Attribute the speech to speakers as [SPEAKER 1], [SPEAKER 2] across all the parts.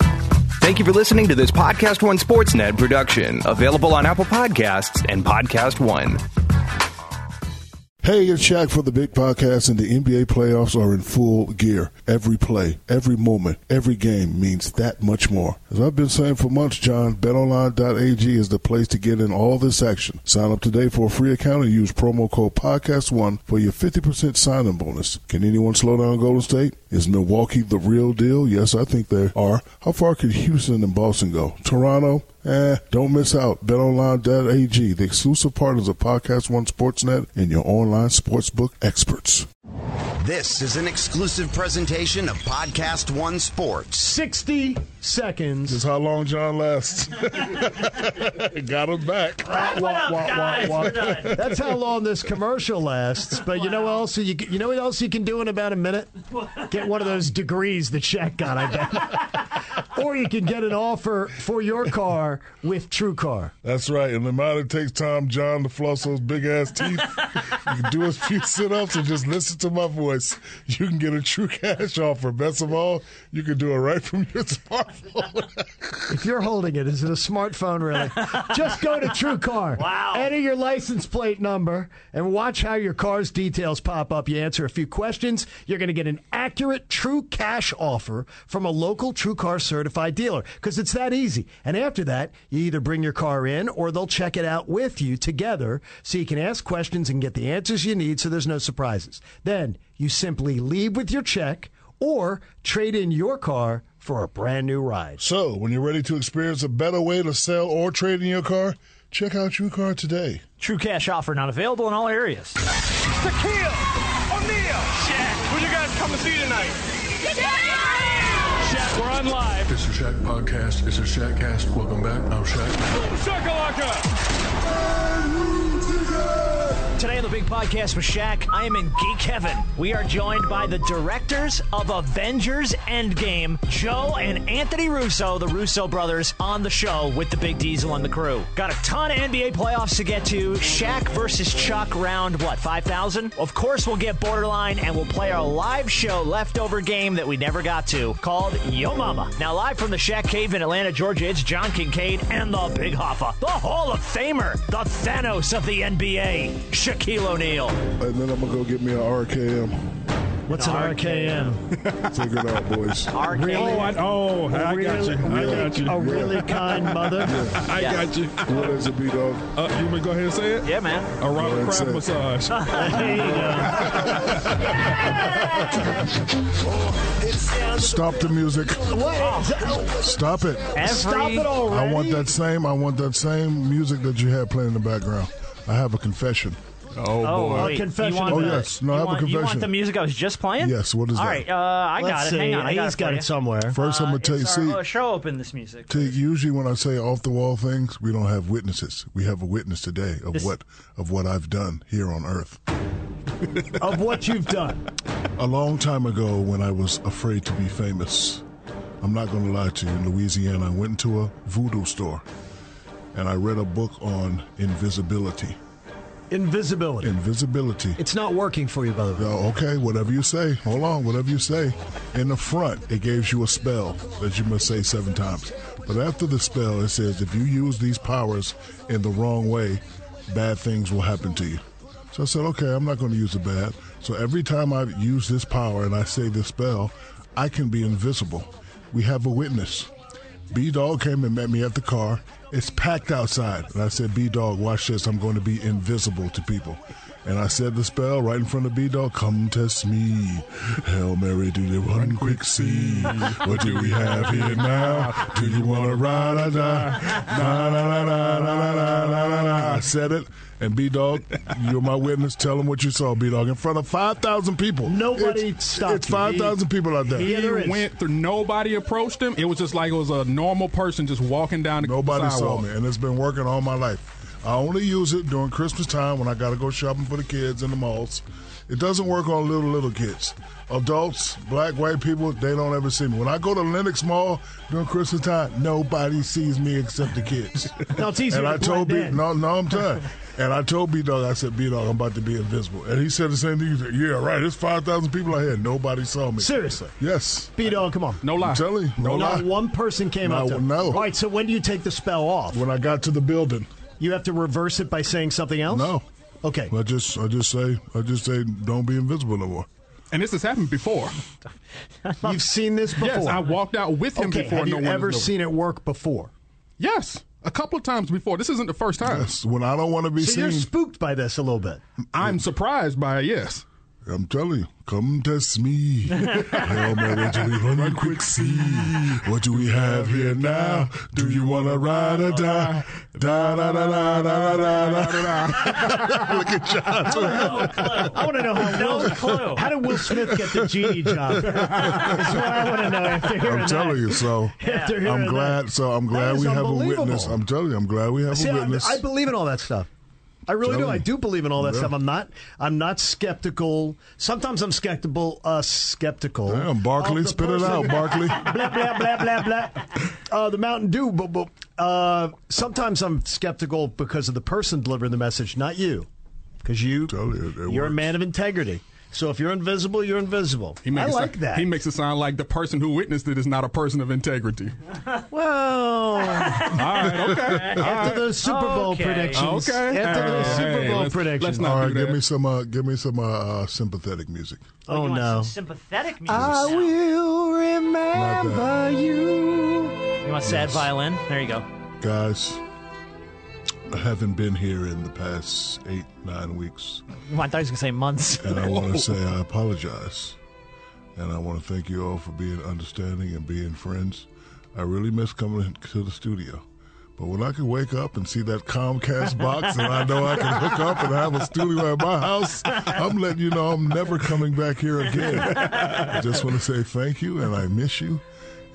[SPEAKER 1] Thank you for listening to this Podcast One Sportsnet production, available on Apple Podcasts and Podcast One.
[SPEAKER 2] Hey, it's Shaq for the Big Podcast, and the NBA playoffs are in full gear. Every play, every moment, every game means that much more. As I've been saying for months, John, betonline.ag is the place to get in all this action. Sign up today for a free account and use promo code PODCAST1 for your 50% sign-in bonus. Can anyone slow down Golden State? Is Milwaukee the real deal? Yes, I think they are. How far could Houston and Boston go? Toronto? Eh, don't miss out. BetOnline.ag, the exclusive partners of Podcast One Sportsnet and your online sportsbook experts.
[SPEAKER 3] This is an exclusive presentation of Podcast One Sports.
[SPEAKER 4] 60 seconds.
[SPEAKER 2] This is how long John lasts. Got him back.
[SPEAKER 4] Wah, wah, wah, wah. That's how long this commercial lasts. But you know what else? You, you know what else you can do in about a minute? Get one of those degrees that Shaq got, I bet. or you can get an offer for your car with True Car.
[SPEAKER 2] That's right. And the amount it takes Tom John to floss those big ass teeth, you can do a few sit ups and just listen to my voice. You can get a true cash offer. Best of all, you can do it right from your smartphone.
[SPEAKER 4] If you're holding it, is it a smartphone really? Just go to True Car. Wow. Enter your license plate number and watch how your car's details pop up. You answer a few questions, you're going to get an accurate true cash offer from a local True Car certified dealer because it's that easy. And after that, you either bring your car in or they'll check it out with you together so you can ask questions and get the answers you need so there's no surprises. Then you simply leave with your check or trade in your car for a brand new ride.
[SPEAKER 2] so, when you're ready to experience a better way to sell or trade in your car, check out True Car today.
[SPEAKER 5] True cash offer not available in all areas.
[SPEAKER 6] Shaquille O'Neal. Shaq, who you guys come to see tonight? Shaq, we're on live.
[SPEAKER 7] It's a Shaq podcast. It's a Shaq cast. Welcome back. I'm Shaq.
[SPEAKER 6] Boom shakalaka.
[SPEAKER 5] Today on the Big Podcast with Shaq, I am in Geek Heaven. We are joined by the directors of Avengers Endgame, Joe and Anthony Russo, the Russo brothers, on the show with the Big Diesel and the crew. Got a ton of NBA playoffs to get to. Shaq versus Chuck, round what, 5,000? Of course, we'll get borderline and we'll play our live show leftover game that we never got to called Yo Mama. Now, live from the Shaq Cave in Atlanta, Georgia, it's John Kincaid and the Big Hoffa, the Hall of Famer, the Thanos of the NBA, Shaquille O'Neal.
[SPEAKER 2] And then I'm going to go get me an RKM.
[SPEAKER 4] What's an RKM?
[SPEAKER 2] Take it out, boys.
[SPEAKER 5] Really?
[SPEAKER 8] oh, I
[SPEAKER 4] Really- really- A really kind mother.
[SPEAKER 8] I
[SPEAKER 5] Yeah.
[SPEAKER 8] got you.
[SPEAKER 2] What is it, B-Dog?
[SPEAKER 8] Uh, you want me to go ahead and say it?
[SPEAKER 5] Yeah, man.
[SPEAKER 8] A Robert
[SPEAKER 2] That's
[SPEAKER 8] Kraft
[SPEAKER 2] it.
[SPEAKER 8] massage.
[SPEAKER 4] There you go.
[SPEAKER 2] Stop the music.
[SPEAKER 4] What is-
[SPEAKER 2] Stop it.
[SPEAKER 4] Stop it already.
[SPEAKER 2] I want that same. I want that same music that you had playing in the background. I have a confession.
[SPEAKER 8] Oh,
[SPEAKER 5] Oh,
[SPEAKER 8] boy.
[SPEAKER 5] wait.
[SPEAKER 4] confession.
[SPEAKER 5] You want
[SPEAKER 4] Oh,
[SPEAKER 5] the-
[SPEAKER 2] yes. No, I
[SPEAKER 5] you
[SPEAKER 2] have a
[SPEAKER 5] want, You
[SPEAKER 2] confession.
[SPEAKER 5] want the music I was just playing?
[SPEAKER 2] Yes, what is
[SPEAKER 5] All
[SPEAKER 2] that?
[SPEAKER 5] right, uh, I
[SPEAKER 4] Let's
[SPEAKER 5] got it.
[SPEAKER 4] see.
[SPEAKER 5] Hang on, I got
[SPEAKER 4] He's
[SPEAKER 5] it. for
[SPEAKER 4] got
[SPEAKER 5] you.
[SPEAKER 4] it somewhere.
[SPEAKER 2] First, I'm gonna tell you.
[SPEAKER 5] It's
[SPEAKER 2] See,
[SPEAKER 5] our uh, show open this music.
[SPEAKER 2] see, usually when I say off the wall things, we don't have witnesses. We have a witness today of
[SPEAKER 5] This-
[SPEAKER 2] what of what I've done here on Earth.
[SPEAKER 4] Of what you've done.
[SPEAKER 2] A long time ago, when I was afraid to be famous, I'm not going to lie to you. In Louisiana, I went into a voodoo store, and I read a book on invisibility.
[SPEAKER 4] Invisibility.
[SPEAKER 2] Invisibility.
[SPEAKER 4] It's not working for you, by the way.
[SPEAKER 2] Oh, okay, whatever you say. Hold on, whatever you say. In the front, it gives you a spell that you must say seven times. But after the spell, it says if you use these powers in the wrong way, bad things will happen to you. So I said, okay, I'm not going to use the bad. So every time I use this power and I say this spell, I can be invisible. We have a witness. B Dog came and met me at the car. It's packed outside. And I said, B Dog, watch this. I'm going to be invisible to people. And I said the spell right in front of B Dog Come test me. Hail Mary, do you run quick see? What do we have here now? Do you want to ride or die? Na, na, na, na, na, na, na, na, na. I said it. And B Dog, you're my witness. Tell them what you saw, B Dog, in front of 5,000 people.
[SPEAKER 4] Nobody
[SPEAKER 2] it's,
[SPEAKER 4] stopped
[SPEAKER 2] It's
[SPEAKER 4] you.
[SPEAKER 2] 5,000 people out there.
[SPEAKER 4] He- Yeah,
[SPEAKER 8] He
[SPEAKER 4] there is.
[SPEAKER 8] went through. Nobody approached him. It was just like it was a normal person just walking down the
[SPEAKER 2] Nobody saw
[SPEAKER 8] sidewalk.
[SPEAKER 2] me, and it's been working all my life. I only use it during Christmas time when I got to go shopping for the kids in the malls, It doesn't work on little, little kids. Adults, black, white people, they don't ever see me. When I go to Lenox Mall during Christmas time, nobody sees me except the kids.
[SPEAKER 4] No, it's easier
[SPEAKER 2] And
[SPEAKER 4] to
[SPEAKER 2] I told
[SPEAKER 4] blend
[SPEAKER 2] B,
[SPEAKER 4] in.
[SPEAKER 2] no, no, I'm done. and I told B Dog, I said, B Dog, I'm about to be invisible. And he said the same thing. He said, yeah, right. There's 5,000 people out here. Nobody saw me.
[SPEAKER 4] Seriously.
[SPEAKER 2] Yes.
[SPEAKER 4] B dog, come on.
[SPEAKER 8] No lie.
[SPEAKER 2] I'm telling you. No,
[SPEAKER 4] Not
[SPEAKER 2] lie.
[SPEAKER 4] one person came
[SPEAKER 2] No,
[SPEAKER 4] up to him.
[SPEAKER 2] no.
[SPEAKER 4] All right, so when do you take the spell off?
[SPEAKER 2] When I got to the building,
[SPEAKER 4] You have to reverse it by saying something else?
[SPEAKER 2] no.
[SPEAKER 4] Okay.
[SPEAKER 2] I just, I just say, I just say, don't be invisible no more.
[SPEAKER 8] And this has happened before.
[SPEAKER 4] You've seen this before.
[SPEAKER 8] Yes, I walked out with him
[SPEAKER 4] okay,
[SPEAKER 8] before.
[SPEAKER 4] have
[SPEAKER 8] no
[SPEAKER 4] you
[SPEAKER 8] one
[SPEAKER 4] ever
[SPEAKER 8] has known.
[SPEAKER 4] seen it work before?
[SPEAKER 8] Yes, a couple of times before. This isn't the first time.
[SPEAKER 2] Yes. When I don't want to be
[SPEAKER 4] So
[SPEAKER 2] seen,
[SPEAKER 4] you're spooked by this a little bit.
[SPEAKER 8] I'm surprised by it. Yes.
[SPEAKER 2] I'm telling you, come test me. Hail Mary, do we run and quick see? What do we have here now? Do you want to ride or die? Da da da da da da da. Look at John.
[SPEAKER 4] I want to know how
[SPEAKER 5] No
[SPEAKER 4] Will,
[SPEAKER 5] clue.
[SPEAKER 4] how did Will Smith get the genie job? Is what I want to know after hearing
[SPEAKER 2] I'm telling
[SPEAKER 4] that.
[SPEAKER 2] you. So
[SPEAKER 4] After hearing
[SPEAKER 2] I'm glad.
[SPEAKER 4] That.
[SPEAKER 2] So I'm glad
[SPEAKER 4] is
[SPEAKER 2] we have a
[SPEAKER 4] unbelievable.
[SPEAKER 2] witness. I'm telling you, I'm glad we have
[SPEAKER 4] See,
[SPEAKER 2] a
[SPEAKER 4] I,
[SPEAKER 2] witness.
[SPEAKER 4] I believe in all that stuff. I really do.
[SPEAKER 2] Telling
[SPEAKER 4] I
[SPEAKER 2] you.
[SPEAKER 4] do believe in all that
[SPEAKER 2] Yeah.
[SPEAKER 4] stuff. I'm not. I'm not skeptical. Sometimes I'm skeptical. Uh, skeptical.
[SPEAKER 2] Damn, Barkley,
[SPEAKER 4] of the
[SPEAKER 2] spit it
[SPEAKER 4] person-
[SPEAKER 2] out, Barkley.
[SPEAKER 4] blah blah blah blah blah. Uh, the Mountain Dew. But, but uh, sometimes I'm skeptical because of the person delivering the message, not you, because you
[SPEAKER 2] Tell you, it
[SPEAKER 4] you're a
[SPEAKER 2] works.
[SPEAKER 4] man of integrity. So if you're invisible, you're invisible. I
[SPEAKER 8] it
[SPEAKER 4] like
[SPEAKER 8] sound-
[SPEAKER 4] that.
[SPEAKER 8] He makes it sound like the person who witnessed it is not a person of integrity.
[SPEAKER 4] well,
[SPEAKER 8] All right. Okay. All
[SPEAKER 4] after
[SPEAKER 8] right.
[SPEAKER 4] those Super Bowl
[SPEAKER 5] Okay.
[SPEAKER 4] predictions,
[SPEAKER 8] Okay.
[SPEAKER 4] after
[SPEAKER 8] Hey,
[SPEAKER 4] those Super
[SPEAKER 8] hey,
[SPEAKER 4] Bowl
[SPEAKER 8] let's-
[SPEAKER 4] predictions.
[SPEAKER 8] let's not-
[SPEAKER 2] All
[SPEAKER 8] do
[SPEAKER 2] right, give
[SPEAKER 8] that.
[SPEAKER 2] me some, uh, give me some uh, uh, sympathetic music.
[SPEAKER 4] oh
[SPEAKER 5] you want
[SPEAKER 4] no.
[SPEAKER 5] some sympathetic music.
[SPEAKER 4] I
[SPEAKER 5] now.
[SPEAKER 4] will
[SPEAKER 2] Not
[SPEAKER 4] remember you.
[SPEAKER 5] You want sad violin? There you go.
[SPEAKER 2] Guys, I haven't been here in the past eight, nine weeks,
[SPEAKER 5] I thought he was gonna say months.
[SPEAKER 2] and I want to say uh, I apologize. And I want to thank you all for being understanding and being friends. I really miss coming to the studio. But when I can wake up and see that Comcast box and I know I can hook up and have a studio at my house, I'm letting you know I'm never coming back here again. I just want to say thank you and I miss you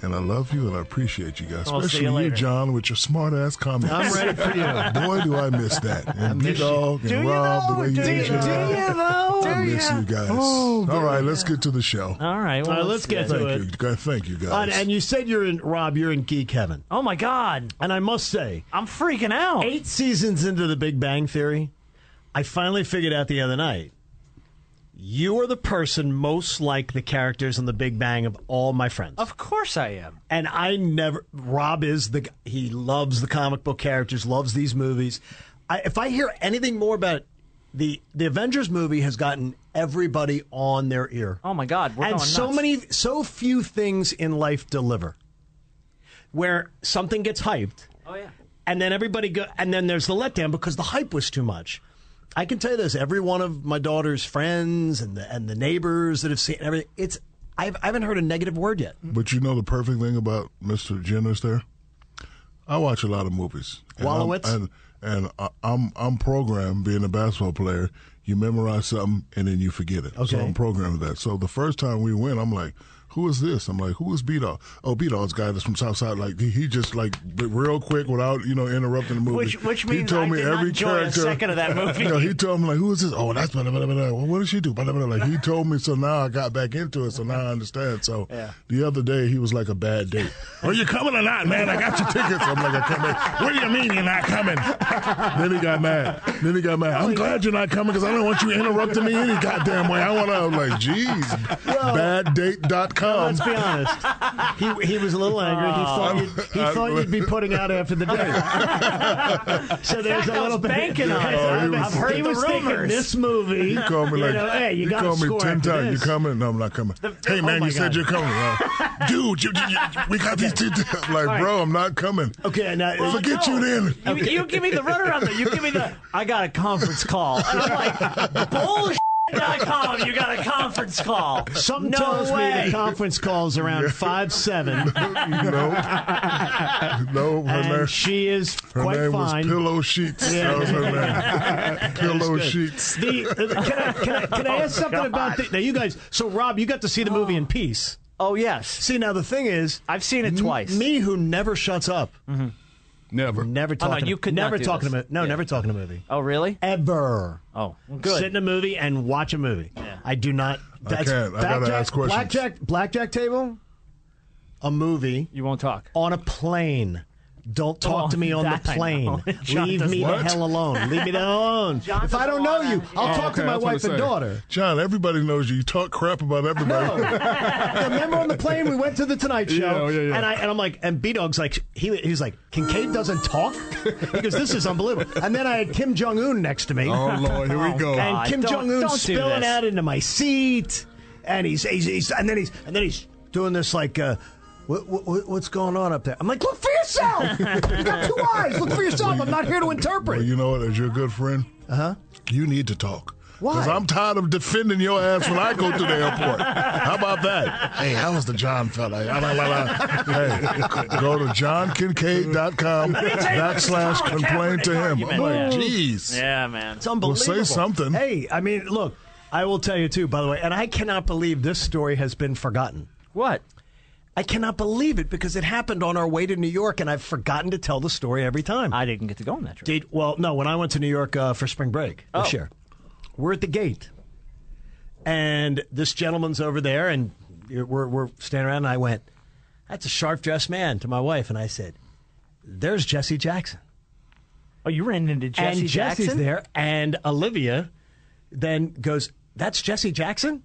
[SPEAKER 2] and I love you and I appreciate you guys.
[SPEAKER 5] I'll see
[SPEAKER 2] Especially
[SPEAKER 5] you
[SPEAKER 2] you,
[SPEAKER 5] later.
[SPEAKER 2] John, with your smart ass comments.
[SPEAKER 4] I'm ready for you.
[SPEAKER 2] Boy, do I miss that. And B Dog and Rob, the way you did it. I miss you guys. All right, let's get to the show.
[SPEAKER 5] All right. Well,
[SPEAKER 4] All right, let's get to
[SPEAKER 2] Thank
[SPEAKER 4] it.
[SPEAKER 2] you, guys. Thank you
[SPEAKER 4] And,
[SPEAKER 2] guys.
[SPEAKER 4] and you said you're in, Rob, you're in geek heaven.
[SPEAKER 5] Oh my God,
[SPEAKER 4] And I must say,
[SPEAKER 5] I'm freaking out.
[SPEAKER 4] eight seasons into the Big Bang Theory, I finally figured out the other night. You are the person most like the characters in the Big Bang of all my friends.
[SPEAKER 5] Of course I am.
[SPEAKER 4] And I never. Rob is the. g- He loves the comic book characters. Loves these movies. I, if I hear anything more about it, the the Avengers movie has gotten everybody on their ear.
[SPEAKER 5] Oh my God, we're
[SPEAKER 4] and
[SPEAKER 5] going
[SPEAKER 4] so
[SPEAKER 5] nuts.
[SPEAKER 4] many, so few things in life deliver. Where something gets hyped,
[SPEAKER 5] Oh yeah.
[SPEAKER 4] and then everybody go, and then there's the letdown because the hype was too much. I can tell you this: every one of my daughter's friends and the and the neighbors that have seen everything, it's I've, I haven't heard a negative word yet.
[SPEAKER 2] but you know the perfect thing about Mr. Jenner's there? I watch a lot of movies. And I'm-
[SPEAKER 4] Wallowitz?
[SPEAKER 2] And, and I, I'm I'm programmed being a basketball player. You memorize something and then you forget it. So
[SPEAKER 4] Okay.
[SPEAKER 2] I'm programmed with that. So the first time we went, I'm like, who is this? I'm like, who is B Dog? Oh, B Dog's guy that's from Southside. Like he- he just like b- real quick without you know interrupting the movie.
[SPEAKER 5] Which- which
[SPEAKER 2] he
[SPEAKER 5] means
[SPEAKER 2] told
[SPEAKER 5] I
[SPEAKER 2] me
[SPEAKER 5] did not
[SPEAKER 2] every
[SPEAKER 5] enjoy a
[SPEAKER 2] character,
[SPEAKER 5] second of that movie.
[SPEAKER 2] No, he told me like, who is this? Oh, that's blah, blah, blah, blah. Well, what did she do? Blah, blah, blah. Like he told me, so now I got back into it. So now I understand. So the other day he was like a bad date. Are you coming or not, man? I got your tickets. I'm like, I can't make. What do you mean you're not coming? then he got mad. Then he got mad.
[SPEAKER 4] Oh,
[SPEAKER 2] I'm glad you're not coming because I don't want you interrupting me any goddamn way. I want to. I'm like, geez, baddate.com.
[SPEAKER 4] Let's be honest. He, he was a little angry.
[SPEAKER 2] Oh.
[SPEAKER 4] He thought, you'd, he
[SPEAKER 2] I'm-
[SPEAKER 4] thought you'd be putting out after the day. so there's a
[SPEAKER 5] I was
[SPEAKER 4] little bit.
[SPEAKER 5] banking on it.
[SPEAKER 2] Oh, he was-
[SPEAKER 5] I've heard
[SPEAKER 4] he
[SPEAKER 5] the
[SPEAKER 4] was thinking
[SPEAKER 5] rumors.
[SPEAKER 4] this movie.
[SPEAKER 2] He called me
[SPEAKER 4] you
[SPEAKER 2] like,
[SPEAKER 4] know, hey, you
[SPEAKER 2] he
[SPEAKER 4] got
[SPEAKER 2] called me ten times. You coming? No, I'm not coming. hey
[SPEAKER 4] oh
[SPEAKER 2] man,
[SPEAKER 4] my
[SPEAKER 2] you said
[SPEAKER 4] God.
[SPEAKER 2] you're coming. Uh, Dude, you, you, you, we got these two. I'm like, bro, I'm not coming.
[SPEAKER 4] Okay, now
[SPEAKER 2] Forget you then.
[SPEAKER 5] You, you give me the runaround though. You give me the I got a conference call, and I'm like bullshit.com. You got a conference call.
[SPEAKER 4] Something
[SPEAKER 5] no
[SPEAKER 4] tells
[SPEAKER 5] way.
[SPEAKER 4] me the conference calls around five seven,
[SPEAKER 2] no, no, her name,
[SPEAKER 4] and she is
[SPEAKER 2] her
[SPEAKER 4] quite
[SPEAKER 2] name was
[SPEAKER 4] fine.
[SPEAKER 2] Pillow Sheets. That was her name. Pillow Sheets. Oh,
[SPEAKER 4] The- uh, can, I, can, I, can I ask something about the, now? You guys, so Rob, you got to see the movie in peace.
[SPEAKER 5] oh yes,
[SPEAKER 4] See, now the thing is,
[SPEAKER 5] I've seen it twice.
[SPEAKER 4] Me, who never shuts up,
[SPEAKER 8] Never.
[SPEAKER 4] Never
[SPEAKER 5] Oh, no,
[SPEAKER 4] talking.
[SPEAKER 5] you could not
[SPEAKER 4] never
[SPEAKER 5] do
[SPEAKER 4] talking
[SPEAKER 5] this.
[SPEAKER 4] to mo- no,
[SPEAKER 5] Yeah.
[SPEAKER 4] never talking to movie.
[SPEAKER 5] Oh, really?
[SPEAKER 4] Ever.
[SPEAKER 5] Oh, well, good.
[SPEAKER 4] Sit in a movie and watch a movie. I do not. That's
[SPEAKER 2] can't. I gotta
[SPEAKER 4] blackjack-
[SPEAKER 2] ask questions.
[SPEAKER 4] Blackjack, blackjack table, a movie
[SPEAKER 5] you won't talk.
[SPEAKER 4] on a plane. Don't talk
[SPEAKER 5] Oh,
[SPEAKER 4] to me on the
[SPEAKER 5] that I know.
[SPEAKER 4] plane.
[SPEAKER 5] John
[SPEAKER 4] Leave me
[SPEAKER 2] doesn't-
[SPEAKER 4] the hell alone. Leave me alone.
[SPEAKER 5] John
[SPEAKER 4] if I
[SPEAKER 5] doesn't
[SPEAKER 4] don't know
[SPEAKER 5] wanna-
[SPEAKER 4] you, I'll
[SPEAKER 2] Oh,
[SPEAKER 5] Yeah.
[SPEAKER 4] talk
[SPEAKER 8] Okay,
[SPEAKER 4] to my
[SPEAKER 8] that's what I
[SPEAKER 4] wife and
[SPEAKER 8] say.
[SPEAKER 4] daughter.
[SPEAKER 2] John, everybody knows you. You talk crap about everybody.
[SPEAKER 4] Remember on the plane we went to the Tonight Show,
[SPEAKER 2] oh,
[SPEAKER 8] Yeah, yeah, yeah.
[SPEAKER 4] and I and I'm like, and B Dog's like, he he's like, Kincaid doesn't talk. He goes, this is unbelievable. And then I had Kim Jong Un next to me.
[SPEAKER 2] oh Lord, here we go.
[SPEAKER 4] and
[SPEAKER 5] God.
[SPEAKER 4] Kim
[SPEAKER 5] don't-
[SPEAKER 4] Jong Un
[SPEAKER 5] don't do
[SPEAKER 4] spilling
[SPEAKER 5] this.
[SPEAKER 4] out into my seat, and he's, he's, he's and then he's and then he's doing this like, uh, what, what, what's going on up there? I'm like, look for yourself. you got two eyes. Look for yourself. I'm not here to interpret. Uh-huh.
[SPEAKER 2] Well, you know what? As your good friend, uh huh, you need to talk.
[SPEAKER 4] Why?
[SPEAKER 2] Because I'm tired of defending your ass when I go to the airport. How about that? Hey, how was the John fella? La, la, la, la. Hey, go to johnkincaid.com backslash complain to him.
[SPEAKER 4] Oh,
[SPEAKER 2] I'm like, jeez.
[SPEAKER 5] Yeah, man.
[SPEAKER 4] It's unbelievable.
[SPEAKER 2] Well, say something.
[SPEAKER 4] Hey, I mean, look, I will tell you too. By the way, and I cannot believe this story has been forgotten.
[SPEAKER 5] What?
[SPEAKER 4] I cannot believe it because it happened on our way to New York, and I've forgotten to tell the story every time.
[SPEAKER 5] I didn't get to go on that trip.
[SPEAKER 4] Did well? No, when I went to New York uh, for spring break this
[SPEAKER 5] Oh.
[SPEAKER 4] year, we're at the gate, and this gentleman's over there, and we're we're standing around, and I went, "That's a sharp dressed man," to my wife, and I said, "There's Jesse Jackson."
[SPEAKER 5] Oh, you ran into Jesse
[SPEAKER 4] and Jesse's
[SPEAKER 5] Jackson?
[SPEAKER 4] there, and Olivia then goes, "That's Jesse Jackson."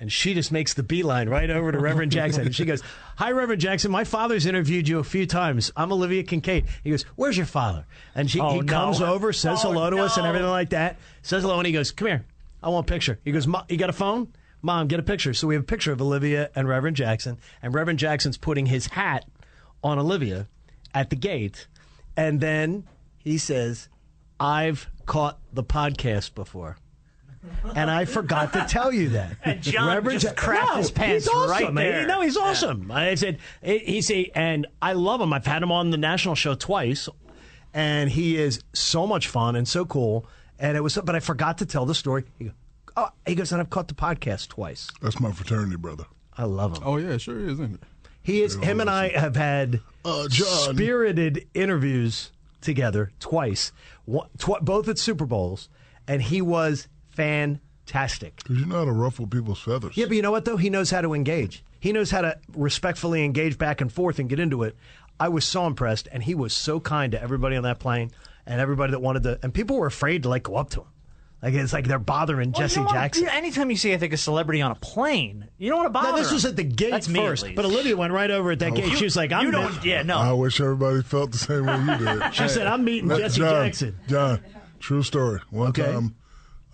[SPEAKER 4] And she just makes the beeline right over to Reverend Jackson. And she goes, Hi, Reverend Jackson. My father's interviewed you a few times. I'm Olivia Kincaid. He goes, Where's your father? And she,
[SPEAKER 5] Oh,
[SPEAKER 4] he
[SPEAKER 5] no.
[SPEAKER 4] comes over, says
[SPEAKER 5] Oh,
[SPEAKER 4] hello to us and
[SPEAKER 5] no.
[SPEAKER 4] everything like that. Says hello, and he goes, Come here. I want a picture. He goes, "Ma, You got a phone? Mom, get a picture. So we have a picture of Olivia and Reverend Jackson. And Reverend Jackson's putting his hat on Olivia at the gate. And then he says, I've caught the podcast before. And I forgot to tell you that.
[SPEAKER 5] And John just crapped
[SPEAKER 4] no,
[SPEAKER 5] his pants
[SPEAKER 4] he's awesome.
[SPEAKER 5] right
[SPEAKER 4] man.
[SPEAKER 5] there.
[SPEAKER 4] No, he's awesome. I said, eh, he said, and I love him. I've had him on the national show twice, and he is so much fun and so cool. And it was, but I forgot to tell the story. He goes, oh, he goes, and I've caught the podcast twice.
[SPEAKER 2] That's my fraternity brother.
[SPEAKER 4] I love him.
[SPEAKER 8] Oh yeah, it sure is, isn't it?
[SPEAKER 4] He is. Him and I have had
[SPEAKER 2] Uh, John.
[SPEAKER 4] spirited interviews together twice, one, tw- both at Super Bowls, and he was fantastic.
[SPEAKER 2] Because you know how to ruffle people's feathers.
[SPEAKER 4] Yeah, but you know what though? He knows how to engage. He knows how to respectfully engage back and forth and get into it. I was so impressed, and he was so kind to everybody on that plane and everybody that wanted to. And people were afraid to like go up to him. Like it's like they're bothering
[SPEAKER 5] Well, you
[SPEAKER 4] Jesse
[SPEAKER 5] don't wanna-
[SPEAKER 4] Jackson.
[SPEAKER 5] Anytime you see, I think, a celebrity on a plane, you don't want to bother.
[SPEAKER 4] Now, this was
[SPEAKER 5] him.
[SPEAKER 4] at the gate
[SPEAKER 5] That's me, at
[SPEAKER 4] first,
[SPEAKER 5] least.
[SPEAKER 4] but Olivia went right over at that gate. She was like, "I'm."
[SPEAKER 5] you
[SPEAKER 4] not
[SPEAKER 5] don't. Yeah,
[SPEAKER 2] I
[SPEAKER 5] no.
[SPEAKER 2] wish everybody felt the same way you did.
[SPEAKER 4] She said, "I'm meeting
[SPEAKER 2] Now,
[SPEAKER 4] Jesse
[SPEAKER 2] John,
[SPEAKER 4] Jackson."
[SPEAKER 2] John, true story. One
[SPEAKER 4] Okay.
[SPEAKER 2] time,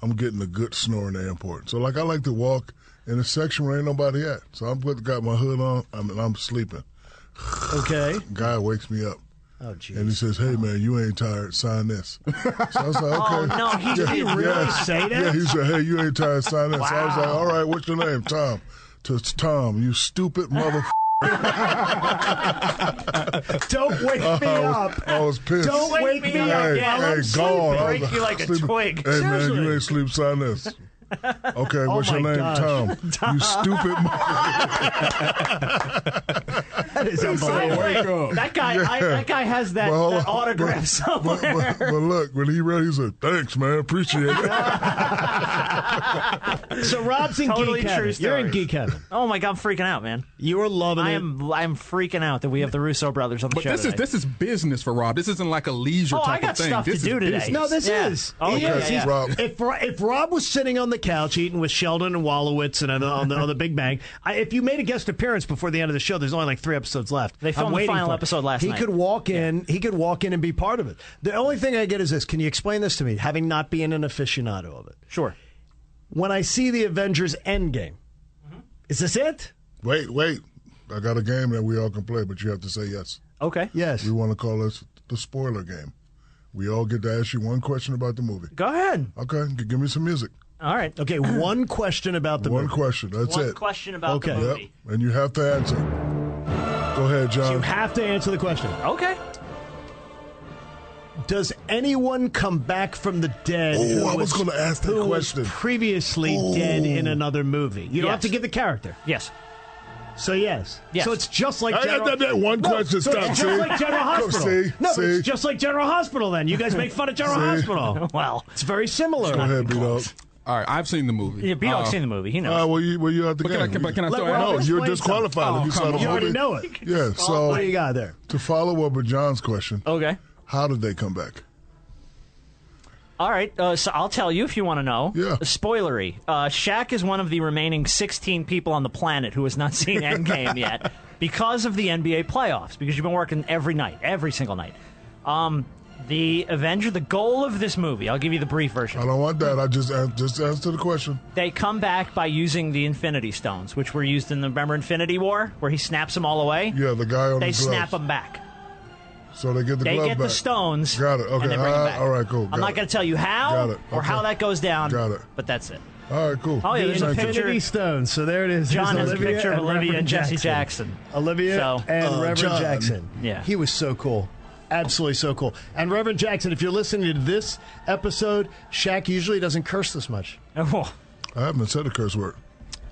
[SPEAKER 2] I'm getting a good snore in the airport. So, like, I like to walk in a section where ain't nobody at. So, I'm put, got my hood on. I mean, I'm sleeping.
[SPEAKER 4] Okay.
[SPEAKER 2] Guy wakes me up.
[SPEAKER 4] Oh,
[SPEAKER 2] And he
[SPEAKER 4] jeez.
[SPEAKER 2] says, "Hey man, you ain't tired. Sign this." So I was like, "Okay."
[SPEAKER 5] Oh, no, he- did he really
[SPEAKER 4] say that?
[SPEAKER 2] Yeah, he said, "Hey, you ain't tired. Sign this." So I was like, "All right, what's your name, Tom?" To it's Tom, you stupid mother.
[SPEAKER 4] Don't wake me
[SPEAKER 2] I
[SPEAKER 4] up.
[SPEAKER 2] was, I was pissed.
[SPEAKER 4] Don't wake me
[SPEAKER 2] hey,
[SPEAKER 4] up.
[SPEAKER 2] Hey,
[SPEAKER 4] Yeah,
[SPEAKER 2] hey,
[SPEAKER 4] I'm
[SPEAKER 2] gone. I was
[SPEAKER 5] Break you like a
[SPEAKER 2] sleeping.
[SPEAKER 5] twig.
[SPEAKER 2] Hey man, you
[SPEAKER 4] Seriously.
[SPEAKER 2] ain't sleep. Sign this. Okay, what's your
[SPEAKER 4] Oh
[SPEAKER 2] name,
[SPEAKER 4] my gosh.
[SPEAKER 2] Tom? You stupid mother.
[SPEAKER 4] That is
[SPEAKER 5] By the
[SPEAKER 4] unbelievable.
[SPEAKER 5] way,
[SPEAKER 8] Wake up.
[SPEAKER 5] That guy, I, that guy has that,
[SPEAKER 2] Well,
[SPEAKER 5] that autograph somewhere.
[SPEAKER 2] But, but, but look, when he read, he said, "Thanks, man. Appreciate it."
[SPEAKER 4] So Rob's in
[SPEAKER 5] Totally
[SPEAKER 4] Geek
[SPEAKER 5] true
[SPEAKER 4] Heaven. You're in
[SPEAKER 5] stories.
[SPEAKER 4] Geek Heaven.
[SPEAKER 5] oh my god, I'm freaking out, man.
[SPEAKER 4] You are loving
[SPEAKER 5] I
[SPEAKER 4] it.
[SPEAKER 5] am I am freaking out that we have the Russo brothers on the
[SPEAKER 8] But
[SPEAKER 5] show.
[SPEAKER 8] this is
[SPEAKER 5] tonight.
[SPEAKER 8] this is business for Rob. This isn't like a leisure
[SPEAKER 5] Oh,
[SPEAKER 8] type
[SPEAKER 5] I got
[SPEAKER 8] of thing.
[SPEAKER 5] stuff to
[SPEAKER 8] This is
[SPEAKER 5] do today.
[SPEAKER 8] business.
[SPEAKER 4] No, this
[SPEAKER 5] Yeah.
[SPEAKER 4] is.
[SPEAKER 5] Oh,
[SPEAKER 4] He
[SPEAKER 5] yeah,
[SPEAKER 4] is.
[SPEAKER 5] yeah, yeah.
[SPEAKER 2] Rob.
[SPEAKER 4] If Ro- if Rob was sitting on the couch eating with Sheldon and Wallowitz and on the, on the, on the Big Bang, I, if you made a guest appearance before the end of the show, there's only like three episodes left.
[SPEAKER 5] They
[SPEAKER 4] I'm
[SPEAKER 5] filmed the
[SPEAKER 4] waiting
[SPEAKER 5] final
[SPEAKER 4] for it.
[SPEAKER 5] episode last
[SPEAKER 4] he
[SPEAKER 5] night.
[SPEAKER 4] could walk in. He could walk in and be part of it. The only thing I get is this: Can you explain this to me? Having not been an aficionado of it,
[SPEAKER 5] Sure.
[SPEAKER 4] when I see the Avengers Endgame, is this it?
[SPEAKER 2] wait, wait. I got a game that we all can play, but you have to say yes.
[SPEAKER 5] Okay.
[SPEAKER 4] Yes.
[SPEAKER 2] We want to call this the spoiler game. We all get to ask you one question about the movie.
[SPEAKER 5] Go ahead.
[SPEAKER 2] Okay, g- give me some music.
[SPEAKER 5] All right.
[SPEAKER 4] Okay, one question about the
[SPEAKER 2] One
[SPEAKER 4] movie.
[SPEAKER 2] question. That's
[SPEAKER 5] One
[SPEAKER 2] it.
[SPEAKER 5] question about
[SPEAKER 4] Okay.
[SPEAKER 5] the
[SPEAKER 2] Yep.
[SPEAKER 5] movie.
[SPEAKER 2] And you have to answer. Go ahead,
[SPEAKER 4] You
[SPEAKER 2] John.
[SPEAKER 4] have to answer the question.
[SPEAKER 5] Okay.
[SPEAKER 4] Does anyone come back from the dead?
[SPEAKER 2] Oh,
[SPEAKER 4] who
[SPEAKER 2] I was gonna ask that
[SPEAKER 4] who was
[SPEAKER 2] question. Oh.
[SPEAKER 4] previously dead in another movie. You don't have
[SPEAKER 5] Yes.
[SPEAKER 4] to give the character.
[SPEAKER 5] Yes.
[SPEAKER 4] So yes.
[SPEAKER 5] Yes.
[SPEAKER 4] So it's just like
[SPEAKER 2] I got
[SPEAKER 4] General.
[SPEAKER 2] that- that one
[SPEAKER 4] No,
[SPEAKER 2] question,
[SPEAKER 4] so
[SPEAKER 2] stop,
[SPEAKER 4] It's just
[SPEAKER 2] see?
[SPEAKER 4] like General
[SPEAKER 2] Go
[SPEAKER 4] Hospital.
[SPEAKER 2] see,
[SPEAKER 4] no, but
[SPEAKER 2] see.
[SPEAKER 4] it's just like General Hospital. Then you guys make fun of General Hospital.
[SPEAKER 5] Well,
[SPEAKER 4] It's very similar.
[SPEAKER 2] Go ahead, beat up.
[SPEAKER 8] All right, I've seen the movie.
[SPEAKER 5] yeah, B-Dog's
[SPEAKER 8] Uh,
[SPEAKER 5] seen the movie. He knows.
[SPEAKER 2] Uh, well, you, well, you at the
[SPEAKER 8] But
[SPEAKER 2] game.
[SPEAKER 8] can I- can I- can I
[SPEAKER 2] Let
[SPEAKER 8] throw
[SPEAKER 2] Rob
[SPEAKER 8] out-
[SPEAKER 2] No, you're
[SPEAKER 4] explain
[SPEAKER 2] disqualified
[SPEAKER 8] something.
[SPEAKER 2] if you
[SPEAKER 8] Oh,
[SPEAKER 2] saw
[SPEAKER 8] come
[SPEAKER 2] the
[SPEAKER 8] on.
[SPEAKER 4] You already
[SPEAKER 2] movie.
[SPEAKER 4] know it.
[SPEAKER 2] Yeah, so
[SPEAKER 4] What do you got there?
[SPEAKER 2] to follow up with John's question,
[SPEAKER 5] okay.
[SPEAKER 2] how did they come back?
[SPEAKER 5] All right, uh, so I'll tell you if you want to know.
[SPEAKER 2] Yeah.
[SPEAKER 5] Spoilery. Uh, Shaq is one of the remaining 16 people on the planet who has not seen Endgame yet because of the NBA playoffs, because you've been working every night, every single night. Um, the Avenger, the goal of this movie, I'll give you the brief version.
[SPEAKER 2] I don't want that. I just an- just answer the question.
[SPEAKER 5] They come back by using the Infinity Stones, which were used in the, remember Infinity War, where he snaps them all away?
[SPEAKER 2] Yeah, the guy on
[SPEAKER 5] They
[SPEAKER 2] the gloves.
[SPEAKER 5] snap them back.
[SPEAKER 2] So they get the
[SPEAKER 5] They
[SPEAKER 2] glove
[SPEAKER 5] get
[SPEAKER 2] back.
[SPEAKER 5] the stones.
[SPEAKER 2] Got it. Okay.
[SPEAKER 5] And they bring 'em
[SPEAKER 2] Uh,
[SPEAKER 5] back.
[SPEAKER 2] all right, cool. Got
[SPEAKER 5] I'm not
[SPEAKER 2] it.
[SPEAKER 5] going to tell you how
[SPEAKER 2] Got it.
[SPEAKER 5] or how
[SPEAKER 2] Okay.
[SPEAKER 5] that goes down.
[SPEAKER 2] Got it.
[SPEAKER 5] But that's it.
[SPEAKER 2] All right, cool.
[SPEAKER 5] Oh, yeah, there's a
[SPEAKER 2] Thank you.
[SPEAKER 5] picture.
[SPEAKER 6] Infinity Stones. So there it is.
[SPEAKER 5] John
[SPEAKER 6] There's
[SPEAKER 5] has a picture of Olivia
[SPEAKER 6] Reverend
[SPEAKER 5] and Jesse Jackson.
[SPEAKER 6] Olivia
[SPEAKER 5] So-
[SPEAKER 6] and
[SPEAKER 4] Uh,
[SPEAKER 6] Reverend
[SPEAKER 4] John.
[SPEAKER 6] Jackson.
[SPEAKER 5] Yeah.
[SPEAKER 6] He was so cool.
[SPEAKER 4] Absolutely so cool. And Reverend Jackson, if you're listening to this episode, Shaq usually doesn't curse this much.
[SPEAKER 5] Oh,
[SPEAKER 2] I haven't said a curse word.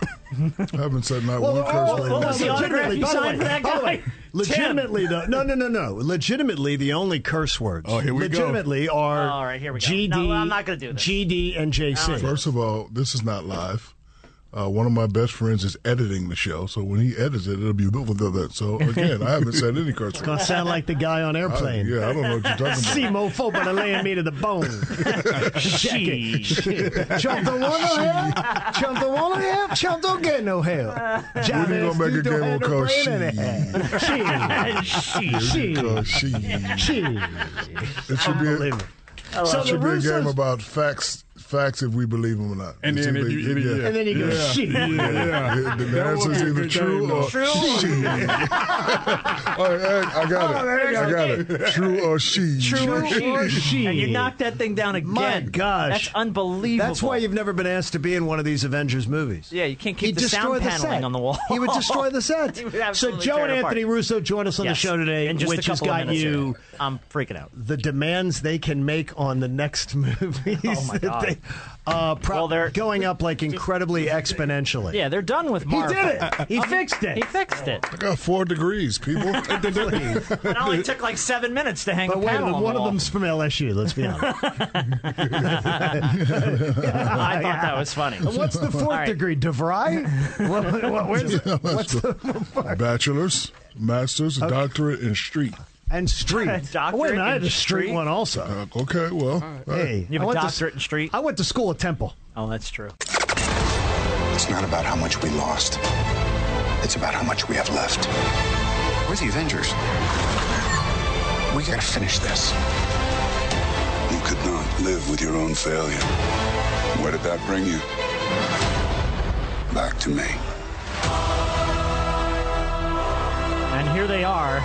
[SPEAKER 2] I haven't said not
[SPEAKER 4] Well,
[SPEAKER 2] one
[SPEAKER 4] well,
[SPEAKER 2] curse
[SPEAKER 4] well,
[SPEAKER 2] word.
[SPEAKER 4] well,
[SPEAKER 5] What was the
[SPEAKER 4] well,
[SPEAKER 5] autograph
[SPEAKER 4] legitimately,
[SPEAKER 5] you
[SPEAKER 4] by the
[SPEAKER 5] signed
[SPEAKER 4] way,
[SPEAKER 5] for that
[SPEAKER 4] by the
[SPEAKER 5] guy?
[SPEAKER 4] way, Legitimately, though, no, no, no, no. Legitimately, the only curse words.
[SPEAKER 8] Oh, here we go.
[SPEAKER 4] legitimately are
[SPEAKER 5] All right, here we go.
[SPEAKER 4] GD,
[SPEAKER 5] No, I'm not gonna do this.
[SPEAKER 4] GD and JC.
[SPEAKER 2] First of all, this is not live. Uh, one of my best friends is editing the show, so when he edits it, it'll be beautiful. So again, I haven't said any curse
[SPEAKER 4] Gonna
[SPEAKER 2] words.
[SPEAKER 4] sound like the guy on
[SPEAKER 2] I,
[SPEAKER 4] airplane.
[SPEAKER 2] yeah, I don't know what you're talking about.
[SPEAKER 4] Simo Foba to laying me to the bone.
[SPEAKER 5] she.
[SPEAKER 4] Chump don't want no help. Chump don't want no help. Chump don't get no help.
[SPEAKER 2] When you gonna make a game on called she?
[SPEAKER 4] She. She.
[SPEAKER 2] Called she.
[SPEAKER 4] She.
[SPEAKER 2] It should be. A,
[SPEAKER 4] Unbelievable. So
[SPEAKER 2] it
[SPEAKER 4] the
[SPEAKER 2] should be a game
[SPEAKER 4] Russos,
[SPEAKER 2] about facts. Facts if we believe them or not.
[SPEAKER 8] And
[SPEAKER 2] It
[SPEAKER 8] then
[SPEAKER 2] should
[SPEAKER 8] if
[SPEAKER 2] be-
[SPEAKER 8] you- if you-
[SPEAKER 4] and then you go,
[SPEAKER 8] Yeah.
[SPEAKER 4] she.
[SPEAKER 8] yeah, yeah.
[SPEAKER 2] The, the
[SPEAKER 8] That
[SPEAKER 2] answer
[SPEAKER 8] would
[SPEAKER 2] is
[SPEAKER 8] be a
[SPEAKER 2] either
[SPEAKER 8] good game,
[SPEAKER 2] true
[SPEAKER 8] though.
[SPEAKER 2] or she. All right, I, I
[SPEAKER 4] Oh,
[SPEAKER 2] got it. I got it. True or she.
[SPEAKER 5] True or
[SPEAKER 4] she.
[SPEAKER 5] she. And you knocked that thing down again.
[SPEAKER 4] My gosh.
[SPEAKER 5] That's unbelievable.
[SPEAKER 4] That's why you've never been asked to be in one of these Avengers movies.
[SPEAKER 5] Yeah, you can't keep
[SPEAKER 4] He'd
[SPEAKER 5] the sound
[SPEAKER 4] destroy
[SPEAKER 5] paneling
[SPEAKER 4] set.
[SPEAKER 5] on the wall.
[SPEAKER 4] He would destroy the set.
[SPEAKER 5] He would
[SPEAKER 4] so
[SPEAKER 5] absolutely
[SPEAKER 4] Joe
[SPEAKER 5] tear
[SPEAKER 4] and
[SPEAKER 5] it apart.
[SPEAKER 4] Anthony Russo join us on
[SPEAKER 5] Yes.
[SPEAKER 4] the show today,
[SPEAKER 5] In just a
[SPEAKER 4] which has
[SPEAKER 5] couple of
[SPEAKER 4] got
[SPEAKER 5] minutes
[SPEAKER 4] you
[SPEAKER 5] here. I'm freaking out.
[SPEAKER 4] the demands they can make on the next movies.
[SPEAKER 5] Oh, my
[SPEAKER 4] that
[SPEAKER 5] God.
[SPEAKER 4] They, uh, pro-
[SPEAKER 5] Well, they're-
[SPEAKER 4] going up like incredibly exponentially.
[SPEAKER 5] Yeah, they're done with
[SPEAKER 4] He
[SPEAKER 5] Marvel.
[SPEAKER 4] did it. He fixed it.
[SPEAKER 5] He fixed it.
[SPEAKER 2] I got four degrees, people.
[SPEAKER 5] It only took like seven minutes to hang
[SPEAKER 4] But
[SPEAKER 5] a
[SPEAKER 4] wait,
[SPEAKER 5] panel on
[SPEAKER 4] one
[SPEAKER 5] the
[SPEAKER 4] of
[SPEAKER 5] wall.
[SPEAKER 4] them's from LSU. Let's be honest.
[SPEAKER 5] I thought that was funny.
[SPEAKER 4] What's the fourth
[SPEAKER 5] right.
[SPEAKER 4] degree? DeVry? What- what- where's it? What's the
[SPEAKER 2] Bachelor's, master's, doctorate, and street.
[SPEAKER 4] and street?
[SPEAKER 5] Doctorate
[SPEAKER 4] wait a minute, I had
[SPEAKER 5] in
[SPEAKER 4] a street,
[SPEAKER 5] street?
[SPEAKER 4] one also.
[SPEAKER 2] Uh, okay, well,
[SPEAKER 4] Hey,
[SPEAKER 5] You have
[SPEAKER 4] I
[SPEAKER 5] a
[SPEAKER 4] went to-
[SPEAKER 5] doctorate in street?
[SPEAKER 4] I went to school at Temple.
[SPEAKER 5] Oh, that's true.
[SPEAKER 9] It's not about how much we lost. It's about how much we have left. We're the Avengers. We gotta finish this.
[SPEAKER 10] You could not live with your own failure. Where did that bring you? Back to me.
[SPEAKER 5] And here they are.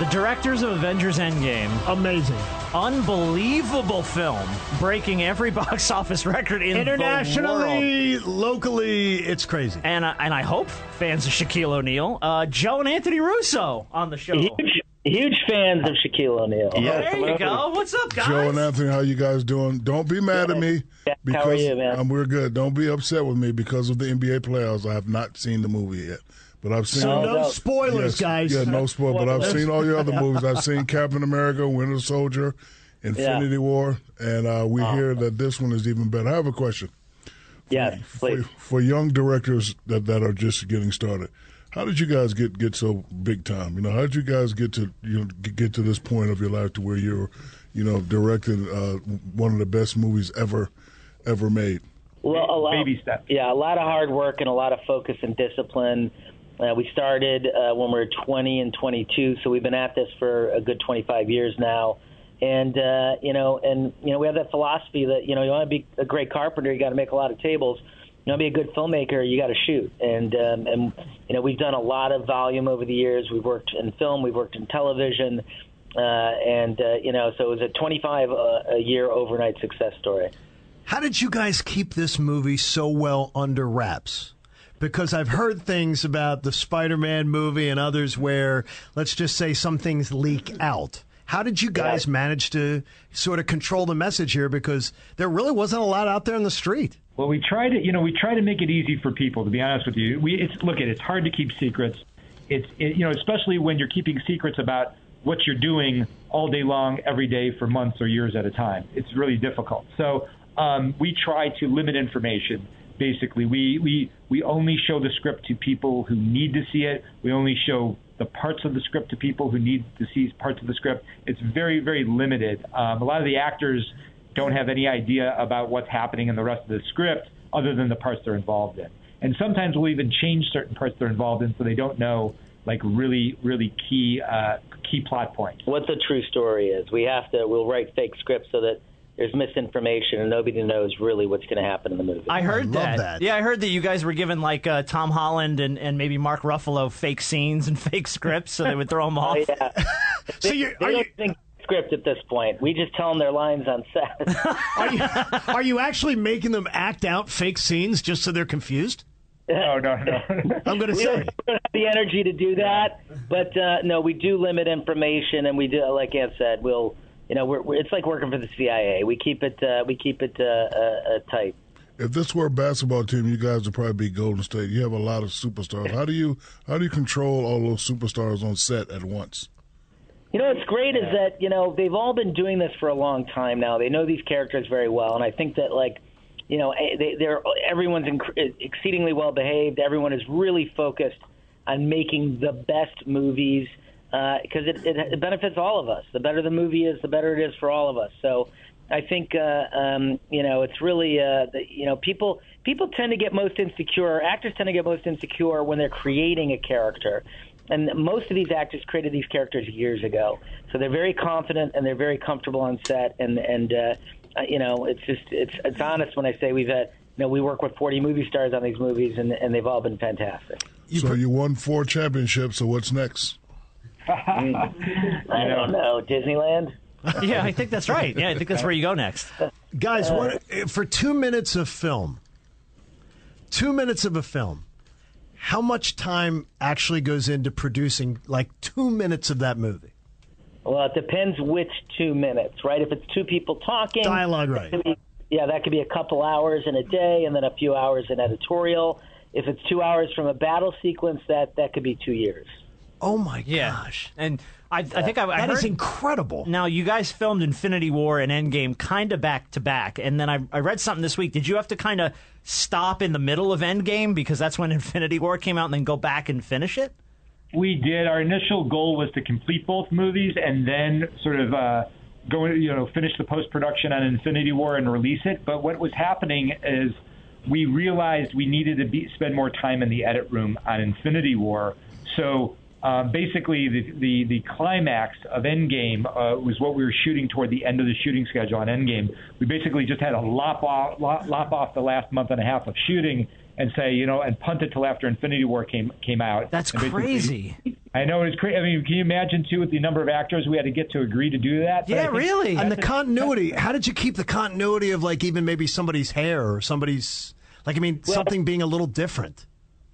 [SPEAKER 5] The directors of Avengers Endgame.
[SPEAKER 4] Amazing.
[SPEAKER 5] Unbelievable film, breaking every box office record in the world.
[SPEAKER 4] Internationally, locally, it's crazy.
[SPEAKER 5] And I, and I hope fans of Shaquille O'Neal, uh, Joe and Anthony Russo on the show.
[SPEAKER 11] Huge, huge fans of Shaquille O'Neal.
[SPEAKER 5] there you go. What's up, guys?
[SPEAKER 2] Joe and Anthony, how you guys doing? Don't be mad at me
[SPEAKER 11] Yeah,
[SPEAKER 2] because
[SPEAKER 11] how are you, man?
[SPEAKER 2] Um, we're good. Don't be upset with me because of the NBA playoffs. I have not seen the movie yet, but I've seen.
[SPEAKER 4] So
[SPEAKER 11] Oh,
[SPEAKER 4] no
[SPEAKER 11] no.
[SPEAKER 2] Yes,
[SPEAKER 4] spoilers, guys.
[SPEAKER 2] Yeah, no spoil. But I've seen all your other movies. I've seen Captain America, Winter Soldier, Infinity War, and uh, we
[SPEAKER 11] Oh.
[SPEAKER 2] hear that this one is even better. I have a question.
[SPEAKER 11] Yes,
[SPEAKER 2] for,
[SPEAKER 11] please.
[SPEAKER 2] for young directors that, that are just getting started. How did you guys get, get so big time? You know, how did you guys get to you know g- get to this point of your life to where you're, you know, directing uh, one of the best movies ever, ever made?
[SPEAKER 11] Well, a lot,
[SPEAKER 10] Baby steps.
[SPEAKER 11] Yeah, a lot of hard work and a lot of focus and discipline. Uh, we started uh, when we were 20 and 22, so we've been at this for a good 25 years now. And uh, you know, and you know, we have that philosophy that you know, you want to be a great carpenter, you got to make a lot of tables. You want to be a good filmmaker, you got to shoot. And um, and you know, we've done a lot of volume over the years. We've worked in film, we've worked in television, uh, and uh, you know, so it was a 25 uh, a year overnight success story.
[SPEAKER 4] How did you guys keep this movie so well under wraps? Because I've heard things about the Spider Man movie and others where, let's just say, some things leak out. How did you guys manage to sort of control the message here? Because there really wasn't a lot out there in the street.
[SPEAKER 1] Well, we try to, you know, we try to make it easy for people. To be honest with you, we it's look at it's hard to keep secrets. It's it, you know, especially when you're keeping secrets about what you're doing all day long, every day for months or years at a time. It's really difficult. So um, we try to limit information. Basically, we we we only show the script to people who need to see it. We only show the parts of the script to people who need to see parts of the script. It's very very limited. Um, a lot of the actors don't have any idea about what's happening in the rest of the script other than the parts they're involved in. And sometimes we'll even change certain parts they're involved in so they don't know like really really key uh, key plot points.
[SPEAKER 11] what the true story is. We have to. We'll write fake scripts so that there's misinformation and nobody knows really what's going to happen in the movie.
[SPEAKER 5] I heard that. Yeah, I heard that you guys were given like uh, Tom Holland and, and maybe Mark Ruffalo fake scenes and fake scripts, so they would throw them off.
[SPEAKER 11] so you they don't think script at this point. We just tell them their lines on set.
[SPEAKER 4] Are you actually making them act out fake scenes just so they're confused?
[SPEAKER 1] No, no, no.
[SPEAKER 4] I'm going to say.
[SPEAKER 11] We don't have the energy to do that, but uh, no, we do limit information, and we do, like Ann said, we'll, you know, we're, we're, it's like working for the CIA. We keep it, uh, we keep it uh, uh, uh, tight.
[SPEAKER 2] If this were a basketball team, you guys would probably be Golden State. You have a lot of superstars. How do you how do you control all those superstars on set at once?
[SPEAKER 11] You know what's great is that you know they've all been doing this for a long time now. They know these characters very well, and I think that like, you know, eh, they, they're everyone's inc- exceedingly well behaved. Everyone is really focused on making the best movies because it, it, it benefits all of us. The better the movie is, the better it is for all of us. So I think uh, um, you know it's really uh, the, you know people people tend to get most insecure. Actors tend to get most insecure when they're creating a character, and most of these actors created these characters years ago, so they're very confident and they're very comfortable on set. And and uh, uh, you know it's just it's it's honest when I say we've had you know we work with 40 movie stars on these movies and and they've all been fantastic.
[SPEAKER 2] so you won four championships. So what's next?
[SPEAKER 11] I don't know Disneyland.
[SPEAKER 5] yeah, I think that's right. Yeah, I think that's where you go next.
[SPEAKER 4] Guys, what, eh, for two minutes of film, two minutes of a film, how much time actually goes into producing like two minutes of that movie?
[SPEAKER 11] Well, it depends which two minutes, right? If it's two people talking,
[SPEAKER 4] Dialogue,
[SPEAKER 11] that
[SPEAKER 4] right.
[SPEAKER 11] could be- yeah, that could be a couple hours in a day, and then a few hours in editorial. If it's two hours from a battle sequence, that that could be two years.
[SPEAKER 4] Oh my
[SPEAKER 5] gosh! And I, I think I, I
[SPEAKER 4] That
[SPEAKER 5] heard,
[SPEAKER 4] is incredible.
[SPEAKER 5] Now you guys filmed Infinity War and Endgame kind of back to back, and then I, I read something this week. Did you have to kind of stop in the middle of Endgame because that's when Infinity War came out, and then go back and finish it?
[SPEAKER 1] We did. Our initial goal was to complete both movies and then sort of uh, go, you know, finish the post production on Infinity War and release it. But what was happening is we realized we needed to be, spend more time in the edit room on Infinity War. So uh, basically, the, the the climax of Endgame uh, was what we were shooting toward the end of the shooting schedule on Endgame. We basically just had to lop off lop, lop off the last month and a half of shooting and say, you know, and punt it till after Infinity War came came out.
[SPEAKER 5] That's
[SPEAKER 1] And basically-
[SPEAKER 5] crazy.
[SPEAKER 1] I know it's crazy. I mean, can you imagine too with the number of actors we had to get to agree to do that? But I think-
[SPEAKER 4] And the continuity. How did you keep the continuity of like even maybe somebody's hair or somebody's like I mean something being a little different?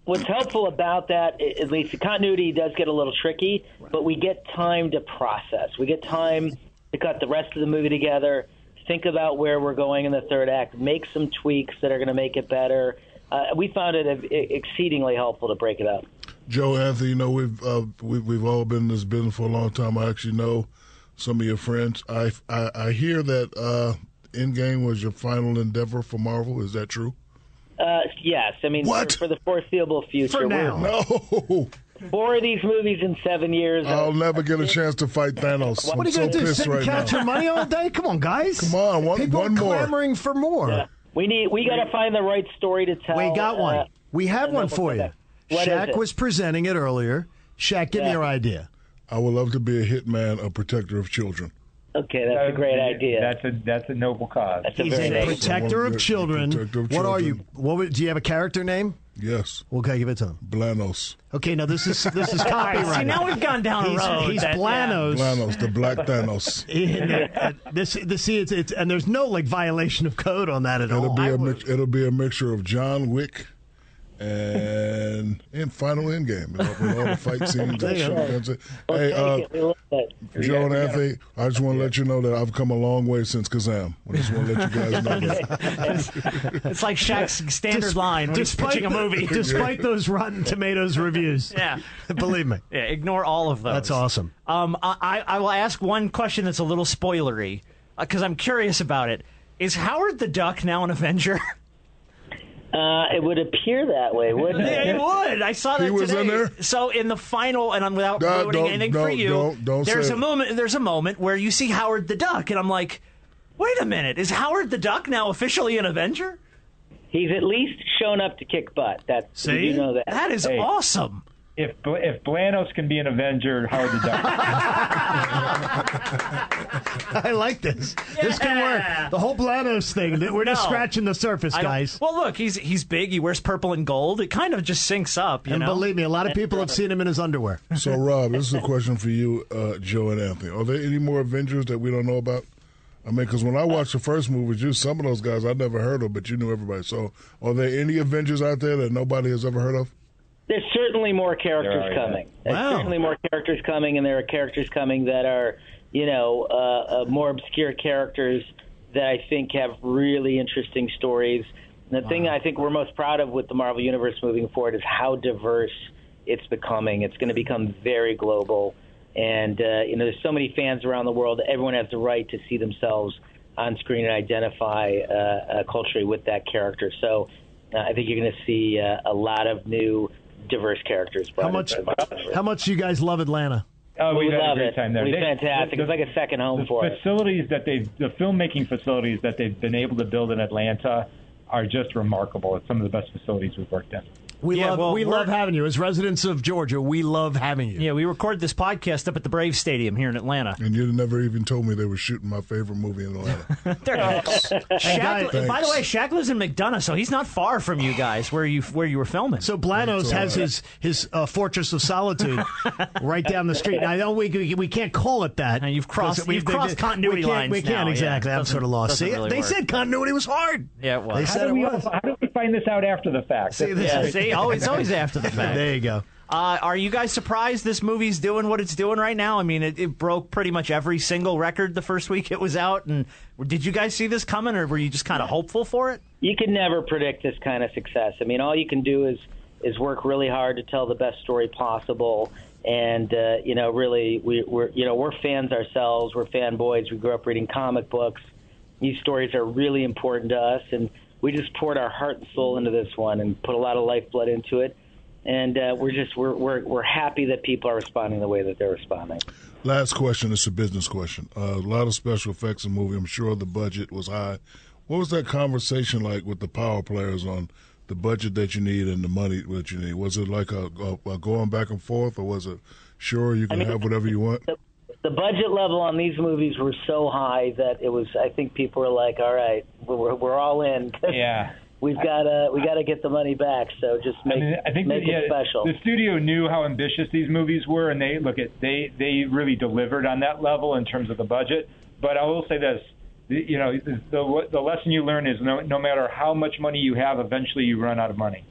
[SPEAKER 11] What's helpful about that, i- at least the continuity does get a little tricky, but we get time to process. We get time to cut the rest of the movie together, think about where we're going in the third act, make some tweaks that are going to make it better. Uh, we found it uh, exceedingly helpful to break it up.
[SPEAKER 2] Joe Anthony, you know we've uh, we, we've all been in this business for a long time. I actually know some of your friends. I I, I hear that uh, Endgame was your final endeavor for Marvel. Is that true?
[SPEAKER 11] Uh, yes, I mean For, for the foreseeable future.
[SPEAKER 2] For
[SPEAKER 11] We're-
[SPEAKER 2] now. no.
[SPEAKER 11] Four of these movies in seven years.
[SPEAKER 2] I'll never get a chance to fight Thanos.
[SPEAKER 4] What
[SPEAKER 2] I'm
[SPEAKER 4] are you
[SPEAKER 2] so
[SPEAKER 4] gonna do?
[SPEAKER 2] pissed
[SPEAKER 4] Sit and
[SPEAKER 2] right
[SPEAKER 4] count
[SPEAKER 2] now.
[SPEAKER 4] your money all day? Come on, guys. Come
[SPEAKER 2] on, one,
[SPEAKER 4] People
[SPEAKER 2] one
[SPEAKER 4] are
[SPEAKER 2] more.
[SPEAKER 4] clamoring for more.
[SPEAKER 11] We need. We got to find the right story to tell.
[SPEAKER 4] We got one.
[SPEAKER 11] uh,
[SPEAKER 4] we have
[SPEAKER 11] and then
[SPEAKER 4] one
[SPEAKER 11] we'll
[SPEAKER 4] for
[SPEAKER 11] come
[SPEAKER 4] you.
[SPEAKER 11] back. What is
[SPEAKER 4] Shaq
[SPEAKER 11] it?
[SPEAKER 4] was presenting it earlier. Shaq, give me
[SPEAKER 11] Yeah.
[SPEAKER 4] your idea.
[SPEAKER 2] I would love to be a hitman, a protector of children.
[SPEAKER 11] Okay, that's a great idea.
[SPEAKER 1] That's a that's a noble cause.
[SPEAKER 4] He's a protector of children.
[SPEAKER 2] Protector of
[SPEAKER 4] What are you?
[SPEAKER 2] children.
[SPEAKER 4] What would- do you have a character name?
[SPEAKER 2] Yes.
[SPEAKER 4] Okay, give it to him.
[SPEAKER 2] Blanos.
[SPEAKER 4] Okay, now this is this is
[SPEAKER 5] All right,
[SPEAKER 4] copyright.
[SPEAKER 5] see, now we've gone down a
[SPEAKER 4] he's,
[SPEAKER 5] road
[SPEAKER 4] He's
[SPEAKER 5] that-
[SPEAKER 4] Blanos.
[SPEAKER 2] Blanos, the Black Thanos.
[SPEAKER 4] Yeah, this, this, see, it's, it's, and there's no like violation of code on that at
[SPEAKER 2] It'll
[SPEAKER 4] all.
[SPEAKER 2] be a mix, it'll be a mixture of John Wick and and final endgame with all- with all the fight scenes.
[SPEAKER 12] There
[SPEAKER 2] and
[SPEAKER 12] you
[SPEAKER 2] shit.
[SPEAKER 12] go.
[SPEAKER 2] That's it.
[SPEAKER 12] We'll
[SPEAKER 2] Hey,
[SPEAKER 12] take
[SPEAKER 2] uh,
[SPEAKER 12] it. We love it. We
[SPEAKER 2] Joe and
[SPEAKER 12] gotta- we
[SPEAKER 2] Anthony, I just want to let you know that I've come a long way since Kazam. I just want to let you guys know that.
[SPEAKER 5] it's like Shaq's standard
[SPEAKER 6] Des-
[SPEAKER 5] line when he's
[SPEAKER 6] despite
[SPEAKER 5] pitching a
[SPEAKER 6] the-
[SPEAKER 5] movie.
[SPEAKER 6] despite those Rotten Tomatoes reviews.
[SPEAKER 5] Yeah.
[SPEAKER 6] Believe me.
[SPEAKER 5] Yeah, ignore all of those.
[SPEAKER 6] That's awesome.
[SPEAKER 5] Um, I, I I will ask one question that's a little spoilery because I'm curious about it. Is Howard the Duck now an Avenger?
[SPEAKER 11] Uh, it would appear that way, wouldn't it?
[SPEAKER 5] yeah, he would. I saw that
[SPEAKER 11] He was
[SPEAKER 5] today.
[SPEAKER 11] in there?
[SPEAKER 5] So in the final, and I'm without
[SPEAKER 11] No,
[SPEAKER 5] ruining
[SPEAKER 11] don't-
[SPEAKER 5] anything for
[SPEAKER 11] don't-
[SPEAKER 5] you.
[SPEAKER 11] don't- don't
[SPEAKER 5] there's
[SPEAKER 11] say
[SPEAKER 5] a
[SPEAKER 11] it.
[SPEAKER 5] moment. There's a moment where you see Howard the Duck, and I'm like, wait a minute, is Howard the Duck now officially an Avenger?
[SPEAKER 11] He's at least shown up to kick butt. That's
[SPEAKER 5] See?
[SPEAKER 11] you know that.
[SPEAKER 5] That is
[SPEAKER 1] Hey.
[SPEAKER 5] awesome.
[SPEAKER 1] If Bl- if Blanos can be an Avenger, Howard the Duck.
[SPEAKER 6] I like this. This can work. The whole Blanos thing. that- We're just
[SPEAKER 5] No.
[SPEAKER 6] scratching the surface,
[SPEAKER 5] I don't-
[SPEAKER 6] guys.
[SPEAKER 5] Well, look, he's he's big. He wears purple and gold. It kind of just syncs up. You
[SPEAKER 6] And
[SPEAKER 5] know?
[SPEAKER 6] believe me, a lot of people have seen him in his underwear.
[SPEAKER 2] So, Rob, this is a question for you, uh, Joe and Anthony. Are there any more Avengers that we don't know about? I mean, because when I watched the first movie, with you some of those guys I never heard of, but you knew everybody. So, are there any Avengers out there that nobody has ever heard of?
[SPEAKER 11] There's certainly more characters
[SPEAKER 2] There are, yeah.
[SPEAKER 11] coming. There's
[SPEAKER 2] Wow.
[SPEAKER 11] certainly more characters coming, and there are characters coming that are, you know, uh, uh, more obscure characters that I think have really interesting stories. And the thing I think we're most proud of with the Marvel Universe moving forward is how diverse it's becoming. It's going to become very global, and uh, you know, there's so many fans around the world. Everyone has the right to see themselves on screen and identify uh, uh, culturally with that character. So. Uh, I think you're going to see uh, a lot of new, diverse characters.
[SPEAKER 6] How
[SPEAKER 11] brought
[SPEAKER 6] much?
[SPEAKER 11] into the universe.
[SPEAKER 6] How much do you guys love Atlanta?
[SPEAKER 1] Oh,
[SPEAKER 11] we
[SPEAKER 1] we've had a
[SPEAKER 11] love
[SPEAKER 1] great
[SPEAKER 11] it.
[SPEAKER 1] time there.
[SPEAKER 11] We're
[SPEAKER 1] They-
[SPEAKER 11] fantastic.
[SPEAKER 1] the-
[SPEAKER 11] it's like a second home
[SPEAKER 1] the
[SPEAKER 11] for us.
[SPEAKER 1] facilities that they've the filmmaking facilities that they've been able to build in Atlanta are just remarkable. It's some of the best facilities we've worked in.
[SPEAKER 6] We
[SPEAKER 5] Yeah,
[SPEAKER 6] love
[SPEAKER 5] well,
[SPEAKER 6] we
[SPEAKER 5] we're-
[SPEAKER 6] love having you as residents of Georgia. We love having you.
[SPEAKER 5] Yeah, we record this podcast up at the Brave Stadium here in Atlanta.
[SPEAKER 2] And you never even told me they were shooting my favorite movie in Atlanta.
[SPEAKER 5] Shaq,
[SPEAKER 2] guys.
[SPEAKER 5] by the way, Shaq lives in McDonough, so he's not far from you guys where you where you were filming.
[SPEAKER 6] So Blanos has his his uh, Fortress of Solitude right down the street. And I know we, we we can't call it that. And
[SPEAKER 5] you've crossed- you've crossed continuity
[SPEAKER 6] we can't,
[SPEAKER 5] lines
[SPEAKER 6] We
[SPEAKER 5] now,
[SPEAKER 6] can't
[SPEAKER 5] yeah.
[SPEAKER 6] exactly. I'm
[SPEAKER 5] Doesn't-
[SPEAKER 6] sort of lost.
[SPEAKER 5] doesn't
[SPEAKER 6] See,
[SPEAKER 5] really
[SPEAKER 6] they
[SPEAKER 5] work.
[SPEAKER 6] said continuity was hard.
[SPEAKER 5] Yeah, it was.
[SPEAKER 6] They
[SPEAKER 5] How
[SPEAKER 6] said
[SPEAKER 5] do
[SPEAKER 6] it
[SPEAKER 5] we
[SPEAKER 6] was.
[SPEAKER 1] How do we find this out after the fact?
[SPEAKER 5] See, this is- see, oh, it's always after the fact.
[SPEAKER 6] there you go.
[SPEAKER 5] Uh, are you guys surprised this movie's doing what it's doing right now? I mean, it, it broke pretty much every single record the first week it was out. And did you guys see this coming, or were you just kind of hopeful for it?
[SPEAKER 11] You can never predict this kind of success. I mean, all you can do is is work really hard to tell the best story possible. And uh, you know, really, we, we're you know we're fans ourselves. We're fanboys. We grew up reading comic books. These stories are really important to us, and we just poured our heart and soul into this one and put a lot of lifeblood into it. And uh, we're just we're, we're we're happy that people are responding the way that they're responding.
[SPEAKER 2] Last question. It's a business question. Uh, a lot of special effects in the movie. I'm sure the budget was high. What was that conversation like with the power players on the budget that you need and the money that you need? Was it like a, a, a going back and forth, or was it sure you can have whatever you want?
[SPEAKER 11] the budget level on these movies were so high that it was. I think people were like, "All right, we're, we're all in."
[SPEAKER 1] Yeah.
[SPEAKER 11] we've got to we got to get the money back. So just make
[SPEAKER 1] I think
[SPEAKER 11] make
[SPEAKER 1] that, yeah,
[SPEAKER 11] it special.
[SPEAKER 1] The studio knew how ambitious these movies were, and they look at they they really delivered on that level in terms of the budget. But I will say this: the- you know, the the, the lesson you learn is no no matter how much money you have, eventually you run out of money.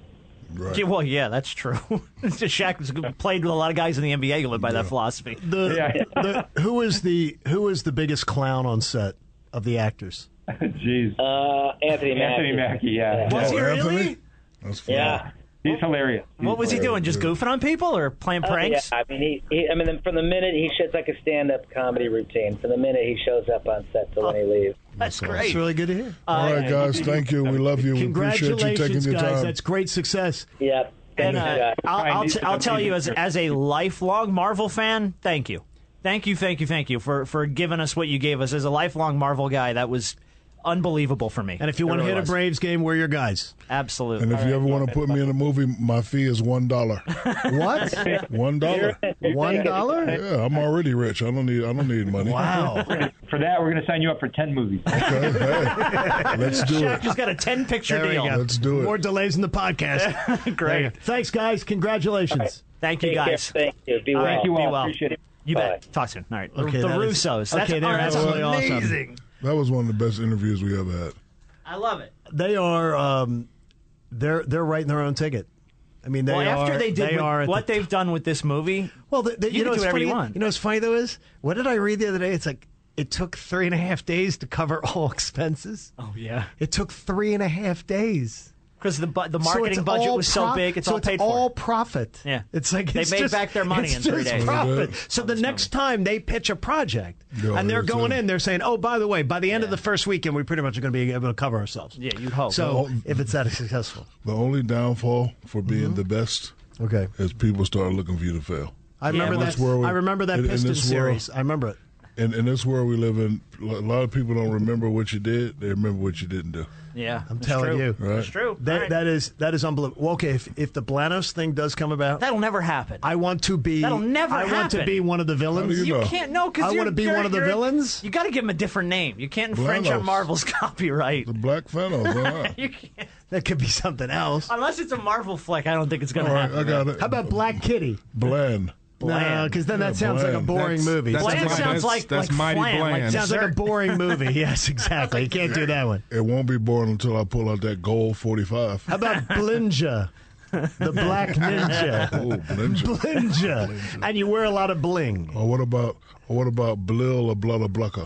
[SPEAKER 5] Yeah, well, yeah, that's true. Shaq played with a lot of guys in the NBA who live by that philosophy.
[SPEAKER 6] The, the- who is the who is the biggest clown on set of the actors?
[SPEAKER 1] Jeez.
[SPEAKER 11] Uh, Anthony Mackie.
[SPEAKER 1] Anthony Mackie, yeah.
[SPEAKER 5] Was he really?
[SPEAKER 2] That's
[SPEAKER 11] Yeah.
[SPEAKER 1] He's hilarious.
[SPEAKER 5] What was he doing? Just goofing on people or playing pranks?
[SPEAKER 11] Oh, yeah. I mean, he, he. I mean, from the minute he shows like a stand-up comedy routine, from the minute he shows up on set to when he leaves.
[SPEAKER 5] That's
[SPEAKER 6] That's really good to hear.
[SPEAKER 2] All right, guys. Thank you. We love you. We appreciate you taking
[SPEAKER 6] Congratulations,
[SPEAKER 2] your
[SPEAKER 6] guys.
[SPEAKER 2] time.
[SPEAKER 6] That's great success.
[SPEAKER 11] Yep.
[SPEAKER 5] And uh, I'll, I'll, t- I'll tell you, as, as a lifelong Marvel fan, thank you. Thank you, thank you, thank you for, for giving us what you gave us. As a lifelong Marvel guy, that was unbelievable for me.
[SPEAKER 6] And if you
[SPEAKER 5] It
[SPEAKER 6] want to
[SPEAKER 5] really
[SPEAKER 6] hit a
[SPEAKER 5] was.
[SPEAKER 6] Braves game, we're your guys.
[SPEAKER 5] Absolutely.
[SPEAKER 2] and if you ever want to put me in a movie, my fee is one dollar.
[SPEAKER 6] What?
[SPEAKER 2] One dollar.
[SPEAKER 6] One dollar?
[SPEAKER 2] Yeah, I'm already rich. I don't need. I don't need money.
[SPEAKER 6] Wow.
[SPEAKER 1] For that, we're going to sign you up for ten movies.
[SPEAKER 2] Let's do
[SPEAKER 5] Shaq
[SPEAKER 2] it.
[SPEAKER 5] just got a 10 picture
[SPEAKER 6] There we
[SPEAKER 5] deal.
[SPEAKER 6] go.
[SPEAKER 2] Let's do it.
[SPEAKER 6] More delays in the podcast.
[SPEAKER 5] Great.
[SPEAKER 6] There you go. Thanks, guys. Congratulations.
[SPEAKER 5] Thank you,
[SPEAKER 11] Take care.
[SPEAKER 5] guys.
[SPEAKER 11] Thank you. Be
[SPEAKER 5] All
[SPEAKER 11] well.
[SPEAKER 5] right,
[SPEAKER 11] Thank you
[SPEAKER 5] Be
[SPEAKER 11] all.
[SPEAKER 5] well.
[SPEAKER 11] Appreciate it.
[SPEAKER 5] You bet. Talk soon. All right.
[SPEAKER 6] Okay,
[SPEAKER 5] the
[SPEAKER 6] that is-
[SPEAKER 5] Russos. That's,
[SPEAKER 6] okay, they're
[SPEAKER 5] oh, that's
[SPEAKER 6] absolutely awesome.
[SPEAKER 5] amazing.
[SPEAKER 2] That was one of the best interviews we ever had.
[SPEAKER 5] I love it.
[SPEAKER 6] They are um, they're they're writing their own ticket.
[SPEAKER 13] I mean, they
[SPEAKER 5] well, after
[SPEAKER 13] are-
[SPEAKER 5] they did with-
[SPEAKER 13] are at the
[SPEAKER 5] what they've done with this movie,
[SPEAKER 4] Well, the, the,
[SPEAKER 5] you,
[SPEAKER 4] you, know,
[SPEAKER 5] can do
[SPEAKER 4] it's
[SPEAKER 5] whatever
[SPEAKER 4] funny,
[SPEAKER 5] you want.
[SPEAKER 4] know, what's funny though is what did I read the other day? It's like it took three and a half days to cover all expenses.
[SPEAKER 5] Oh yeah,
[SPEAKER 4] it took three and a half days
[SPEAKER 5] because the bu- the
[SPEAKER 4] So
[SPEAKER 5] marketing
[SPEAKER 4] it's
[SPEAKER 5] budget
[SPEAKER 4] all
[SPEAKER 5] was so
[SPEAKER 4] prof-
[SPEAKER 5] big, it's
[SPEAKER 4] so
[SPEAKER 5] all
[SPEAKER 4] it's
[SPEAKER 5] paid for.
[SPEAKER 4] all profit.
[SPEAKER 5] Yeah.
[SPEAKER 4] it's like
[SPEAKER 5] They
[SPEAKER 4] it's
[SPEAKER 5] made
[SPEAKER 4] just-
[SPEAKER 5] back their money
[SPEAKER 4] it's
[SPEAKER 5] in three
[SPEAKER 4] just
[SPEAKER 5] days.
[SPEAKER 4] Profit. So the next time they pitch a project
[SPEAKER 5] Yeah,
[SPEAKER 4] and they're
[SPEAKER 5] it's,
[SPEAKER 4] going
[SPEAKER 5] uh,
[SPEAKER 4] in, they're saying, "Oh, by the way, by the end of the first weekend, we pretty much are going to be able to cover ourselves."
[SPEAKER 5] Yeah, you hope.
[SPEAKER 4] So if it's that successful,
[SPEAKER 2] The only downfall for being the best
[SPEAKER 4] Mm-hmm. okay.
[SPEAKER 2] is people start looking for you to fail.
[SPEAKER 4] I remember
[SPEAKER 2] In
[SPEAKER 4] that.
[SPEAKER 2] this world we-
[SPEAKER 4] I remember that
[SPEAKER 2] in- in this
[SPEAKER 4] Piston
[SPEAKER 2] world-
[SPEAKER 4] series. I remember it.
[SPEAKER 2] In, in this world we live in, a lot of people don't remember what you did. They remember what you didn't do.
[SPEAKER 5] Yeah,
[SPEAKER 4] I'm telling you,
[SPEAKER 2] Right. That's true.
[SPEAKER 13] All
[SPEAKER 4] That,
[SPEAKER 13] right.
[SPEAKER 4] that is that is unbelievable. Well, okay, if if the Blanos thing does come about,
[SPEAKER 5] that'll never happen.
[SPEAKER 4] I want to be.
[SPEAKER 5] That'll never
[SPEAKER 4] I want to
[SPEAKER 5] happen.
[SPEAKER 4] be one of the villains.
[SPEAKER 5] You, can't no because
[SPEAKER 4] I want to be one of the villains.
[SPEAKER 5] You got to give him a different name. You can't infringe
[SPEAKER 4] Blanos.
[SPEAKER 5] on Marvel's copyright. The
[SPEAKER 2] Black Thanos.
[SPEAKER 5] you
[SPEAKER 4] That could be something else.
[SPEAKER 5] Unless it's a Marvel flick, I don't think it's going
[SPEAKER 2] All
[SPEAKER 5] to
[SPEAKER 2] right,
[SPEAKER 5] happen.
[SPEAKER 2] I got it. How
[SPEAKER 4] about Black Kitty?
[SPEAKER 2] Bland.
[SPEAKER 4] No, because then that
[SPEAKER 5] Yeah,
[SPEAKER 4] sounds like a
[SPEAKER 5] bland.
[SPEAKER 4] boring
[SPEAKER 5] That's-
[SPEAKER 4] movie.
[SPEAKER 5] that's Bland mighty- sounds like- that's- that's like mighty flan, like bland.
[SPEAKER 4] sounds like a
[SPEAKER 5] dessert.
[SPEAKER 4] boring movie. Yes, exactly. You can't do that one.
[SPEAKER 2] It won't be boring until I pull out that gold 45.
[SPEAKER 4] How about Blinja? The Black Ninja.
[SPEAKER 2] oh, Blinja.
[SPEAKER 4] Blinja. And you wear a lot of bling.
[SPEAKER 2] Or what about or what about Blil or Blada Blucker?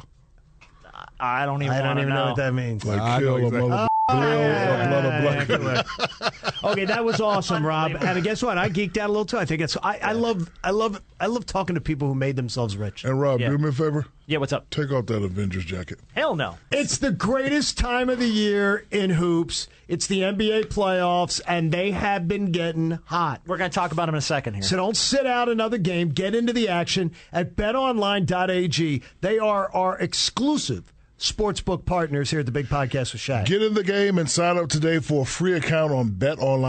[SPEAKER 5] I don't even.
[SPEAKER 4] I don't
[SPEAKER 5] wanna
[SPEAKER 4] even know.
[SPEAKER 5] know
[SPEAKER 4] what that means.
[SPEAKER 2] Like kill a mother
[SPEAKER 5] Ah!
[SPEAKER 2] Blil or Blada Blucker.
[SPEAKER 4] okay, that was awesome, Rob. And guess what? I geeked out a little too. I think it's. I, I love. I love. I love talking to people who made themselves rich.
[SPEAKER 2] And Rob, do me a favor.
[SPEAKER 5] Yeah, what's up?
[SPEAKER 2] Take off that Avengers jacket.
[SPEAKER 5] Hell no.
[SPEAKER 4] It's the greatest time of the year in hoops. It's the NBA playoffs, and they have been getting hot.
[SPEAKER 5] We're going to talk about them in a second here.
[SPEAKER 4] So don't sit out another game. Get into the action at betonline.ag. They are our exclusive sportsbook partners here at the Big Podcast with Shaq.
[SPEAKER 2] Get in the game and sign up today for a free account on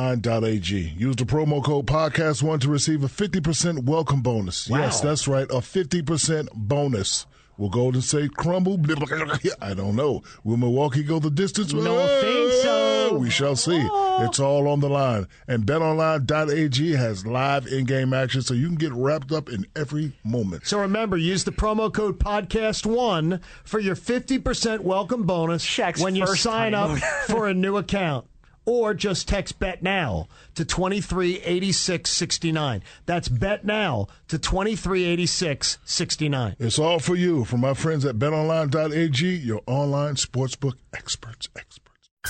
[SPEAKER 2] betonline.ag. Use the promo code podcast1 to receive a 50% welcome bonus. Yes, that's right, a 50% bonus. Will Golden State crumble? I don't know. Will Milwaukee go the distance?
[SPEAKER 4] No think so.
[SPEAKER 2] We shall see. It's all on the line. And betonline.ag has live in game action so you can get wrapped up in every moment.
[SPEAKER 4] So remember, use the promo code podcast1 for your 50% welcome bonus when you
[SPEAKER 5] first
[SPEAKER 4] sign up
[SPEAKER 5] honeymoon.
[SPEAKER 4] for a new account. Or just text bet now to 238669. That's bet now to 238669.
[SPEAKER 2] It's all for you from my friends at betonline.ag, your online sportsbook experts.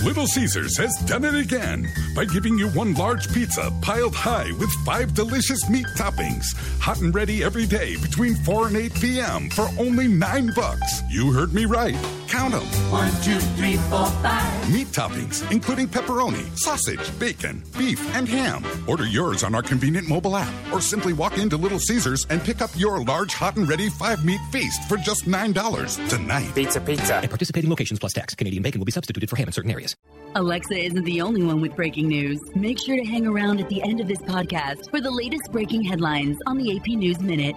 [SPEAKER 14] Little Caesars has done it again by giving you one large pizza piled high with five delicious meat toppings, hot and ready every day between 4 and 8 p.m. for only 9 bucks. You heard me right. Count 'em. One, two, three, four, five. Meat toppings, including pepperoni, sausage, bacon, beef, and ham. Order yours on our convenient mobile app or simply walk into Little Caesars and pick up your large hot and ready five meat feast for just $9 tonight. Pizza, pizza. At participating locations plus tax. Canadian bacon will be substituted for ham in certain areas.
[SPEAKER 15] Alexa isn't the only one with breaking news. Make sure to hang around at the end of this podcast for the latest breaking headlines on the AP News Minute.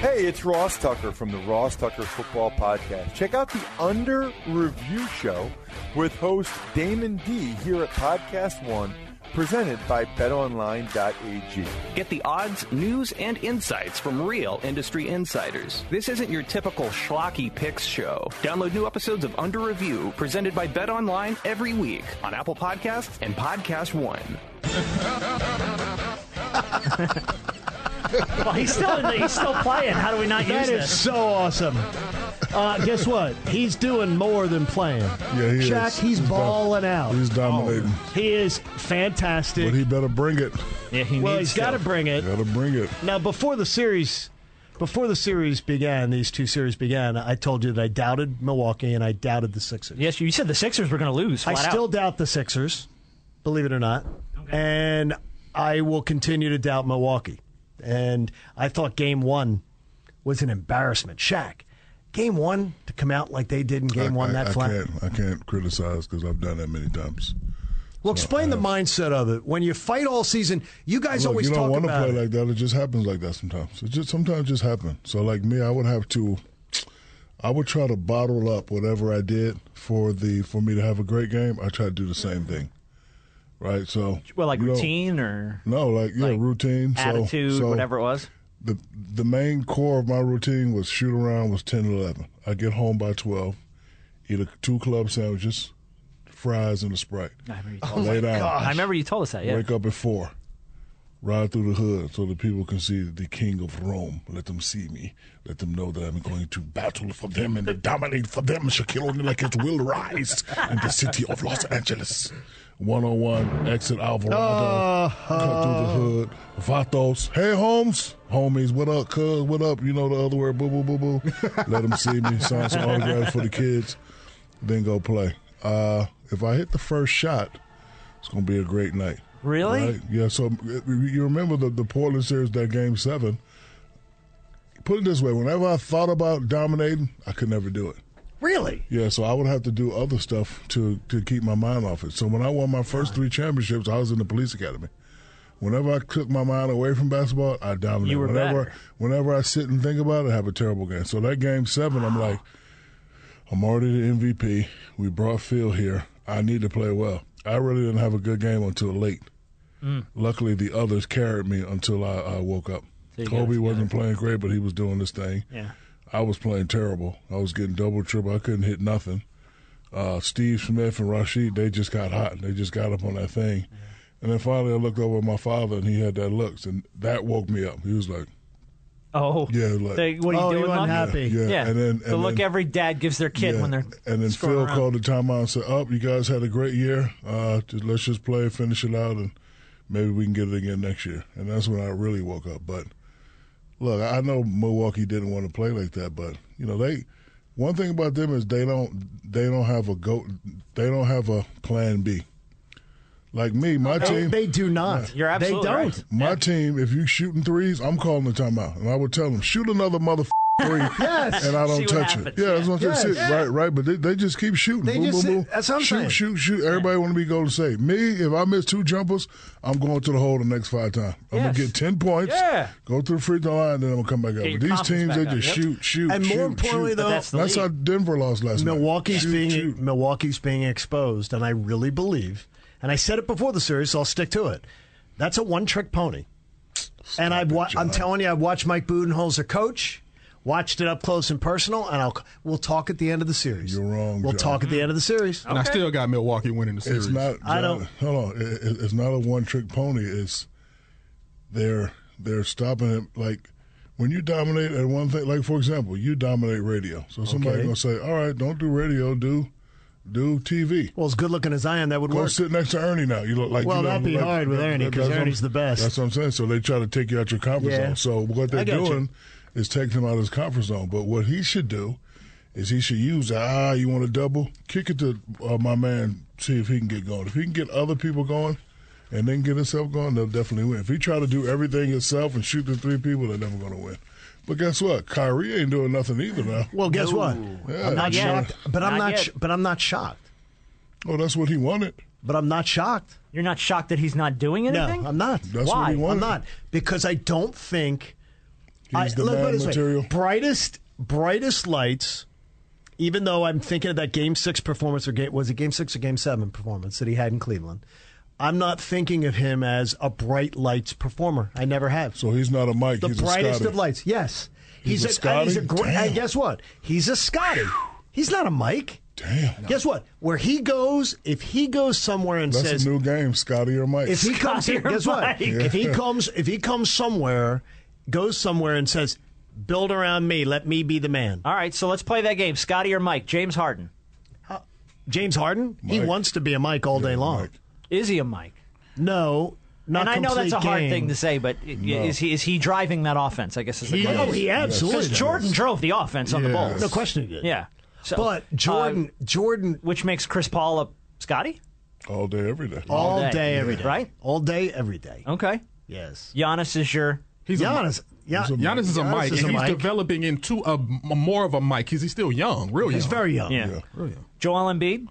[SPEAKER 16] Hey, it's Ross Tucker from the Ross Tucker Football Podcast. Check out the Under Review Show with host Damon D here at Podcast One, presented by BetOnline.ag.
[SPEAKER 1] Get the odds, news, and insights from real industry insiders. This isn't your typical schlocky picks show. Download new episodes of Under Review, presented by Bet Online every week on Apple Podcasts and Podcast One.
[SPEAKER 5] Well, he's still in the, he's still playing. How do we not use
[SPEAKER 4] That is
[SPEAKER 5] this?
[SPEAKER 4] so awesome. Uh, guess what? He's doing more than playing. Yeah,
[SPEAKER 2] he
[SPEAKER 4] Shaq,
[SPEAKER 2] is.
[SPEAKER 4] he's,
[SPEAKER 2] He's dom-
[SPEAKER 4] balling out. Oh,
[SPEAKER 2] he's dominating.
[SPEAKER 4] He is fantastic.
[SPEAKER 2] But he better bring it.
[SPEAKER 5] Yeah,
[SPEAKER 2] he
[SPEAKER 4] well,
[SPEAKER 2] needs
[SPEAKER 4] he's got to
[SPEAKER 2] to.
[SPEAKER 4] bring it.
[SPEAKER 2] Got to bring it.
[SPEAKER 4] Now, before the series, before the series began, these two series began. I told you that I doubted Milwaukee and I doubted the Sixers.
[SPEAKER 5] Yes, you said the Sixers were going to lose.
[SPEAKER 4] I
[SPEAKER 5] flat out.
[SPEAKER 4] still doubt the Sixers, believe it or not, and I will continue to doubt Milwaukee. And I thought Game One was an embarrassment. Shaq, Game One to come out like they did in Game One
[SPEAKER 2] I,
[SPEAKER 4] that
[SPEAKER 2] I
[SPEAKER 4] flat.
[SPEAKER 2] can't, I can't criticize because I've done that many times.
[SPEAKER 4] Well, explain the mindset of it. When you fight all season, you guys
[SPEAKER 2] Look,
[SPEAKER 4] always
[SPEAKER 2] you don't
[SPEAKER 4] talk
[SPEAKER 2] want to
[SPEAKER 4] about
[SPEAKER 2] play
[SPEAKER 4] it.
[SPEAKER 2] like that. It just happens like that sometimes. It just sometimes just happens. So like me, I would have to, I would try to bottle up whatever I did for the for me to have a great game. I try to do the same thing, right? So
[SPEAKER 5] well, like
[SPEAKER 2] you know,
[SPEAKER 5] routine or
[SPEAKER 2] No, like yeah, routine, so-
[SPEAKER 5] attitude,
[SPEAKER 2] so,
[SPEAKER 5] whatever it was.
[SPEAKER 2] the the main core of my routine was shoot around was 10 11 i get home by 12 eat a, two club sandwiches fries and a sprite
[SPEAKER 5] I remember you
[SPEAKER 2] lay down
[SPEAKER 5] I remember you told us that. Yeah.
[SPEAKER 2] wake up at 4 ride through the hood so that people can see the king of Rome. Let them see me. Let them know that I'm going to battle for them and to dominate for them. Shaquille O'Neal like it will rise in the city of Los Angeles. 101 exit Alvarado. Cut through the hood. Vatos. Hey, Holmes. Homies, what up, cuz? What up? You know the other word, boo, boo, boo, boo. Let them see me. Sign some autographs for the kids. Then go play. Uh, if I hit the first shot, it's going to be a great night.
[SPEAKER 5] Really?
[SPEAKER 2] Right? Yeah. So you remember the, the Portland series, that game seven. Put it this way: whenever I thought about dominating, I could never do it.
[SPEAKER 5] Really?
[SPEAKER 2] Yeah. So I would have to do other stuff to to keep my mind off it. So when I won my first three championships, I was in the police academy. Whenever I took my mind away from basketball, I dominated.
[SPEAKER 5] You were
[SPEAKER 2] whenever
[SPEAKER 5] better.
[SPEAKER 2] whenever I sit and think about it, I have a terrible game. So that game seven, I'm like, I'm already the MVP. We brought Phil here. I need to play well. I really didn't have a good game until late.
[SPEAKER 5] Mm.
[SPEAKER 2] Luckily, the others carried me until I, I woke up.
[SPEAKER 5] So you got it
[SPEAKER 2] Kobe wasn't
[SPEAKER 5] together.
[SPEAKER 2] playing great, but he was doing this thing.
[SPEAKER 5] Yeah.
[SPEAKER 2] I was playing terrible. I was getting double, triple. I couldn't hit nothing. Uh, Steve Smith and Rashid, they just got hot. They just got up on that thing. And then finally, I looked over at my father, and he had that looks, and that woke me up. He was like,
[SPEAKER 5] Oh,
[SPEAKER 2] yeah, like,
[SPEAKER 5] They- what are you
[SPEAKER 2] Oh,
[SPEAKER 5] doing?
[SPEAKER 2] you
[SPEAKER 5] Mom?
[SPEAKER 2] unhappy. Yeah, yeah. And then-
[SPEAKER 5] the
[SPEAKER 2] and
[SPEAKER 5] look
[SPEAKER 2] then-
[SPEAKER 5] every dad gives their kid
[SPEAKER 2] Yeah.
[SPEAKER 5] when they're
[SPEAKER 2] and then
[SPEAKER 5] screwing
[SPEAKER 2] Phil
[SPEAKER 5] around.
[SPEAKER 2] called the timeout and said, "Up, you guys had a great year. Uh, just, let's just play, finish it out, and maybe we can get it again next year." And that's when I really woke up. But look, I know Milwaukee didn't want to play like that, but you know they. One thing about them is they don't they don't have a go they don't have a plan B. Like me, my
[SPEAKER 4] They-
[SPEAKER 2] team
[SPEAKER 4] they do not. You're They absolutely don't. right.
[SPEAKER 2] My team, if you shooting threes, I'm calling the timeout, and I would tell them shoot another mother three,
[SPEAKER 4] Yes.
[SPEAKER 2] and I don't
[SPEAKER 4] See what
[SPEAKER 2] touch
[SPEAKER 4] happens.
[SPEAKER 2] it. Yeah, that's what I'm
[SPEAKER 4] Yes.
[SPEAKER 2] saying.
[SPEAKER 4] Yeah.
[SPEAKER 2] Right, right. But they, they just keep shooting.
[SPEAKER 4] They
[SPEAKER 2] boom,
[SPEAKER 4] just-
[SPEAKER 2] boom, boom.
[SPEAKER 4] that's what I'm
[SPEAKER 2] shoot,
[SPEAKER 4] saying.
[SPEAKER 2] shoot, shoot. Everybody want to be going to say me. If I miss two jumpers, I'm going to the hole the next five times. I'm
[SPEAKER 4] Yes.
[SPEAKER 2] gonna get ten points.
[SPEAKER 4] Yeah.
[SPEAKER 2] Go through the free throw line, then I'm gonna come back up.
[SPEAKER 4] Get your
[SPEAKER 2] But these
[SPEAKER 4] confidence
[SPEAKER 2] teams, they
[SPEAKER 4] back up,
[SPEAKER 2] just
[SPEAKER 4] yep.
[SPEAKER 2] shoot, shoot,
[SPEAKER 4] And
[SPEAKER 2] shoot,
[SPEAKER 4] more importantly,
[SPEAKER 2] shoot.
[SPEAKER 4] though- But that's the
[SPEAKER 2] how
[SPEAKER 4] league.
[SPEAKER 2] Denver lost last night.
[SPEAKER 4] Milwaukee's being Milwaukee's being exposed, and I really believe, and I said it before the series, so I'll stick to it. That's a one-trick pony. and I've wa- I'm telling you, I've watched Mike Budenholzer coach, watched it up close and personal, and I'll we'll talk at the end of the series. You're
[SPEAKER 2] wrong.
[SPEAKER 4] We'll
[SPEAKER 2] John.
[SPEAKER 4] talk at the end of the series.
[SPEAKER 8] And I still got Milwaukee winning the series.
[SPEAKER 2] It's not.
[SPEAKER 4] I don't-
[SPEAKER 2] Hold on. It- it- it's not a one trick pony. It's they're they're stopping it. Like when you dominate at one thing. Like for example, you dominate radio. So somebody
[SPEAKER 4] Okay.
[SPEAKER 2] gonna say, "All right, don't do radio. Do do TV."
[SPEAKER 4] Well, as good looking as I am, that would
[SPEAKER 2] Go
[SPEAKER 4] work.
[SPEAKER 2] sit next to Ernie now. You look like
[SPEAKER 4] Well,
[SPEAKER 2] you know,
[SPEAKER 4] that'd be
[SPEAKER 2] like-
[SPEAKER 4] hard with Ernie, 'cause
[SPEAKER 2] that's what I'm-
[SPEAKER 4] Ernie's the best.
[SPEAKER 2] That's what I'm saying. So they try to take you out your comfort
[SPEAKER 4] Yeah.
[SPEAKER 2] zone. So what they're
[SPEAKER 4] I got you.
[SPEAKER 2] doing is taking him out of his comfort zone. But what he should do is he should use ah, you want to double, kick it to uh, my man, see if he can get going. If he can get other people going. And then get himself going, they'll definitely win. If he try to do everything himself and shoot the three people, they're never going to win. But guess what? Kyrie ain't doing nothing either now.
[SPEAKER 4] Well, guess what?
[SPEAKER 2] Yeah.
[SPEAKER 4] I'm not shocked, but I'm not. sh- but I'm not shocked.
[SPEAKER 2] Oh, that's what he wanted.
[SPEAKER 4] But I'm not shocked.
[SPEAKER 5] You're not shocked that he's not doing anything?
[SPEAKER 4] No, I'm not.
[SPEAKER 5] That's Why? what he
[SPEAKER 4] I'm
[SPEAKER 5] wanted.
[SPEAKER 4] not because I don't think.
[SPEAKER 5] He's the
[SPEAKER 4] let me put it
[SPEAKER 5] man
[SPEAKER 4] this way.
[SPEAKER 5] material.
[SPEAKER 4] brightest, brightest lights. Even though I'm thinking of that Game Six performance, or game, was it Game Six or Game Seven performance that he had in Cleveland? I'm not thinking of him as a bright lights performer. I never have.
[SPEAKER 2] So he's not a Mike.
[SPEAKER 4] The
[SPEAKER 2] he's a
[SPEAKER 4] brightest
[SPEAKER 2] Scotty.
[SPEAKER 4] of lights. Yes,
[SPEAKER 2] He's a
[SPEAKER 4] and He's a
[SPEAKER 2] Scotty?
[SPEAKER 4] great.
[SPEAKER 2] Damn.
[SPEAKER 4] And guess what? He's a Scotty. He's not a Mike.
[SPEAKER 2] Damn.
[SPEAKER 4] Guess what? Where he goes, if he goes somewhere and
[SPEAKER 2] That's
[SPEAKER 4] says,
[SPEAKER 2] a new game, Scotty or Mike.
[SPEAKER 4] if he comes here, guess what? If he comes, if he comes somewhere, goes somewhere and says, "Build around me, let me be the man."
[SPEAKER 5] All right, so let's play that game. Scotty or Mike? James Harden.
[SPEAKER 4] James Harden, he wants to be a Mike all day long.
[SPEAKER 5] Is he a Mike?
[SPEAKER 4] No, not.
[SPEAKER 5] and I know that's a
[SPEAKER 4] complete
[SPEAKER 5] hard
[SPEAKER 4] game.
[SPEAKER 5] thing to say, but i
[SPEAKER 4] No.
[SPEAKER 5] is he is he driving that offense? I guess is the
[SPEAKER 4] He
[SPEAKER 5] question.
[SPEAKER 4] is. Oh, he absolutely
[SPEAKER 5] Because Jordan
[SPEAKER 4] does.
[SPEAKER 5] drove the offense on the
[SPEAKER 4] Yes.
[SPEAKER 5] Bulls.
[SPEAKER 4] No question he did.
[SPEAKER 5] Yeah, um,
[SPEAKER 4] But Jordan- Jordan,
[SPEAKER 5] which makes Chris Paul a Scotty
[SPEAKER 2] all day, every day,
[SPEAKER 4] All day, every day.
[SPEAKER 5] right?
[SPEAKER 4] All day, every day.
[SPEAKER 5] Okay.
[SPEAKER 4] Yes.
[SPEAKER 5] Giannis is your.
[SPEAKER 8] He's a-
[SPEAKER 4] Giannis. Yeah,
[SPEAKER 8] Giannis is a
[SPEAKER 4] Giannis
[SPEAKER 8] Mike,
[SPEAKER 4] is a
[SPEAKER 8] and he's
[SPEAKER 4] Mike.
[SPEAKER 8] developing into a, a more of a Mike because he's still young, real young.
[SPEAKER 4] He's very young.
[SPEAKER 8] Yeah.
[SPEAKER 4] Really?
[SPEAKER 5] Joel Embiid.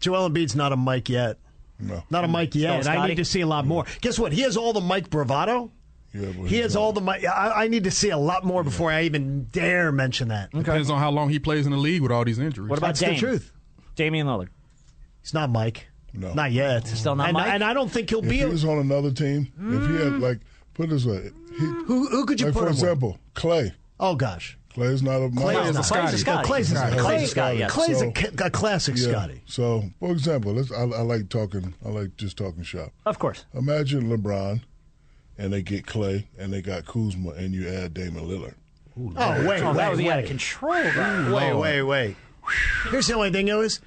[SPEAKER 4] Joel Embiid's not a Mike yet.
[SPEAKER 2] No.
[SPEAKER 4] Not a Mike yet.
[SPEAKER 5] Still a
[SPEAKER 4] I
[SPEAKER 5] Scotty?
[SPEAKER 4] need to see a lot more. Guess what? He has all the Mike bravado.
[SPEAKER 2] Yeah, but
[SPEAKER 4] He has all the Mike. I, I need to see a lot more before I even dare mention that.
[SPEAKER 2] Mm-hmm.
[SPEAKER 8] Depends on how long he plays in the league with all these injuries.
[SPEAKER 5] What about
[SPEAKER 4] That's
[SPEAKER 5] Dame?
[SPEAKER 4] the truth.
[SPEAKER 5] Damian Lillard.
[SPEAKER 4] He's not Mike.
[SPEAKER 2] No.
[SPEAKER 4] Not yet.
[SPEAKER 5] Still not
[SPEAKER 4] and,
[SPEAKER 5] Mike?
[SPEAKER 4] And I don't think he'll
[SPEAKER 2] if
[SPEAKER 4] be. Mm.
[SPEAKER 2] he
[SPEAKER 4] a-
[SPEAKER 2] was on another team, if he had like put it this way, he,
[SPEAKER 4] who who could you
[SPEAKER 2] like
[SPEAKER 4] put
[SPEAKER 2] for
[SPEAKER 4] him with?
[SPEAKER 2] example Clay.
[SPEAKER 4] Oh gosh,
[SPEAKER 2] Clay's not a
[SPEAKER 4] Clay's
[SPEAKER 2] Mike.
[SPEAKER 4] not. Clay's a Scotty. Clay's a Scotty. Clay's a Scotty, yes. Clay's a ca- a classic Scotty.
[SPEAKER 2] So for example, let's I, I like talking. I like just talking shop.
[SPEAKER 5] Of course.
[SPEAKER 2] Imagine LeBron and they get Clay, and they got Kuzma, and you add Damon Lillard.
[SPEAKER 4] oh, wait,
[SPEAKER 5] Oh,
[SPEAKER 4] wait,
[SPEAKER 5] that would be
[SPEAKER 4] wait.
[SPEAKER 5] out of control.
[SPEAKER 4] Wait,
[SPEAKER 5] though.
[SPEAKER 4] wait, wait, Here's the only thing though is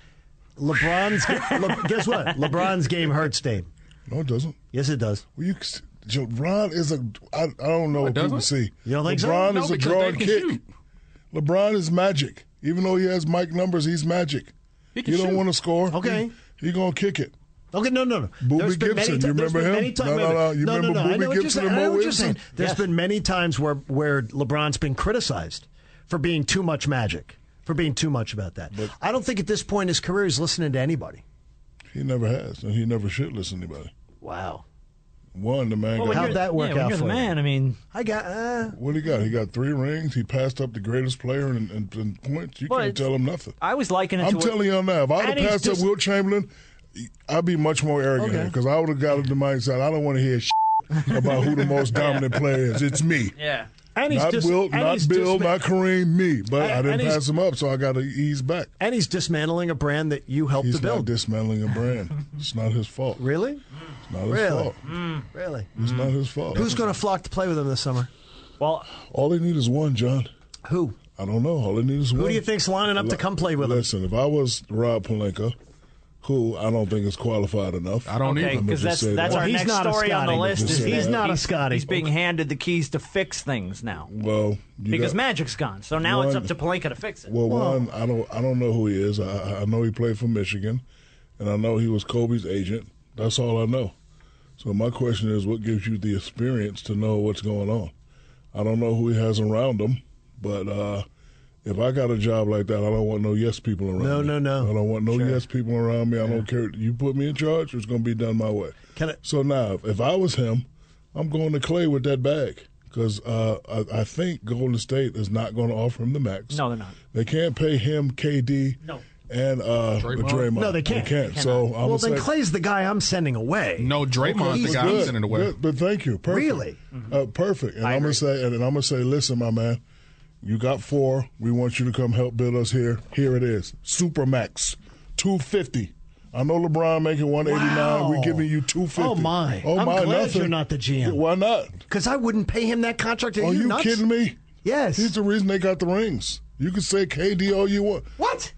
[SPEAKER 4] LeBron's. Le- guess what? LeBron's game hurts Dame.
[SPEAKER 2] No, it doesn't.
[SPEAKER 4] Yes, it does.
[SPEAKER 2] Well, you, Joe, Ron is a. I, I don't know what people
[SPEAKER 4] doesn't?
[SPEAKER 2] see.
[SPEAKER 4] You don't think so?
[SPEAKER 2] LeBron
[SPEAKER 4] No,
[SPEAKER 2] is a
[SPEAKER 4] because
[SPEAKER 2] draw
[SPEAKER 4] they
[SPEAKER 2] and
[SPEAKER 4] can
[SPEAKER 2] kick.
[SPEAKER 4] shoot.
[SPEAKER 2] LeBron is magic. Even though he has Mike numbers, he's magic.
[SPEAKER 4] He can
[SPEAKER 2] you don't
[SPEAKER 4] shoot.
[SPEAKER 2] want to score.
[SPEAKER 4] Okay.
[SPEAKER 2] He, he gonna kick it.
[SPEAKER 4] Okay, no, no, no.
[SPEAKER 2] Boobie
[SPEAKER 4] There's
[SPEAKER 2] Gibson,
[SPEAKER 4] been many ti-
[SPEAKER 2] you
[SPEAKER 4] there's
[SPEAKER 2] remember
[SPEAKER 4] been
[SPEAKER 2] him?
[SPEAKER 4] Many time,
[SPEAKER 2] No,
[SPEAKER 4] wait a
[SPEAKER 2] no,
[SPEAKER 4] minute.
[SPEAKER 2] no. You
[SPEAKER 4] no,
[SPEAKER 2] remember
[SPEAKER 4] no, no. I
[SPEAKER 2] Boobie
[SPEAKER 4] know what you're
[SPEAKER 2] Gibson
[SPEAKER 4] saying.
[SPEAKER 2] and
[SPEAKER 4] I know
[SPEAKER 2] Mo
[SPEAKER 4] what you're saying.
[SPEAKER 2] Williamson?
[SPEAKER 4] There's
[SPEAKER 2] Yes.
[SPEAKER 4] been many times where where LeBron's been criticized for being too much magic, for being too much about that. I don't think at this point in his career he's listening to anybody.
[SPEAKER 2] He never has, and he never should listen to anybody.
[SPEAKER 4] Wow.
[SPEAKER 2] One, the man.
[SPEAKER 4] Well,
[SPEAKER 2] got
[SPEAKER 4] when How'd you're- that work yeah, when out you're the for you? man,
[SPEAKER 5] I mean,
[SPEAKER 4] I got. Uh,
[SPEAKER 2] what he got? He got three rings. He passed up the greatest player in, in, in points. You
[SPEAKER 5] Well,
[SPEAKER 2] can't
[SPEAKER 5] it's-
[SPEAKER 2] tell him nothing.
[SPEAKER 5] I was liking it.
[SPEAKER 2] I'm
[SPEAKER 5] to
[SPEAKER 2] telling you now, if I would
[SPEAKER 5] And
[SPEAKER 2] have
[SPEAKER 5] he's
[SPEAKER 2] passed
[SPEAKER 5] just-
[SPEAKER 2] up Will Chamberlain, I'd be much more arrogant because I would have got the mindset. I don't want to hear shit about who the most dominant player is. It's me.
[SPEAKER 5] Yeah.
[SPEAKER 4] And he's
[SPEAKER 2] Not
[SPEAKER 4] dis-
[SPEAKER 2] Will,
[SPEAKER 4] and
[SPEAKER 2] not
[SPEAKER 4] he's
[SPEAKER 2] Bill,
[SPEAKER 4] disma-
[SPEAKER 2] not Kareem, me. But I
[SPEAKER 4] And-
[SPEAKER 2] didn't
[SPEAKER 4] and he's-
[SPEAKER 2] pass him up, so I got to ease back.
[SPEAKER 4] And he's dismantling a brand that you helped
[SPEAKER 2] He's
[SPEAKER 4] to build.
[SPEAKER 2] not dismantling a brand. it's not his fault.
[SPEAKER 4] really?
[SPEAKER 2] It's not his
[SPEAKER 4] Really? Mm.
[SPEAKER 2] fault.
[SPEAKER 4] Really?
[SPEAKER 2] It's not his fault.
[SPEAKER 4] Who's going to flock to play with him this summer?
[SPEAKER 5] Well,
[SPEAKER 2] All they need is one, John.
[SPEAKER 4] Who?
[SPEAKER 2] I don't know. All they need is one.
[SPEAKER 4] Who do you think's lining up to come play with him?
[SPEAKER 2] Listen, if I was Rob Palenka, who I don't think is qualified enough, I
[SPEAKER 5] okay, because that's that's our
[SPEAKER 4] he's
[SPEAKER 5] next
[SPEAKER 4] not a
[SPEAKER 5] story on the
[SPEAKER 4] Scotty.
[SPEAKER 5] list. Is
[SPEAKER 4] He's
[SPEAKER 5] that
[SPEAKER 4] not a Scotty.
[SPEAKER 5] He's being handed the keys to fix things now
[SPEAKER 2] Well, you
[SPEAKER 5] because
[SPEAKER 2] got-
[SPEAKER 5] Magic's gone. So now it's
[SPEAKER 2] One-
[SPEAKER 5] up to Palenka to fix it.
[SPEAKER 2] Well, one, I don't, I don't know who he is. I, I know he played for Michigan, and I know he was Kobe's agent. That's all I know. So my question is, what gives you the experience to know what's going on? I don't know who he has around him, but uh, if I got a job like that, I don't want no yes people around
[SPEAKER 4] No,
[SPEAKER 2] me.
[SPEAKER 4] no, no.
[SPEAKER 2] I don't want no yes people around me. I don't care. You put me in charge, it's going to be done my way.
[SPEAKER 4] Can I-
[SPEAKER 2] So now, if- if I was him, I'm going to Clay with that bag because uh, I, I think Golden State is not going to offer him the max.
[SPEAKER 5] No, they're not.
[SPEAKER 2] They can't pay him KD
[SPEAKER 5] No.
[SPEAKER 2] and uh,
[SPEAKER 8] Draymond?
[SPEAKER 2] Draymond.
[SPEAKER 4] No, they can't.
[SPEAKER 2] So I'm
[SPEAKER 4] well,
[SPEAKER 2] gonna say,
[SPEAKER 4] then Clay's the guy I'm sending away.
[SPEAKER 8] No, Draymond's
[SPEAKER 4] He's
[SPEAKER 8] the guy I'm
[SPEAKER 4] good.
[SPEAKER 8] sending away.
[SPEAKER 2] Good, but thank you. Perfect.
[SPEAKER 4] Really?
[SPEAKER 2] Uh, perfect. And I am gonna say, and, I'm gonna say, listen, my man, you got four. We want you to come help build us here. Here it is, Supermax, two fifty. I know LeBron making 189.
[SPEAKER 4] Wow.
[SPEAKER 2] We're giving you 250.
[SPEAKER 4] Oh, my.
[SPEAKER 2] Oh
[SPEAKER 4] I'm
[SPEAKER 2] my!
[SPEAKER 4] glad
[SPEAKER 2] nothing.
[SPEAKER 4] you're not the GM.
[SPEAKER 2] Why not?
[SPEAKER 4] Because I wouldn't pay him that contract. Are,
[SPEAKER 2] Are
[SPEAKER 4] you,
[SPEAKER 2] you
[SPEAKER 4] nuts?
[SPEAKER 2] kidding me?
[SPEAKER 4] Yes.
[SPEAKER 2] He's the reason they got the rings. You can say KD all you want.
[SPEAKER 4] what?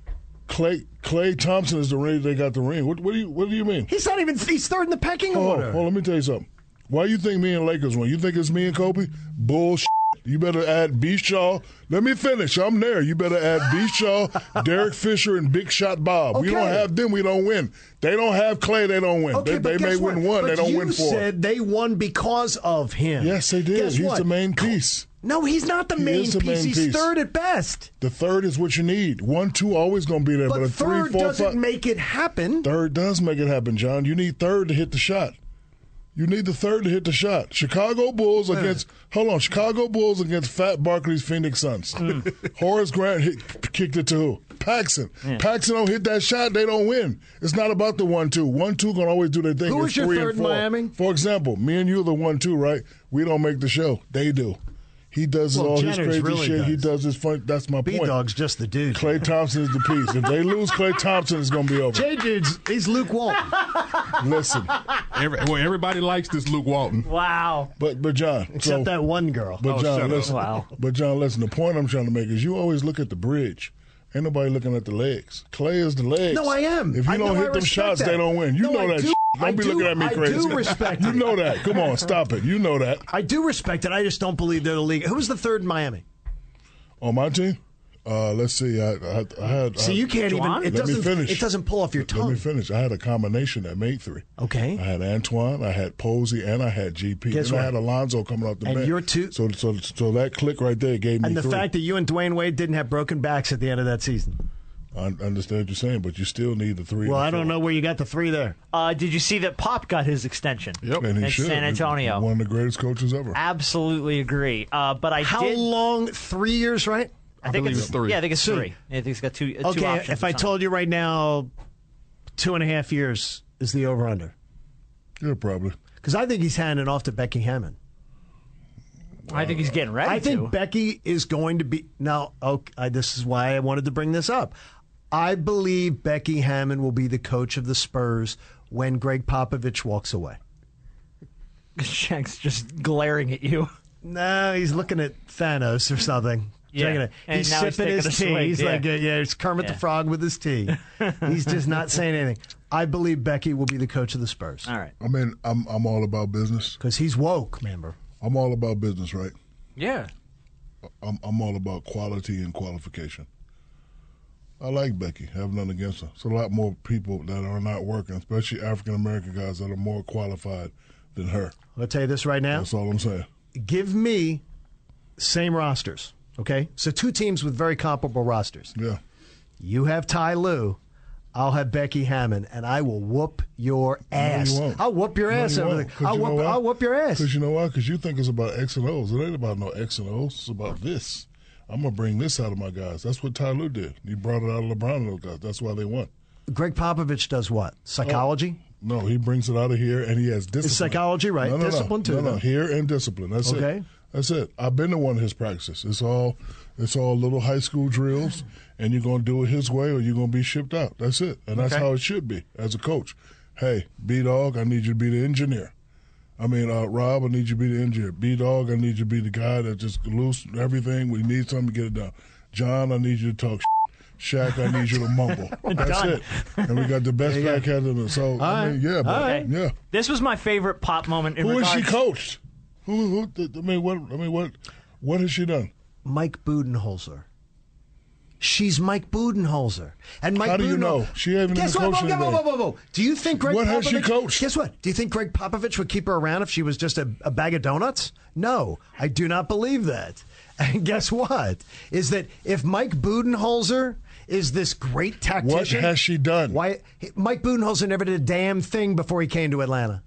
[SPEAKER 2] Clay Clay Thompson is the reason they got the ring. What, what do you What do you mean?
[SPEAKER 4] He's not even. He's third in the pecking
[SPEAKER 2] Oh,
[SPEAKER 4] order.
[SPEAKER 2] let me tell you something. Why you think me and Lakers win? You think it's me and Kobe? Bullshit. You better add B. Shaw. Let me finish. I'm there. You better add B. Shaw, Derek Fisher, and Big Shot Bob. We don't
[SPEAKER 4] Okay.
[SPEAKER 2] have them. We don't win. They don't have Clay. They don't win.
[SPEAKER 4] Okay,
[SPEAKER 2] they
[SPEAKER 4] but
[SPEAKER 2] they may
[SPEAKER 4] guess what?
[SPEAKER 2] win one.
[SPEAKER 4] But
[SPEAKER 2] they don't
[SPEAKER 4] you
[SPEAKER 2] win four.
[SPEAKER 4] said they won because of him.
[SPEAKER 2] yes, they did.
[SPEAKER 4] Guess
[SPEAKER 2] He's
[SPEAKER 4] what?
[SPEAKER 2] the main piece.
[SPEAKER 4] No, he's not the
[SPEAKER 2] He
[SPEAKER 4] main
[SPEAKER 2] is the
[SPEAKER 4] piece.
[SPEAKER 2] main
[SPEAKER 4] he's
[SPEAKER 2] piece.
[SPEAKER 4] third at best.
[SPEAKER 2] The third is what you need. One, two, always going to be there. But,
[SPEAKER 4] But,
[SPEAKER 2] a
[SPEAKER 4] third
[SPEAKER 2] three, four,
[SPEAKER 4] doesn't
[SPEAKER 2] five-
[SPEAKER 4] make it happen.
[SPEAKER 2] Third does make it happen, John. You need third to hit the shot. You need the third to hit the shot. Chicago Bulls against hold on, Chicago Bulls against Fat Barkley's Phoenix Suns. Horace Grant hit, kicked it to who? Paxson. Paxson don't hit that shot, they don't win. It's not about the one two. One two gonna always do their thing.
[SPEAKER 4] Who
[SPEAKER 2] It's
[SPEAKER 4] is your
[SPEAKER 2] three
[SPEAKER 4] third
[SPEAKER 2] and
[SPEAKER 4] in
[SPEAKER 2] four.
[SPEAKER 4] Miami?
[SPEAKER 2] For example, me and you are the one two, right? We don't make the show. They do. He does
[SPEAKER 4] Well,
[SPEAKER 2] all his crazy
[SPEAKER 4] Jennings really
[SPEAKER 2] shit. He
[SPEAKER 4] does.
[SPEAKER 2] does his fun. That's my
[SPEAKER 4] B
[SPEAKER 2] point.
[SPEAKER 4] Dog's just the dude.
[SPEAKER 2] Clay Thompson is the piece. If they lose Clay Thompson, it's gonna be over.
[SPEAKER 4] J dude's he's Luke Walton.
[SPEAKER 2] Listen,
[SPEAKER 8] Every, well, everybody likes this Luke Walton.
[SPEAKER 5] Wow.
[SPEAKER 2] but but John,
[SPEAKER 4] Except
[SPEAKER 2] so-
[SPEAKER 4] that one girl.
[SPEAKER 2] But
[SPEAKER 8] Oh, shut
[SPEAKER 2] John,
[SPEAKER 8] up.
[SPEAKER 2] listen.
[SPEAKER 5] Wow.
[SPEAKER 2] But John, listen. The point I'm trying to make is you always look at the bridge. Ain't nobody looking at the legs. Clay is the legs.
[SPEAKER 4] No, I am.
[SPEAKER 2] If you
[SPEAKER 4] I
[SPEAKER 2] don't
[SPEAKER 4] know I
[SPEAKER 2] hit them
[SPEAKER 4] respect
[SPEAKER 2] shots,
[SPEAKER 4] that.
[SPEAKER 2] they don't win. You
[SPEAKER 4] No,
[SPEAKER 2] know
[SPEAKER 4] I
[SPEAKER 2] that.
[SPEAKER 4] do-
[SPEAKER 2] shit. Don't
[SPEAKER 4] I
[SPEAKER 2] be
[SPEAKER 4] do-
[SPEAKER 2] looking at me
[SPEAKER 4] I
[SPEAKER 2] crazy.
[SPEAKER 4] do respect
[SPEAKER 2] You
[SPEAKER 4] it.
[SPEAKER 2] know that. Come on, stop it. You know that.
[SPEAKER 4] I do respect it. I just don't believe they're the league. Who was the third in Miami?
[SPEAKER 2] On Oh, my team, uh, let's see. I, I, I had. I-
[SPEAKER 4] See, you can't even.
[SPEAKER 5] Juwan?
[SPEAKER 2] Let
[SPEAKER 4] It
[SPEAKER 2] me
[SPEAKER 4] doesn't.
[SPEAKER 2] finish.
[SPEAKER 4] It doesn't pull off your
[SPEAKER 2] Let
[SPEAKER 4] tongue.
[SPEAKER 2] me finish. I had a combination that made three.
[SPEAKER 4] Okay.
[SPEAKER 2] I had Antoine, I had Posey, and I had GP.
[SPEAKER 4] Guess
[SPEAKER 2] and I
[SPEAKER 4] what?
[SPEAKER 2] had Alonzo coming off the
[SPEAKER 4] And
[SPEAKER 2] bench.
[SPEAKER 4] your two-
[SPEAKER 2] So, so, so that click right there gave me
[SPEAKER 4] and the
[SPEAKER 2] three.
[SPEAKER 4] fact that you and Dwayne Wade didn't have broken backs at the end of that season.
[SPEAKER 2] I understand what you're saying, but you still need the three.
[SPEAKER 4] Well,
[SPEAKER 2] and the
[SPEAKER 4] I don't
[SPEAKER 2] four.
[SPEAKER 4] know where you got the three there.
[SPEAKER 5] Uh, did you see that Pop got his extension?
[SPEAKER 8] Yep.
[SPEAKER 2] And he
[SPEAKER 5] in
[SPEAKER 2] should.
[SPEAKER 5] San Antonio.
[SPEAKER 2] One of the greatest coaches ever.
[SPEAKER 5] Absolutely agree. Uh, but I
[SPEAKER 4] How
[SPEAKER 5] did.
[SPEAKER 4] long? Three years, right?
[SPEAKER 5] I think
[SPEAKER 8] believe
[SPEAKER 5] it's
[SPEAKER 8] it's three.
[SPEAKER 5] Yeah, I think it's
[SPEAKER 4] Two.
[SPEAKER 5] three. I think he's got two. Uh, two
[SPEAKER 4] Okay.
[SPEAKER 5] options
[SPEAKER 4] If
[SPEAKER 5] or
[SPEAKER 4] I
[SPEAKER 5] something.
[SPEAKER 4] told you right now, two and a half years is the over under.
[SPEAKER 2] Yeah, probably.
[SPEAKER 4] Because I think he's handing off to Becky Hammond.
[SPEAKER 5] I think he's getting ready.
[SPEAKER 4] I think
[SPEAKER 5] to.
[SPEAKER 4] Becky is going to be now. Okay, I- this is why I wanted to bring this up. I believe Becky Hammond will be the coach of the Spurs when Greg Popovich walks away.
[SPEAKER 5] Shaq's just glaring at you.
[SPEAKER 4] No, he's looking at Thanos or something.
[SPEAKER 5] Yeah.
[SPEAKER 4] He's
[SPEAKER 5] And now he's
[SPEAKER 4] sipping
[SPEAKER 5] taking a
[SPEAKER 4] his tea.
[SPEAKER 5] swig,
[SPEAKER 4] He's
[SPEAKER 5] yeah.
[SPEAKER 4] like, uh, yeah, it's Kermit
[SPEAKER 5] Yeah.
[SPEAKER 4] the Frog with his tea. he's just not saying anything. I believe Becky will be the coach of the Spurs.
[SPEAKER 5] All right.
[SPEAKER 2] I mean, I'm I'm all about business
[SPEAKER 4] because he's woke, member.
[SPEAKER 2] I'm all about business, right?
[SPEAKER 5] Yeah.
[SPEAKER 2] I'm I'm all about quality and qualification. I like Becky. I have nothing against her. It's a lot more people that are not working, especially African American guys that are more qualified than her.
[SPEAKER 4] I'll tell you this right now.
[SPEAKER 2] That's all I'm saying.
[SPEAKER 4] Give me same rosters, okay? So two teams with very comparable rosters.
[SPEAKER 2] Yeah.
[SPEAKER 4] You have Ty Lue. I'll have Becky Hammond, and I will whoop your ass.
[SPEAKER 2] won't.
[SPEAKER 4] I'll whoop your
[SPEAKER 2] No,
[SPEAKER 4] ass
[SPEAKER 2] you
[SPEAKER 4] over
[SPEAKER 2] won't,
[SPEAKER 4] there.
[SPEAKER 2] 'cause
[SPEAKER 4] I'll
[SPEAKER 2] you know
[SPEAKER 4] whoop,
[SPEAKER 2] why?
[SPEAKER 4] I'll whoop your ass.
[SPEAKER 2] Because you know why? Because you think it's about X and O's. It ain't about no X and O's. It's about this. I'm gonna bring this out of my guys. That's what Ty Lue did. He brought it out of LeBron and those guys. That's why they won. Oh.
[SPEAKER 4] Greg Popovich does what? Psychology?
[SPEAKER 2] No, he brings it out of here, and he has discipline.
[SPEAKER 4] psychology, right?
[SPEAKER 2] No, no, no.
[SPEAKER 4] Discipline, too,
[SPEAKER 2] No, no,
[SPEAKER 4] then.
[SPEAKER 2] here and discipline. That's
[SPEAKER 4] Okay.
[SPEAKER 2] it. That's it. I've been to one of his practices. It's all, it's all little high school drills, and you're gonna do it his way, or you're gonna be shipped out. That's it, and that's
[SPEAKER 5] Okay.
[SPEAKER 2] how it should be as a coach. Hey, B dog, I need you to be the engineer. I mean, uh, Rob, I need you to be the engineer. B dog, I need you to be the guy that just loose everything. We need something to get it done. John, I need you to talk. Shaq, I need you to mumble. That's
[SPEAKER 5] Done.
[SPEAKER 2] it. And we got the best backhand in the so I mean, yeah, but, yeah.
[SPEAKER 5] This was my favorite pop moment in
[SPEAKER 2] Who has
[SPEAKER 5] regards
[SPEAKER 2] she coached? Who, who? th- I mean, what? I mean, what? What has she done?
[SPEAKER 4] Mike Budenholzer. She's Mike Budenholzer. And Mike
[SPEAKER 2] How do you
[SPEAKER 4] Budenhol-
[SPEAKER 2] know? She haven't even
[SPEAKER 4] Guess what? Whoa,
[SPEAKER 2] coached
[SPEAKER 4] whoa, whoa, whoa,
[SPEAKER 2] anybody.
[SPEAKER 4] whoa, whoa. Do you think Greg
[SPEAKER 2] What
[SPEAKER 4] Popovich
[SPEAKER 2] has she coached?
[SPEAKER 4] Guess what? Do you think Greg Popovich would keep her around if she was just a, a bag of donuts? No, I do not believe that. And guess what? Is that if Mike Budenholzer is this great tactician?
[SPEAKER 2] What has she done?
[SPEAKER 4] Why Mike Budenholzer never did a damn thing before he came to Atlanta.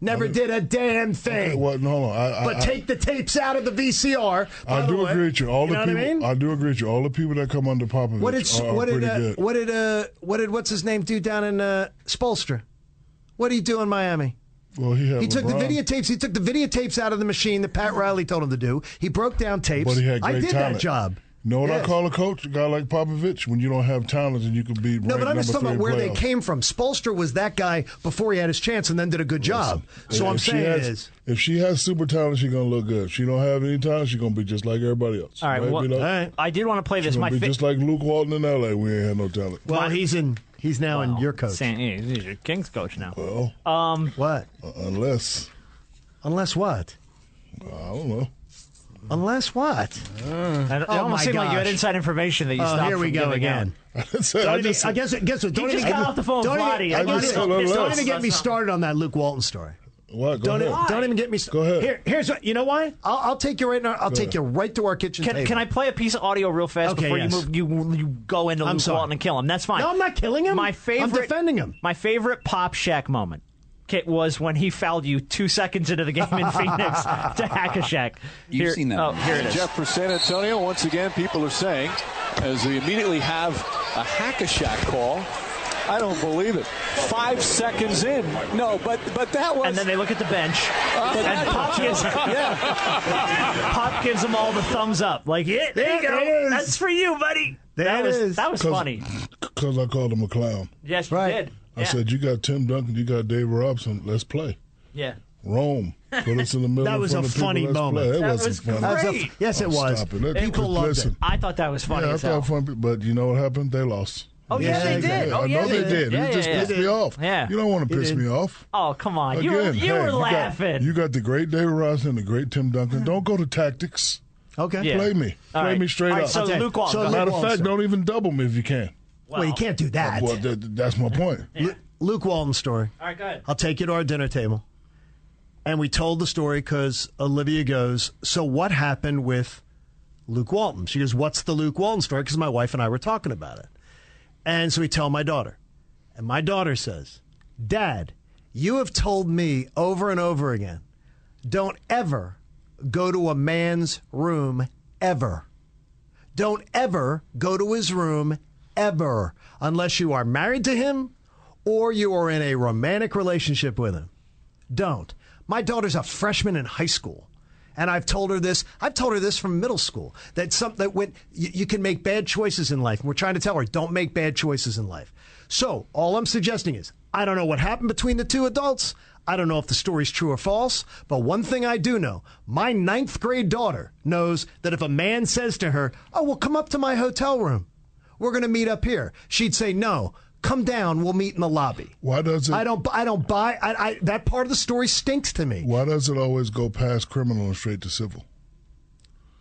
[SPEAKER 4] Never did a damn thing.
[SPEAKER 2] What? No, no. I, I,
[SPEAKER 4] but
[SPEAKER 2] I-
[SPEAKER 4] take the tapes out of the VCR. by
[SPEAKER 2] I
[SPEAKER 4] the
[SPEAKER 2] do
[SPEAKER 4] way.
[SPEAKER 2] agree with you. All
[SPEAKER 4] You
[SPEAKER 2] the
[SPEAKER 4] know
[SPEAKER 2] people.
[SPEAKER 4] what I mean?
[SPEAKER 2] do agree with you. All the people that come under Popovich
[SPEAKER 4] What
[SPEAKER 2] are,
[SPEAKER 4] did
[SPEAKER 2] are
[SPEAKER 4] what did
[SPEAKER 2] Oh, pretty
[SPEAKER 4] uh,
[SPEAKER 2] good.
[SPEAKER 4] what did uh, what did what's his name do down in uh, Spolstra? What did he do in Miami?
[SPEAKER 2] well, he had
[SPEAKER 4] He took the
[SPEAKER 2] LeBron,
[SPEAKER 4] videotapes. He took the videotapes out of the machine that Pat Riley told him to do. He broke down tapes.
[SPEAKER 2] but he had
[SPEAKER 4] I
[SPEAKER 2] great
[SPEAKER 4] did
[SPEAKER 2] talent.
[SPEAKER 4] that job.
[SPEAKER 2] Know what
[SPEAKER 4] Yes.
[SPEAKER 2] I call a coach? A guy like Popovich, when you don't have talent and you can be
[SPEAKER 4] No, but I'm just talking about where they
[SPEAKER 2] playoffs.
[SPEAKER 4] came from. Spolstra was that guy before he had his chance and then did a good job. So
[SPEAKER 2] If
[SPEAKER 4] I'm
[SPEAKER 2] she
[SPEAKER 4] saying
[SPEAKER 2] has,
[SPEAKER 4] is
[SPEAKER 2] if she has super talent, she's gonna look good. If she don't have any talent, she's gonna be just like everybody else.
[SPEAKER 5] All right, well,
[SPEAKER 2] Beto?
[SPEAKER 5] I did want to play
[SPEAKER 2] She's
[SPEAKER 5] this.
[SPEAKER 2] gonna
[SPEAKER 5] My
[SPEAKER 2] be
[SPEAKER 5] fa-
[SPEAKER 2] just like Luke Walton in LA. We ain't had no talent.
[SPEAKER 4] well,
[SPEAKER 5] my-
[SPEAKER 4] he's in he's now in your coach.
[SPEAKER 5] San- yeah, he's your Kings coach now.
[SPEAKER 2] Well,
[SPEAKER 5] Um,
[SPEAKER 4] What?
[SPEAKER 2] uh, unless
[SPEAKER 4] Unless what?
[SPEAKER 2] I don't know.
[SPEAKER 4] Unless what?
[SPEAKER 5] I- Uh, it
[SPEAKER 4] Oh,
[SPEAKER 5] almost
[SPEAKER 4] my
[SPEAKER 5] seemed like you had
[SPEAKER 4] gosh.
[SPEAKER 5] inside information that you
[SPEAKER 4] Oh,
[SPEAKER 5] stopped.
[SPEAKER 4] here we
[SPEAKER 5] from
[SPEAKER 4] go
[SPEAKER 5] giving
[SPEAKER 4] again.
[SPEAKER 2] I said- I
[SPEAKER 4] Don't even-
[SPEAKER 2] just
[SPEAKER 4] I guess. Guess what? Don't
[SPEAKER 5] He just
[SPEAKER 4] even-
[SPEAKER 5] got off the phone with
[SPEAKER 4] Don't even-
[SPEAKER 5] Vlade.
[SPEAKER 4] I
[SPEAKER 5] I
[SPEAKER 4] don't
[SPEAKER 2] just-
[SPEAKER 4] even-
[SPEAKER 2] no, no,
[SPEAKER 4] don't
[SPEAKER 2] no.
[SPEAKER 4] even get me started on that Luke Walton story.
[SPEAKER 2] what? Go
[SPEAKER 4] Don't even,
[SPEAKER 2] ahead.
[SPEAKER 4] don't even get me. St-
[SPEAKER 2] Go ahead.
[SPEAKER 4] Here, here's what you know. Why? I'll, I'll take you right now. I'll take
[SPEAKER 2] ahead.
[SPEAKER 4] you right to our kitchen
[SPEAKER 5] Can,
[SPEAKER 4] table.
[SPEAKER 5] can I play a piece of audio real fast
[SPEAKER 4] Okay,
[SPEAKER 5] before
[SPEAKER 4] yes.
[SPEAKER 5] you move? You you go into
[SPEAKER 4] I'm
[SPEAKER 5] Luke
[SPEAKER 4] sorry.
[SPEAKER 5] Walton and kill him. That's fine.
[SPEAKER 4] No, I'm not killing him.
[SPEAKER 5] My
[SPEAKER 4] I'm
[SPEAKER 5] favorite,
[SPEAKER 4] defending him.
[SPEAKER 5] My favorite Pop Shack moment okay, was when he fouled you two seconds into the game in Phoenix to hack a Shack.
[SPEAKER 17] You've
[SPEAKER 5] Here-
[SPEAKER 17] seen that
[SPEAKER 5] Oh,
[SPEAKER 17] one.
[SPEAKER 5] here it is.
[SPEAKER 18] Jeff for San Antonio. Once again, people are saying, as they immediately have a hack a shack call, I don't believe it. Five seconds in. No, but but that was.
[SPEAKER 5] and then they look at the bench, and Pop gives, Pop gives them all the thumbs up. Like, yeah, there you
[SPEAKER 4] There it
[SPEAKER 5] go.
[SPEAKER 4] is.
[SPEAKER 5] That's for you, buddy.
[SPEAKER 4] There
[SPEAKER 5] that
[SPEAKER 4] it
[SPEAKER 5] was
[SPEAKER 4] is.
[SPEAKER 5] that was
[SPEAKER 2] 'Cause-
[SPEAKER 5] funny.
[SPEAKER 2] Because I called him a clown.
[SPEAKER 5] Yes, you
[SPEAKER 4] Right.
[SPEAKER 5] did.
[SPEAKER 2] I
[SPEAKER 5] Yeah.
[SPEAKER 2] said, "You got Tim Duncan, you got Dave Robson. Let's play."
[SPEAKER 5] yeah.
[SPEAKER 2] Rome. Put us in the middle.
[SPEAKER 4] That
[SPEAKER 2] in
[SPEAKER 4] was
[SPEAKER 2] front
[SPEAKER 4] a
[SPEAKER 2] of people.
[SPEAKER 4] funny
[SPEAKER 2] Let's
[SPEAKER 4] moment.
[SPEAKER 2] play. It
[SPEAKER 5] That
[SPEAKER 2] wasn't
[SPEAKER 5] was
[SPEAKER 2] funny.
[SPEAKER 4] That was a-
[SPEAKER 5] Great.
[SPEAKER 4] yes, it
[SPEAKER 2] Oh,
[SPEAKER 4] was.
[SPEAKER 2] stop it. That
[SPEAKER 4] People
[SPEAKER 2] was-
[SPEAKER 4] loved
[SPEAKER 2] listen.
[SPEAKER 4] it.
[SPEAKER 5] I thought that was funny
[SPEAKER 2] yeah, I
[SPEAKER 5] as hell.
[SPEAKER 2] thought fun, but you know what happened? They lost.
[SPEAKER 5] Oh, yeah,
[SPEAKER 4] Yeah,
[SPEAKER 5] they
[SPEAKER 4] exactly.
[SPEAKER 5] did. Oh,
[SPEAKER 2] I
[SPEAKER 5] yeah,
[SPEAKER 2] know they, did.
[SPEAKER 5] Yeah,
[SPEAKER 2] you just
[SPEAKER 5] yeah,
[SPEAKER 2] pissed
[SPEAKER 5] yeah.
[SPEAKER 2] me off.
[SPEAKER 5] Yeah.
[SPEAKER 2] You don't want to
[SPEAKER 4] You
[SPEAKER 2] piss
[SPEAKER 4] did.
[SPEAKER 2] me off.
[SPEAKER 5] Oh, come on.
[SPEAKER 2] Again,
[SPEAKER 5] you were,
[SPEAKER 2] hey,
[SPEAKER 5] you were
[SPEAKER 2] got-
[SPEAKER 5] laughing.
[SPEAKER 2] you got the great David Robinson and the great Tim Duncan. Don't go to tactics.
[SPEAKER 4] Okay.
[SPEAKER 5] Yeah.
[SPEAKER 2] Play me.
[SPEAKER 5] All
[SPEAKER 2] Play
[SPEAKER 5] right.
[SPEAKER 2] me straight
[SPEAKER 5] All right,
[SPEAKER 2] up.
[SPEAKER 5] so
[SPEAKER 4] Okay.
[SPEAKER 5] Luke Walton.
[SPEAKER 4] So
[SPEAKER 5] go
[SPEAKER 4] Luke
[SPEAKER 5] ahead.
[SPEAKER 2] Matter of fact,
[SPEAKER 4] Walton.
[SPEAKER 2] don't even double me if you can.
[SPEAKER 4] Well, you can't do that.
[SPEAKER 2] Well, th- th- that's my point.
[SPEAKER 4] Lu- Luke Walton story.
[SPEAKER 5] All right, go ahead.
[SPEAKER 4] I'll take you to our dinner table. And we told the story because Olivia goes, So what happened with Luke Walton? She goes, What's the Luke Walton story? Because my wife and I were talking about it. And so we tell my daughter. And my daughter says, Dad, you have told me over and over again, don't ever go to a man's room ever. Don't ever go to his room ever unless you are married to him or you are in a romantic relationship with him. Don't. My daughter's a freshman in high school. And I've told her this. I've told her this from middle school that some that when you, you can make bad choices in life. We're trying to tell her don't make bad choices in life. So all I'm suggesting is I don't know what happened between the two adults. I don't know if the story's true or false, but one thing I do know my ninth grade daughter knows that if a man says to her, Oh, well, come up to my hotel room, we're going to meet up here, she'd say, No, come down, we'll meet in the lobby.
[SPEAKER 2] Why does it?
[SPEAKER 4] I don't, I don't buy, I, I, that part of the story stinks to me.
[SPEAKER 2] Why does it always go past criminal and straight to civil?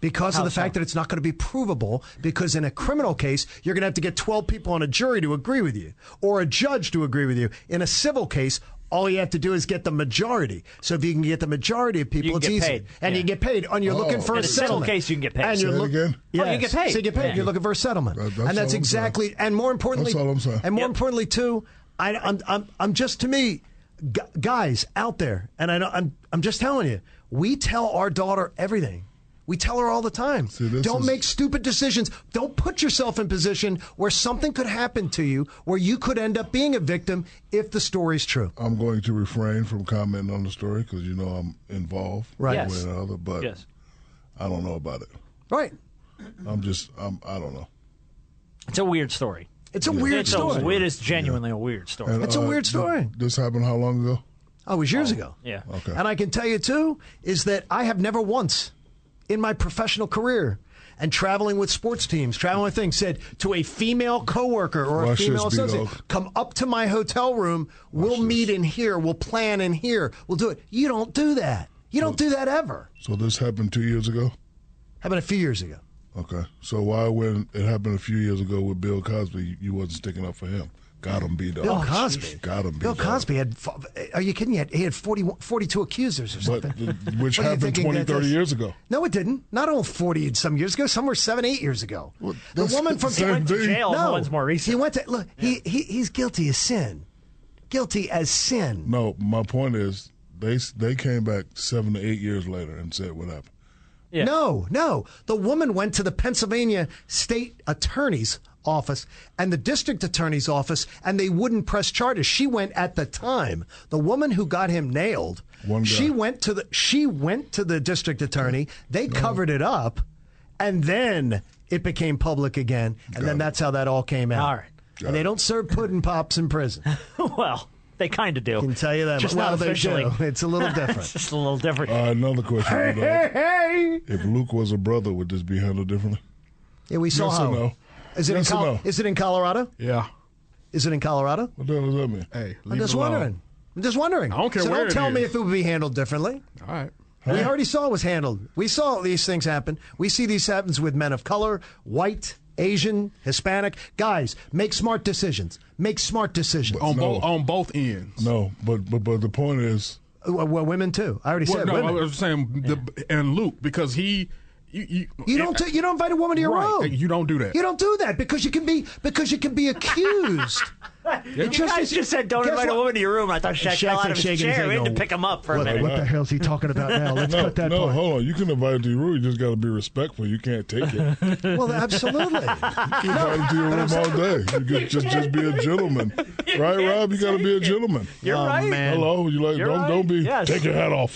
[SPEAKER 4] because How of the so? fact that it's not going to be provable. Because in a criminal case, you're going to have to get 12 people on a jury to agree with you or a judge to agree with you. In a civil case, all you have to do is get the majority. So if you can get the majority of people, it's easy,
[SPEAKER 5] paid.
[SPEAKER 4] and
[SPEAKER 5] Yeah.
[SPEAKER 4] you get paid. And you're
[SPEAKER 5] Oh.
[SPEAKER 4] looking for
[SPEAKER 5] In
[SPEAKER 4] a
[SPEAKER 5] a civil
[SPEAKER 4] settlement
[SPEAKER 5] case, you can get paid.
[SPEAKER 4] And
[SPEAKER 5] Say
[SPEAKER 4] you're
[SPEAKER 5] it
[SPEAKER 4] looking,
[SPEAKER 5] again? Oh, you get paid.
[SPEAKER 4] So you get paid.
[SPEAKER 5] Yeah.
[SPEAKER 4] You're looking for a settlement,
[SPEAKER 5] That- that's
[SPEAKER 4] and
[SPEAKER 5] all I'm
[SPEAKER 4] that's
[SPEAKER 5] saying.
[SPEAKER 4] exactly. And more importantly,
[SPEAKER 5] That's all I'm saying.
[SPEAKER 4] and more
[SPEAKER 5] Yep.
[SPEAKER 4] importantly too, I, I'm, I'm I'm just to me, gu- guys out there, and I know I'm I'm just telling you, we tell our daughter everything. We tell her all the time. Don't make stupid decisions. Don't put yourself in position where something could happen to you, where you could end up being a victim if the story's true.
[SPEAKER 2] I'm going to refrain from commenting on the story because you know I'm involved,
[SPEAKER 4] Right.
[SPEAKER 2] one
[SPEAKER 4] Yes.
[SPEAKER 2] way or another. But
[SPEAKER 4] Yes.
[SPEAKER 2] I don't know about it.
[SPEAKER 4] Right.
[SPEAKER 2] I'm just, I'm, I don't know.
[SPEAKER 5] It's a weird story.
[SPEAKER 4] It's a weird
[SPEAKER 5] it's
[SPEAKER 4] story.
[SPEAKER 5] A, it is genuinely a weird story.
[SPEAKER 2] And, uh, th- This happened how long ago?
[SPEAKER 4] Oh, it was years ago.
[SPEAKER 5] yeah.
[SPEAKER 2] Okay.
[SPEAKER 4] And I can tell you too is that I have never once in my professional career and traveling with sports teams, traveling with things, said to a female coworker or
[SPEAKER 2] Watch
[SPEAKER 4] a
[SPEAKER 2] this,
[SPEAKER 4] female
[SPEAKER 2] Big
[SPEAKER 4] associate,
[SPEAKER 2] Oak.
[SPEAKER 4] come up to my hotel room, we'll meet in here, we'll plan in here, we'll do it. You don't do that. You don't do that ever.
[SPEAKER 2] So this happened two years ago.
[SPEAKER 4] Happened a few years ago.
[SPEAKER 2] Okay. So why, when it happened a few years ago with Bill Cosby, you- you wasn't sticking up for him? Got him beat up.
[SPEAKER 4] Bill Cosby.
[SPEAKER 2] Got him beat
[SPEAKER 4] Bill
[SPEAKER 2] up.
[SPEAKER 4] Cosby had, f- are you kidding? He had, he had 41 42 accusers or
[SPEAKER 2] But
[SPEAKER 4] something.
[SPEAKER 2] th- which
[SPEAKER 4] What are you
[SPEAKER 2] happened
[SPEAKER 4] thinking
[SPEAKER 2] 20,
[SPEAKER 4] that
[SPEAKER 2] 30
[SPEAKER 4] is?
[SPEAKER 2] years ago.
[SPEAKER 4] No, it didn't. Not all 40 and some years ago. Some were seven, eight years ago. the
[SPEAKER 2] that's
[SPEAKER 4] woman
[SPEAKER 2] the
[SPEAKER 4] from
[SPEAKER 2] same He went to thing. jail,
[SPEAKER 4] No,
[SPEAKER 2] the one's
[SPEAKER 4] more recent. He went to look. He, he he's guilty as sin. Guilty as sin.
[SPEAKER 2] No, my point is they they came back seven to eight years later and said what happened.
[SPEAKER 4] No, no. The woman went to the Pennsylvania state attorney's office and the district attorney's office, and they wouldn't press charges. She went at the time. The woman who got him nailed, she went to the she went to the district attorney. They covered it up, and then it became public again, and then that's how that all came out. All right. and they don't serve pudding pops in prison.
[SPEAKER 5] well, they kind of do.
[SPEAKER 4] Can tell you that.
[SPEAKER 5] Just
[SPEAKER 4] well,
[SPEAKER 5] not
[SPEAKER 4] they
[SPEAKER 5] officially.
[SPEAKER 4] do. It's a little
[SPEAKER 5] it's
[SPEAKER 4] different.
[SPEAKER 5] just a little different.
[SPEAKER 2] Uh, another question.
[SPEAKER 5] Hey,
[SPEAKER 2] you know,
[SPEAKER 5] hey,
[SPEAKER 2] If Luke was a brother, would this be handled differently?
[SPEAKER 4] Yeah, we saw
[SPEAKER 2] Yes or
[SPEAKER 4] how.
[SPEAKER 2] no?
[SPEAKER 4] Is it
[SPEAKER 2] Yes
[SPEAKER 4] in
[SPEAKER 2] or
[SPEAKER 4] Col-
[SPEAKER 2] no?
[SPEAKER 4] Is it in Colorado?
[SPEAKER 2] Yeah.
[SPEAKER 4] Is it in Colorado?
[SPEAKER 2] What the hell does that mean? Hey,
[SPEAKER 4] I'm just wondering. I'm just wondering.
[SPEAKER 2] I don't care
[SPEAKER 4] so
[SPEAKER 2] where
[SPEAKER 4] don't
[SPEAKER 2] it
[SPEAKER 4] tell me
[SPEAKER 2] is.
[SPEAKER 4] if it would be handled differently.
[SPEAKER 2] All right.
[SPEAKER 4] We already saw it was handled. We saw these things happen. We see these happens with men of color, white, Asian, Hispanic. Guys, make smart decisions. Make smart decisions.
[SPEAKER 2] Oh,
[SPEAKER 8] On both on both ends.
[SPEAKER 2] No, but but but the point is,
[SPEAKER 4] Uh, Well, well, women too. I already
[SPEAKER 8] Well,
[SPEAKER 4] said
[SPEAKER 8] no,
[SPEAKER 4] women.
[SPEAKER 8] I was saying the, and Luke because he you you,
[SPEAKER 4] You don't t- you don't invite a woman to your
[SPEAKER 8] Right,
[SPEAKER 4] room.
[SPEAKER 8] you don't do that.
[SPEAKER 4] You don't do that because you can be because you can be accused.
[SPEAKER 5] You guys just said don't
[SPEAKER 4] Guess
[SPEAKER 5] invite a
[SPEAKER 4] what?
[SPEAKER 5] woman to your room. I thought Shaq,
[SPEAKER 4] Shaq's
[SPEAKER 5] fell out
[SPEAKER 4] like
[SPEAKER 5] of his
[SPEAKER 4] shaking his
[SPEAKER 5] chair.
[SPEAKER 4] head
[SPEAKER 5] We had to
[SPEAKER 4] going,
[SPEAKER 5] pick him up for a
[SPEAKER 4] what-
[SPEAKER 5] minute.
[SPEAKER 4] what the hell is he talking about now? Let's
[SPEAKER 2] no,
[SPEAKER 4] cut that
[SPEAKER 2] no,
[SPEAKER 4] part.
[SPEAKER 2] hold on. You can invite it to your room. You just got to be respectful. You can't take it.
[SPEAKER 4] Well, absolutely.
[SPEAKER 2] You can invite it to your room all day. You could just just be a gentleman, right, Rob? You got to be a gentleman.
[SPEAKER 5] You're Oh, right. man.
[SPEAKER 2] Hello, you like
[SPEAKER 5] You're
[SPEAKER 2] don't
[SPEAKER 5] right.
[SPEAKER 2] don't be
[SPEAKER 5] Yes.
[SPEAKER 2] take your hat off,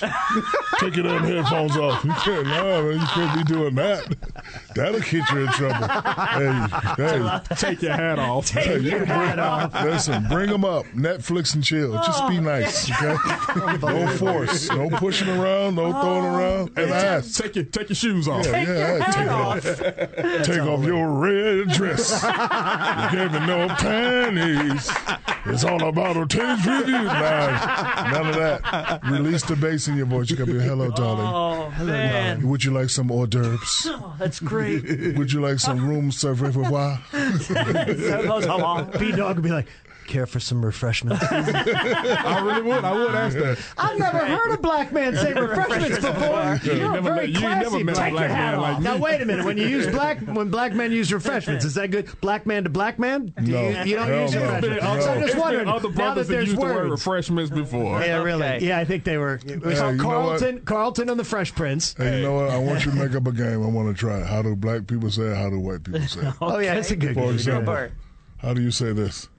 [SPEAKER 2] take your damn headphones off. You can't, no, man, you can't be doing that. That'll get you in trouble. Hey, hey,
[SPEAKER 8] take your hat off.
[SPEAKER 2] Take your hat off. Oh. Listen, bring them up. Netflix and chill. Just be nice, okay? no force. No pushing around. No throwing around. And ask.
[SPEAKER 8] Take your take your shoes off.
[SPEAKER 2] Yeah, yeah, Oh. take it off. Take off your red dress. you gave me no panties. It's all about a taste review. Nah, none of that. Release the bass in your voice. You can be, hello, darling.
[SPEAKER 5] Oh, man.
[SPEAKER 2] Would you like some hors d'oeuvres?
[SPEAKER 5] Oh, that's great.
[SPEAKER 2] Would you like some room service? Revoir?
[SPEAKER 4] B dog would be like, care for some refreshments.
[SPEAKER 8] I really would. I would ask that.
[SPEAKER 6] I've never heard a black man say refreshments before.
[SPEAKER 8] You
[SPEAKER 6] You're a
[SPEAKER 8] never
[SPEAKER 6] very
[SPEAKER 8] met- you ain't
[SPEAKER 6] classy
[SPEAKER 8] never met a
[SPEAKER 6] man.
[SPEAKER 8] black Take your man hat like off. me.
[SPEAKER 6] Now wait a minute. When you use black, when black men use refreshments, is that good? Black man to black man? Do
[SPEAKER 2] No.
[SPEAKER 6] you, you don't
[SPEAKER 2] Hell
[SPEAKER 6] use
[SPEAKER 2] no. No.
[SPEAKER 6] refreshments. So I'm
[SPEAKER 2] It's
[SPEAKER 6] just
[SPEAKER 2] been
[SPEAKER 6] wondering.
[SPEAKER 8] other
[SPEAKER 6] Now
[SPEAKER 8] brothers
[SPEAKER 6] that
[SPEAKER 8] that
[SPEAKER 6] there's
[SPEAKER 8] used the word
[SPEAKER 6] words.
[SPEAKER 8] refreshments before.
[SPEAKER 6] Yeah, really. Yeah, I think they were. It was
[SPEAKER 2] Hey,
[SPEAKER 6] on
[SPEAKER 2] you know what?
[SPEAKER 6] Carlton, Carlton and the Fresh Prince.
[SPEAKER 2] Hey, you know what? I want you to make up a game. I want to try it. How do black people say it? How do white people say it?
[SPEAKER 6] Oh yeah, that's a good
[SPEAKER 2] For
[SPEAKER 6] one.
[SPEAKER 2] example, how do you say this?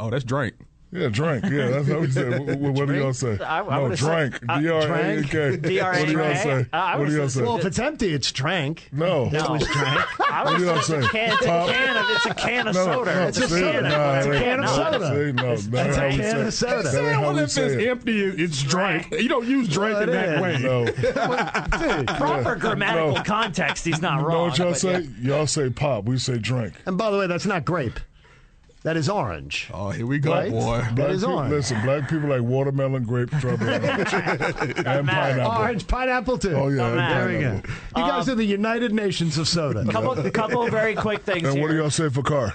[SPEAKER 8] Oh, that's drink.
[SPEAKER 2] Yeah, drink. Yeah, that's how we say. What, what, what do y'all say?
[SPEAKER 6] I- I
[SPEAKER 2] no,
[SPEAKER 6] would've said-
[SPEAKER 2] drink.
[SPEAKER 6] I-
[SPEAKER 2] D R A N K.
[SPEAKER 6] drank. D R A N
[SPEAKER 2] What
[SPEAKER 6] K.
[SPEAKER 2] do y'all say?
[SPEAKER 6] Uh, I
[SPEAKER 2] What do
[SPEAKER 6] would've
[SPEAKER 2] y'all
[SPEAKER 6] said-
[SPEAKER 2] say?
[SPEAKER 6] Well, if it's
[SPEAKER 2] empty, it's drank. No,
[SPEAKER 6] No. That was drank. I
[SPEAKER 2] What do
[SPEAKER 6] would've
[SPEAKER 2] y'all
[SPEAKER 6] said
[SPEAKER 2] say?
[SPEAKER 6] it's a can- it's a
[SPEAKER 2] Pop?
[SPEAKER 6] can of- it's a can of soda. It's a
[SPEAKER 2] see,
[SPEAKER 6] soda.
[SPEAKER 2] nah,
[SPEAKER 6] It's a
[SPEAKER 2] that-
[SPEAKER 6] can of
[SPEAKER 2] nah,
[SPEAKER 6] soda.
[SPEAKER 2] see, no,
[SPEAKER 6] It's-
[SPEAKER 2] nah,
[SPEAKER 6] it's a
[SPEAKER 2] how we
[SPEAKER 6] can
[SPEAKER 2] say
[SPEAKER 6] of
[SPEAKER 2] it.
[SPEAKER 6] soda.
[SPEAKER 2] That
[SPEAKER 6] Say,
[SPEAKER 2] ain't how
[SPEAKER 6] well,
[SPEAKER 2] we
[SPEAKER 6] if
[SPEAKER 2] say
[SPEAKER 6] it's
[SPEAKER 2] it.
[SPEAKER 8] empty, it's drink. You don't use drink in that way.
[SPEAKER 2] No.
[SPEAKER 5] Proper grammatical context, he's not
[SPEAKER 2] Know
[SPEAKER 5] wrong.
[SPEAKER 2] what y'all
[SPEAKER 5] but
[SPEAKER 2] say? Y'all say pop. We say drink.
[SPEAKER 4] And by the way, that's not grape. That is orange.
[SPEAKER 2] Oh, here we
[SPEAKER 4] go, Right? boy. That is orange.
[SPEAKER 2] Listen, black people like watermelon, grape, strawberry, orange. and pineapple.
[SPEAKER 4] Orange, pineapple too.
[SPEAKER 2] Oh, yeah, Don't
[SPEAKER 4] there
[SPEAKER 2] matter.
[SPEAKER 4] we go. You
[SPEAKER 2] pineapple.
[SPEAKER 4] guys are the United Nations of soda.
[SPEAKER 5] Um, Couple, couple very quick things
[SPEAKER 2] And
[SPEAKER 5] here.
[SPEAKER 2] what do y'all say for car?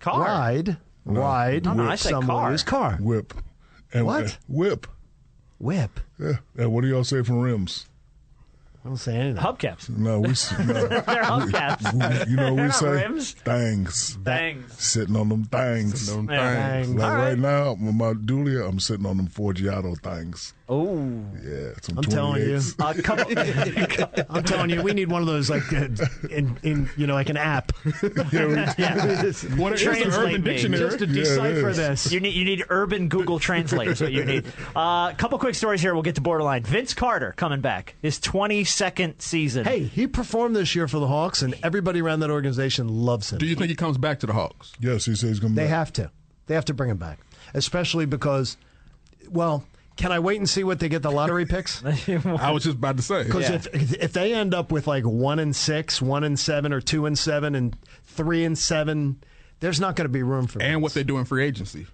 [SPEAKER 5] Car.
[SPEAKER 4] Ride, ride.
[SPEAKER 5] No, no, I say
[SPEAKER 4] Some will
[SPEAKER 5] car.
[SPEAKER 4] use car.
[SPEAKER 2] Whip. And
[SPEAKER 4] What?
[SPEAKER 2] uh, whip.
[SPEAKER 4] Whip.
[SPEAKER 2] Yeah. And what do y'all say for rims?
[SPEAKER 4] I don't say anything.
[SPEAKER 5] Hubcaps.
[SPEAKER 2] No, we. s- No. They're
[SPEAKER 5] hubcaps.
[SPEAKER 2] you know,
[SPEAKER 5] They're
[SPEAKER 2] we
[SPEAKER 5] not
[SPEAKER 2] say
[SPEAKER 5] rims.
[SPEAKER 2] things.
[SPEAKER 5] Things.
[SPEAKER 2] Sitting on them things.
[SPEAKER 5] on them Yeah. things.
[SPEAKER 2] Like
[SPEAKER 5] All
[SPEAKER 2] right.
[SPEAKER 5] right.
[SPEAKER 2] now, with my Dulia, I'm sitting on them Forgiato things.
[SPEAKER 5] Oh.
[SPEAKER 2] Yeah. Some
[SPEAKER 4] I'm telling you.
[SPEAKER 2] 28s.
[SPEAKER 5] A Uh, couple,
[SPEAKER 4] I'm telling you, we need one of those like uh, in, in you know like an app.
[SPEAKER 8] What it is, an urban dictionary.
[SPEAKER 4] Just to decipher this.
[SPEAKER 5] You need you need urban Google Translate is what you need. A uh, couple quick stories here. We'll get to borderline. Vince Carter coming back his 22nd season.
[SPEAKER 4] Hey, he performed this year for the Hawks, and everybody around that organization loves him.
[SPEAKER 8] Do you think he comes back to the Hawks?
[SPEAKER 2] Yes, he says he's going to
[SPEAKER 4] They have to. They have to bring him back, especially because, well, can I wait and see what they get the lottery picks?
[SPEAKER 8] I was just about to say.
[SPEAKER 4] Because if if they end up with like one and six, one and seven, or two and seven, and three and seven, there's not going to be room for.
[SPEAKER 8] and what they do in free agency.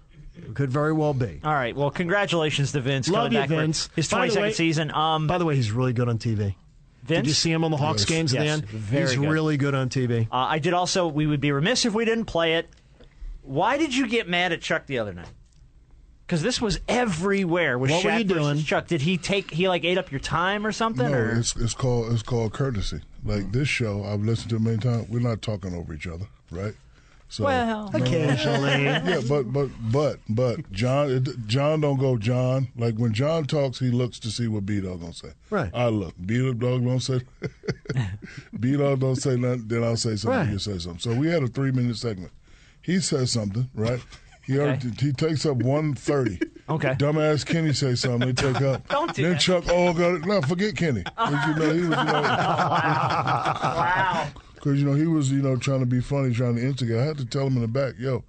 [SPEAKER 4] Could very well be.
[SPEAKER 5] All right. Well, congratulations to Vince.
[SPEAKER 4] Love
[SPEAKER 5] coming
[SPEAKER 4] you,
[SPEAKER 5] back for
[SPEAKER 4] Vince.
[SPEAKER 5] His
[SPEAKER 4] By the
[SPEAKER 5] 22nd
[SPEAKER 4] way-
[SPEAKER 5] season. Um,
[SPEAKER 4] By the way, he's really good on TV. Did
[SPEAKER 5] Vince?
[SPEAKER 4] you see him on the Hawks
[SPEAKER 5] Yes.
[SPEAKER 4] games
[SPEAKER 5] Yes,
[SPEAKER 4] at the end?
[SPEAKER 5] very
[SPEAKER 4] he's
[SPEAKER 5] good.
[SPEAKER 4] really good on TV.
[SPEAKER 5] uh, I did also. We would be remiss if we didn't play it. Why did you get mad at Chuck the other night? Because this was everywhere. Was
[SPEAKER 4] What were
[SPEAKER 5] Shaq
[SPEAKER 4] you
[SPEAKER 5] versus
[SPEAKER 4] doing?
[SPEAKER 5] Chuck? Did he take? He like ate up your time or something?
[SPEAKER 2] No,
[SPEAKER 5] or?
[SPEAKER 2] it's it's called it's called courtesy. Like this show, I've listened to it many times. We're not talking over each other, right? So
[SPEAKER 5] Well, occasionally.
[SPEAKER 2] yeah, but but but but John it- John don't go John. Like when John talks, he looks to see what B Dog gonna say.
[SPEAKER 4] Right.
[SPEAKER 2] I look. B Dog don't say. B Dog don't say nothing. Then I'll say something.
[SPEAKER 4] Right.
[SPEAKER 2] You say something. So we had a three minute segment. He says something, right? He already, he takes up one thirty.
[SPEAKER 5] Okay.
[SPEAKER 2] Dumbass Kenny say something. They take up.
[SPEAKER 5] Don't do
[SPEAKER 2] then
[SPEAKER 5] that.
[SPEAKER 2] Chuck. Oh, got it. No, forget Kenny. 'Cause, you know, he was, you know,
[SPEAKER 5] wow.
[SPEAKER 2] Because you know he was you know trying to be funny, trying to instigate. I had to tell him in the back, yo,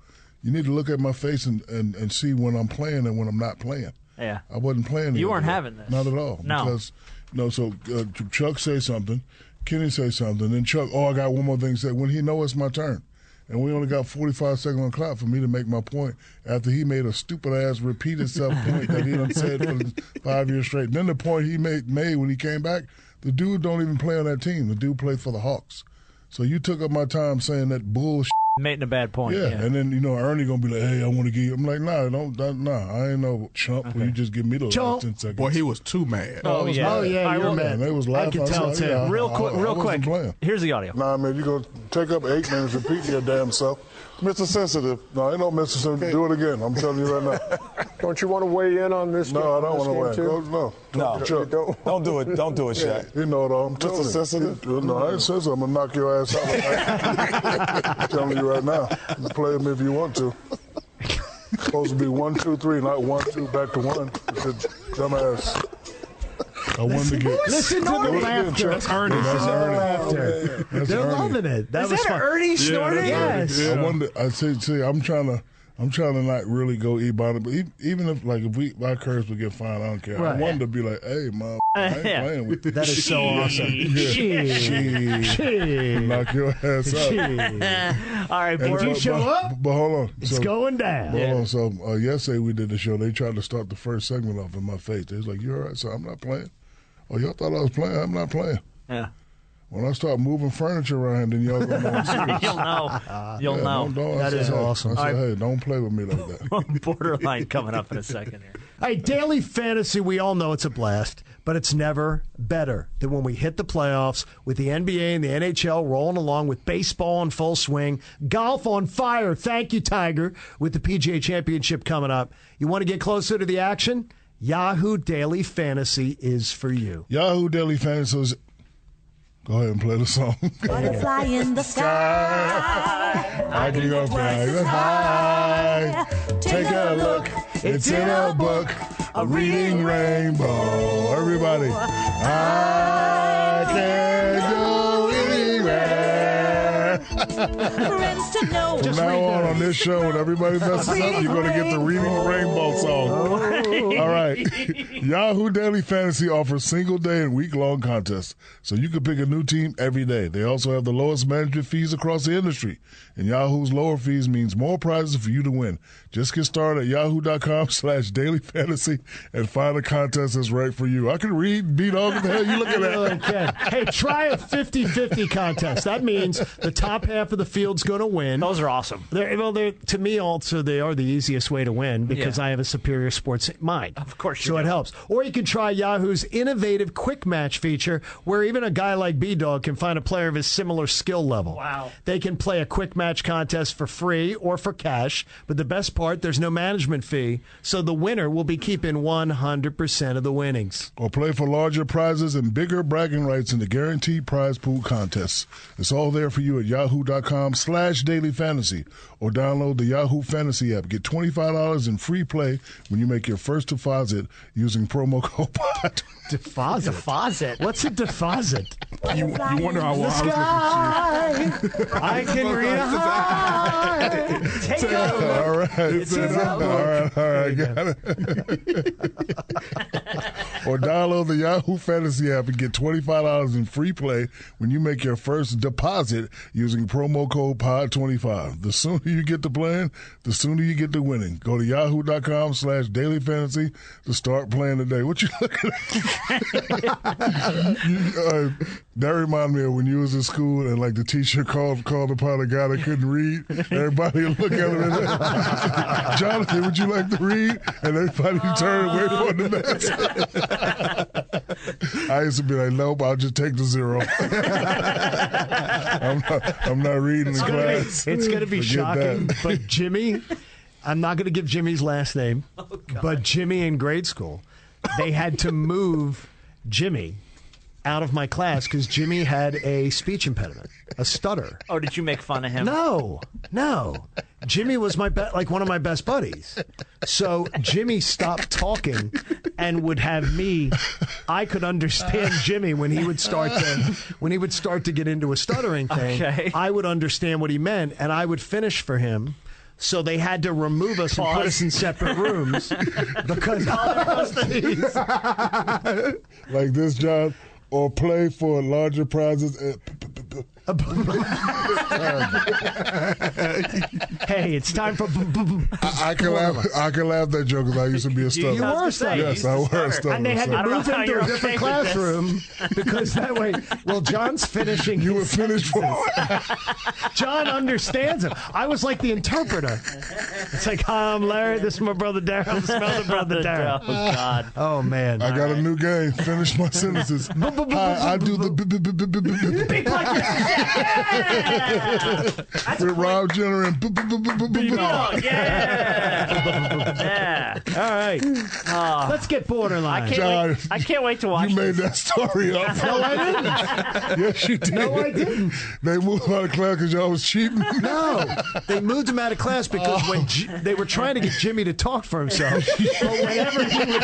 [SPEAKER 2] you need to look at my face and, and, and see when I'm playing and when I'm not playing.
[SPEAKER 5] Yeah.
[SPEAKER 2] I wasn't playing.
[SPEAKER 5] You
[SPEAKER 2] the
[SPEAKER 5] weren't
[SPEAKER 2] other day.
[SPEAKER 5] having this.
[SPEAKER 2] Not at all.
[SPEAKER 5] No.
[SPEAKER 2] Because no. So uh, Chuck say something, Kenny say something, then Chuck. Oh, I got one more thing to say. When he know it's my turn. And we only got 45 seconds on the clock for me to make my point after he made a stupid ass repeat himself point that he done said for five years straight. then the point he made, made when he came back, the dude don't even play on that team. The dude played for the Hawks. So you took up my time saying that bullshit.
[SPEAKER 5] Making a bad point.
[SPEAKER 2] Yeah.
[SPEAKER 5] yeah.
[SPEAKER 2] and then you know Ernie gonna be like, "Hey, I want to give." you. I'm like, "Nah, don't, don't- nah, I ain't no chump. Will you just give me the last
[SPEAKER 4] Chump.
[SPEAKER 2] ten seconds?"
[SPEAKER 8] Boy, he was too mad.
[SPEAKER 5] Oh,
[SPEAKER 2] I was
[SPEAKER 5] yeah.
[SPEAKER 2] mad.
[SPEAKER 5] Oh, yeah, you
[SPEAKER 2] I
[SPEAKER 5] were
[SPEAKER 2] was-
[SPEAKER 5] mad.
[SPEAKER 2] They was
[SPEAKER 5] I
[SPEAKER 2] laughing.
[SPEAKER 5] could
[SPEAKER 2] was
[SPEAKER 5] tell,
[SPEAKER 2] like,
[SPEAKER 5] too.
[SPEAKER 2] yeah,
[SPEAKER 5] Real
[SPEAKER 2] I-
[SPEAKER 5] quick-
[SPEAKER 2] I
[SPEAKER 5] real
[SPEAKER 2] wasn't
[SPEAKER 5] quick.
[SPEAKER 2] playing.
[SPEAKER 5] Here's the audio.
[SPEAKER 2] Nah, man, you gonna take up eight minutes repeating your damn self, Mr. Sensitive. No, ain't no Mr. Sensitive. Do it again. I'm telling you right now.
[SPEAKER 19] Don't you want to weigh in on this?
[SPEAKER 2] No,
[SPEAKER 19] game-
[SPEAKER 2] I don't
[SPEAKER 19] this
[SPEAKER 2] want to
[SPEAKER 19] game
[SPEAKER 2] wear.
[SPEAKER 19] too?
[SPEAKER 2] No,
[SPEAKER 19] No,
[SPEAKER 2] Chuck.
[SPEAKER 19] don't. Don't do it. Don't do it,
[SPEAKER 2] Yeah,
[SPEAKER 19] Shaq.
[SPEAKER 2] you know it all. I'm telling you.
[SPEAKER 19] sensitive?
[SPEAKER 2] No, I ain't sensitive. I'm gonna knock your ass out. I'm telling you right now. You play him if you want to. Supposed to be one, two, three, not one, two, back to one. It's a dumbass. I wanted to get.
[SPEAKER 4] Listen to the laughter.
[SPEAKER 2] That's
[SPEAKER 4] Ernie. Listen to the laughter.
[SPEAKER 2] That's
[SPEAKER 4] They're
[SPEAKER 2] Ernie.
[SPEAKER 4] loving it. That
[SPEAKER 5] Is
[SPEAKER 4] was
[SPEAKER 5] that
[SPEAKER 4] fun.
[SPEAKER 5] Ernie
[SPEAKER 4] Yeah,
[SPEAKER 5] snorting?
[SPEAKER 4] that's Ernie.
[SPEAKER 2] I wonder. I see. See, I'm trying to. I'm trying to not really go eat bonnet, but e- even if like if we my curves would get fine, I don't care. I
[SPEAKER 4] Right.
[SPEAKER 2] wanted to be like, hey, mom, I ain't
[SPEAKER 5] Yeah.
[SPEAKER 2] playing with you.
[SPEAKER 4] That is so awesome.
[SPEAKER 2] Yeah. She. Knock your ass out.
[SPEAKER 5] All right,
[SPEAKER 2] And
[SPEAKER 5] board,
[SPEAKER 2] but- but, But, hold on.
[SPEAKER 4] It's going down.
[SPEAKER 2] Hold on. So uh, yesterday we did the show. They tried to start the first segment off in my face. They was like, "You all right?" So I'm not playing. Oh, y'all thought I was playing? I'm not playing.
[SPEAKER 5] Yeah.
[SPEAKER 2] When I start moving furniture around, then y'all gonna know I'm serious.
[SPEAKER 5] you'll
[SPEAKER 4] Uh,
[SPEAKER 5] know. You'll
[SPEAKER 2] Yeah,
[SPEAKER 5] know.
[SPEAKER 2] don't- don't- I
[SPEAKER 4] That
[SPEAKER 2] said,
[SPEAKER 4] is
[SPEAKER 2] hey.
[SPEAKER 4] awesome.
[SPEAKER 2] I said,
[SPEAKER 4] All
[SPEAKER 2] hey, don't play with me like that.
[SPEAKER 5] borderline coming up in a second here.
[SPEAKER 4] Hey, daily fantasy, we all know it's a blast, but it's never better than when we hit the playoffs with the NBA and the NHL rolling along with baseball in full swing, golf on fire. Thank you, Tiger, with the PGA Championship coming up. You want to get closer to the action? Yahoo Daily Fantasy is for you.
[SPEAKER 2] Yahoo Daily Fantasy. Go ahead and play the song.
[SPEAKER 6] Butterfly in the sky.
[SPEAKER 2] I can go fly the high. Take a look, it's in a book. A reading rainbow. Everybody, I can go anywhere.
[SPEAKER 6] Friends to know.
[SPEAKER 2] From now on on this show, when everybody messes up, you're going to get the Reading Rainbow song. All right. Yahoo Daily Fantasy offers single day and week long contests, so you can pick a new team every day. They also have the lowest management fees across the industry, and Yahoo's lower fees means more prizes for you to win. Just get started at yahoo.com slash daily fantasy and find a contest that's right for you. I can read, beat all what the hell you looking
[SPEAKER 4] at. hey, try a 50 50 contest. That means the top half of the field's going to win.
[SPEAKER 5] Those are awesome.
[SPEAKER 4] They're, well, they're, to me, also, they are the easiest way to win because
[SPEAKER 5] Yeah.
[SPEAKER 4] I have a superior sports mind.
[SPEAKER 5] Of course you
[SPEAKER 4] So it
[SPEAKER 5] do.
[SPEAKER 4] helps. Or you can try Yahoo's innovative quick match feature where even a guy like B Dog can find a player of his similar skill level.
[SPEAKER 5] Wow.
[SPEAKER 4] They can play a quick match contest for free or for cash, but the best part, there's no management fee, so the winner will be keeping 100% of the winnings.
[SPEAKER 2] or play for larger prizes and bigger bragging rights in the guaranteed prize pool contests. It's all there for you at yahoo.com slash daily fantasy or download the Yahoo Fantasy app. Get $25 in free play when you make your first deposit using promo code POD.
[SPEAKER 4] Deposit?
[SPEAKER 5] Deposit.
[SPEAKER 4] What's a deposit?
[SPEAKER 8] You, you wonder how I was looking
[SPEAKER 4] I can read a high.
[SPEAKER 5] Take
[SPEAKER 2] all right. all right. All right. Got it. or download the Yahoo Fantasy app and get $25 in free play when you make your first deposit using promo code POD25. The sooner you get to playing, the sooner you get to winning. Go to yahoo.com slash daily fantasy to start playing today. What you looking at? You- uh, that reminded me of when you was in school and like the teacher called called upon a guy that couldn't read. Everybody would look at him and Jonathan, would you like to read? And everybody turned away from the next. I used to be like, nope, I'll just take the zero. I'm, not, I'm not reading
[SPEAKER 4] It's
[SPEAKER 2] in
[SPEAKER 4] gonna be-
[SPEAKER 2] class.
[SPEAKER 4] it's going to be
[SPEAKER 2] Forget
[SPEAKER 4] shocking,
[SPEAKER 2] that.
[SPEAKER 4] but Jimmy, I'm not going to give Jimmy's last name, but Jimmy in grade school, they had to move Jimmy out of my class because Jimmy had a speech impediment, a stutter.
[SPEAKER 5] Oh, did you make fun of him?
[SPEAKER 4] No, no. Jimmy was my be- like one of my best buddies. So Jimmy stopped talking and would have me. I could understand Jimmy when he would start to when he would start to get into a stuttering thing.
[SPEAKER 5] Okay.
[SPEAKER 4] I would understand what he meant and I would finish for him. So they had to remove us and put us in separate rooms because
[SPEAKER 2] like this job or play for larger prizes. Uh, At
[SPEAKER 4] hey, it's time for.
[SPEAKER 2] I, I can laugh. I can laugh that joke because I used to be a
[SPEAKER 5] You-
[SPEAKER 2] stutterer.
[SPEAKER 5] you were a stutterer.
[SPEAKER 2] Yes,
[SPEAKER 5] You
[SPEAKER 2] I
[SPEAKER 5] used to
[SPEAKER 2] were a
[SPEAKER 5] stutter.
[SPEAKER 2] stutterer.
[SPEAKER 4] And they had
[SPEAKER 2] so-
[SPEAKER 4] to
[SPEAKER 5] I don't
[SPEAKER 4] move
[SPEAKER 5] know how
[SPEAKER 4] into
[SPEAKER 5] you're
[SPEAKER 4] a
[SPEAKER 5] okay
[SPEAKER 4] different
[SPEAKER 5] with this.
[SPEAKER 4] classroom because that way, well, John's finishing.
[SPEAKER 2] You
[SPEAKER 4] his
[SPEAKER 2] were finished for.
[SPEAKER 4] John understands him. I was like the interpreter. It's like, hi, I'm Larry. This is my brother Daryl. This is my other brother
[SPEAKER 5] Oh,
[SPEAKER 4] Daryl.
[SPEAKER 5] God.
[SPEAKER 4] Oh man,
[SPEAKER 2] I got a new game. Finish my sentences. Hi, I do the. b- b- b- b- b- b- b- With Rob Jenner and. b- b- b- b- b- b-
[SPEAKER 5] Oh, yeah. yeah.
[SPEAKER 4] All right,
[SPEAKER 5] Ah.
[SPEAKER 4] let's get borderline.
[SPEAKER 5] I can't,
[SPEAKER 2] John,
[SPEAKER 5] wait, I can't wait to watch
[SPEAKER 2] You made that story up.
[SPEAKER 4] No, I didn't.
[SPEAKER 2] yes, you did.
[SPEAKER 4] No, I didn't.
[SPEAKER 2] They moved out of class because y'all was cheating.
[SPEAKER 4] No, they moved him out of class because
[SPEAKER 2] Oh.
[SPEAKER 4] when J- they were trying to get Jimmy to talk for himself, but whenever he would,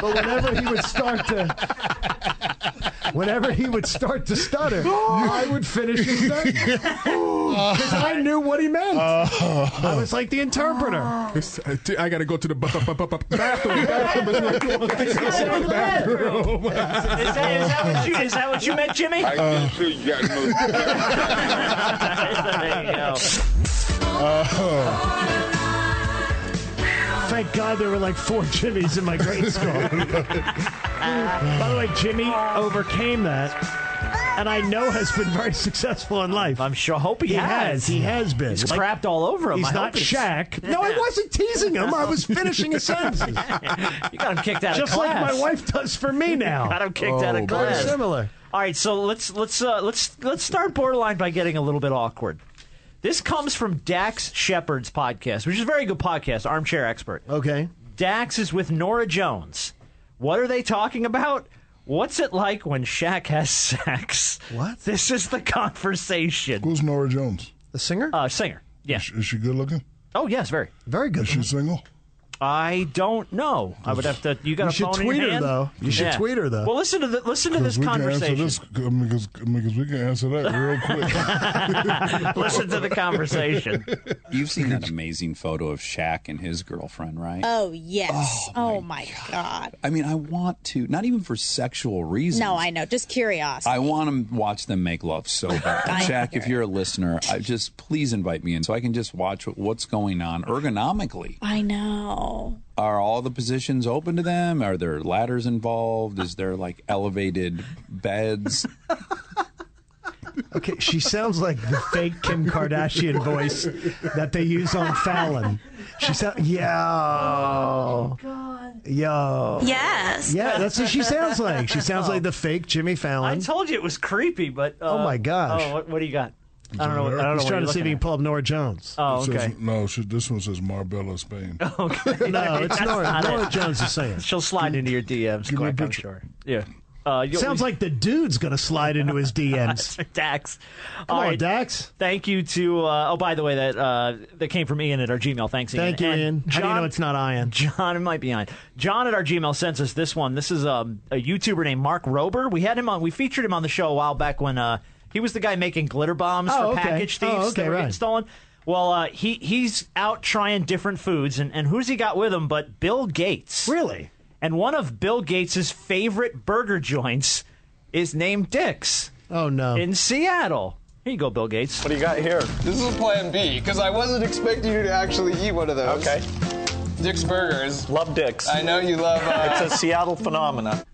[SPEAKER 4] but whenever he would start to, whenever he would start to stutter, I would finish his sentence because I knew what he meant. I was like the interpreter.
[SPEAKER 8] at. Oh. I gotta go to the ba- ba- ba- ba- bathroom. bathroom. It's like, come on, let's go to the
[SPEAKER 2] Oh,
[SPEAKER 8] bathroom.
[SPEAKER 5] Is that, is, that what you, is that what you meant, Jimmy?
[SPEAKER 20] I
[SPEAKER 4] Uh,
[SPEAKER 2] Uh,
[SPEAKER 20] just see you got no.
[SPEAKER 5] there you go.
[SPEAKER 2] Uh,
[SPEAKER 4] Oh. Thank God there were like four Jimmys in my grade school. By the way, Jimmy overcame that, and I know has been very successful in life.
[SPEAKER 5] I'm sure. Hope he,
[SPEAKER 4] He has. He has been.
[SPEAKER 5] He's
[SPEAKER 4] Like,
[SPEAKER 5] crapped all over him.
[SPEAKER 4] He's
[SPEAKER 5] I
[SPEAKER 4] not
[SPEAKER 5] hope
[SPEAKER 4] Shaq. No, I wasn't teasing him. I was finishing his sentences.
[SPEAKER 5] You got him kicked out
[SPEAKER 4] Just
[SPEAKER 5] of
[SPEAKER 4] like
[SPEAKER 5] class.
[SPEAKER 4] my wife does for me
[SPEAKER 5] Got
[SPEAKER 4] now.
[SPEAKER 5] him kicked out of
[SPEAKER 2] Oh,
[SPEAKER 4] Very
[SPEAKER 5] class.
[SPEAKER 4] similar.
[SPEAKER 5] All right, so let's let's uh, let's let's start borderline by getting a little bit awkward. This comes from Dax Shepard's podcast, which is a very good podcast, Armchair Expert.
[SPEAKER 4] Okay.
[SPEAKER 5] Dax is with Nora Jones. What are they talking about? What's it like when Shaq has sex? What? This is the conversation.
[SPEAKER 2] Who's Nora Jones?
[SPEAKER 5] The singer? Uh, singer. Yeah.
[SPEAKER 2] Is, is she good looking?
[SPEAKER 5] Oh yes, very.
[SPEAKER 2] Very good. Is she single?
[SPEAKER 5] I don't know. I would have to. You got
[SPEAKER 2] You
[SPEAKER 5] a
[SPEAKER 2] should
[SPEAKER 5] phone in
[SPEAKER 2] tweet
[SPEAKER 5] your
[SPEAKER 2] her,
[SPEAKER 5] hand?
[SPEAKER 2] though. You should tweet her, though.
[SPEAKER 5] Well, listen to the, listen to
[SPEAKER 2] 'Cause
[SPEAKER 5] this
[SPEAKER 2] we can answer
[SPEAKER 5] conversation.
[SPEAKER 2] this- I mean, 'cause- I mean, 'cause we can answer that real quick.
[SPEAKER 5] listen to the conversation.
[SPEAKER 21] You've seen that amazing photo of Shaq and his girlfriend, right?
[SPEAKER 22] Oh yes. Oh, my, god.
[SPEAKER 21] I mean, I want to, not even for sexual reasons.
[SPEAKER 22] No, I know. Just curiosity.
[SPEAKER 21] I want to watch them make love so bad.
[SPEAKER 22] I
[SPEAKER 21] Shaq,
[SPEAKER 22] hear
[SPEAKER 21] if you're a listener, I just please invite me in so I can just watch what- what's going on ergonomically.
[SPEAKER 22] I know.
[SPEAKER 21] Are all the positions open to them? Are there ladders involved? Is there like elevated beds?
[SPEAKER 4] Okay, she sounds like the fake Kim Kardashian voice that they use on Fallon. She sounds, yo, yo,
[SPEAKER 22] Yes.
[SPEAKER 4] yeah. That's what she sounds like. She sounds like the fake Jimmy
[SPEAKER 5] I
[SPEAKER 4] Fallon.
[SPEAKER 5] told you it was creepy, but uh,
[SPEAKER 4] Oh, my gosh.
[SPEAKER 5] Oh, what, what do you got? I don't know. what- I don't know.
[SPEAKER 4] He's
[SPEAKER 5] what
[SPEAKER 4] trying
[SPEAKER 5] you're
[SPEAKER 4] to see if he
[SPEAKER 5] looking
[SPEAKER 4] can pull up Nora Jones.
[SPEAKER 5] Oh,
[SPEAKER 2] It says-
[SPEAKER 5] okay. Oh,
[SPEAKER 2] no, she, this one says Marbella, Spain.
[SPEAKER 5] Okay.
[SPEAKER 4] No, it's Nora- Nora Jones
[SPEAKER 5] is saying. She'll slide into your DMs quick, I'm sure. Yeah. Uh, you'll-
[SPEAKER 4] Sounds like the dude's gonna slide into his DMs.
[SPEAKER 5] Dax.
[SPEAKER 4] Come
[SPEAKER 5] All
[SPEAKER 4] on,
[SPEAKER 5] right.
[SPEAKER 4] Dax.
[SPEAKER 5] Thank you to. Uh, oh, by the way, that uh, that came from Ian at our Gmail. Thanks, Ian.
[SPEAKER 4] Thank you,
[SPEAKER 5] And
[SPEAKER 4] Ian. How
[SPEAKER 5] John,
[SPEAKER 4] do you know it's not Ian?
[SPEAKER 5] John, it might be Ian. John at our Gmail sends us this one. This is um, a YouTuber named Mark Rober. We had him on. We featured him on the show a while back when uh, he was the guy making glitter bombs
[SPEAKER 4] Oh,
[SPEAKER 5] for
[SPEAKER 4] okay.
[SPEAKER 5] package
[SPEAKER 4] Oh,
[SPEAKER 5] thieves that
[SPEAKER 4] okay,
[SPEAKER 5] were getting
[SPEAKER 4] right.
[SPEAKER 5] stolen. Well, uh, he he's out trying different foods, and, and who's he got with him? But Bill Gates. Really? And one of Bill Gates's favorite burger joints is named Dick's.
[SPEAKER 4] Oh no!
[SPEAKER 5] In Seattle. Here you go, Bill Gates. What
[SPEAKER 6] do you got here? This is plan B, because I wasn't expecting you to actually eat one of those. Okay. Dick's Burgers. Love Dick's. I know you love. Uh,
[SPEAKER 23] It's a Seattle phenomena.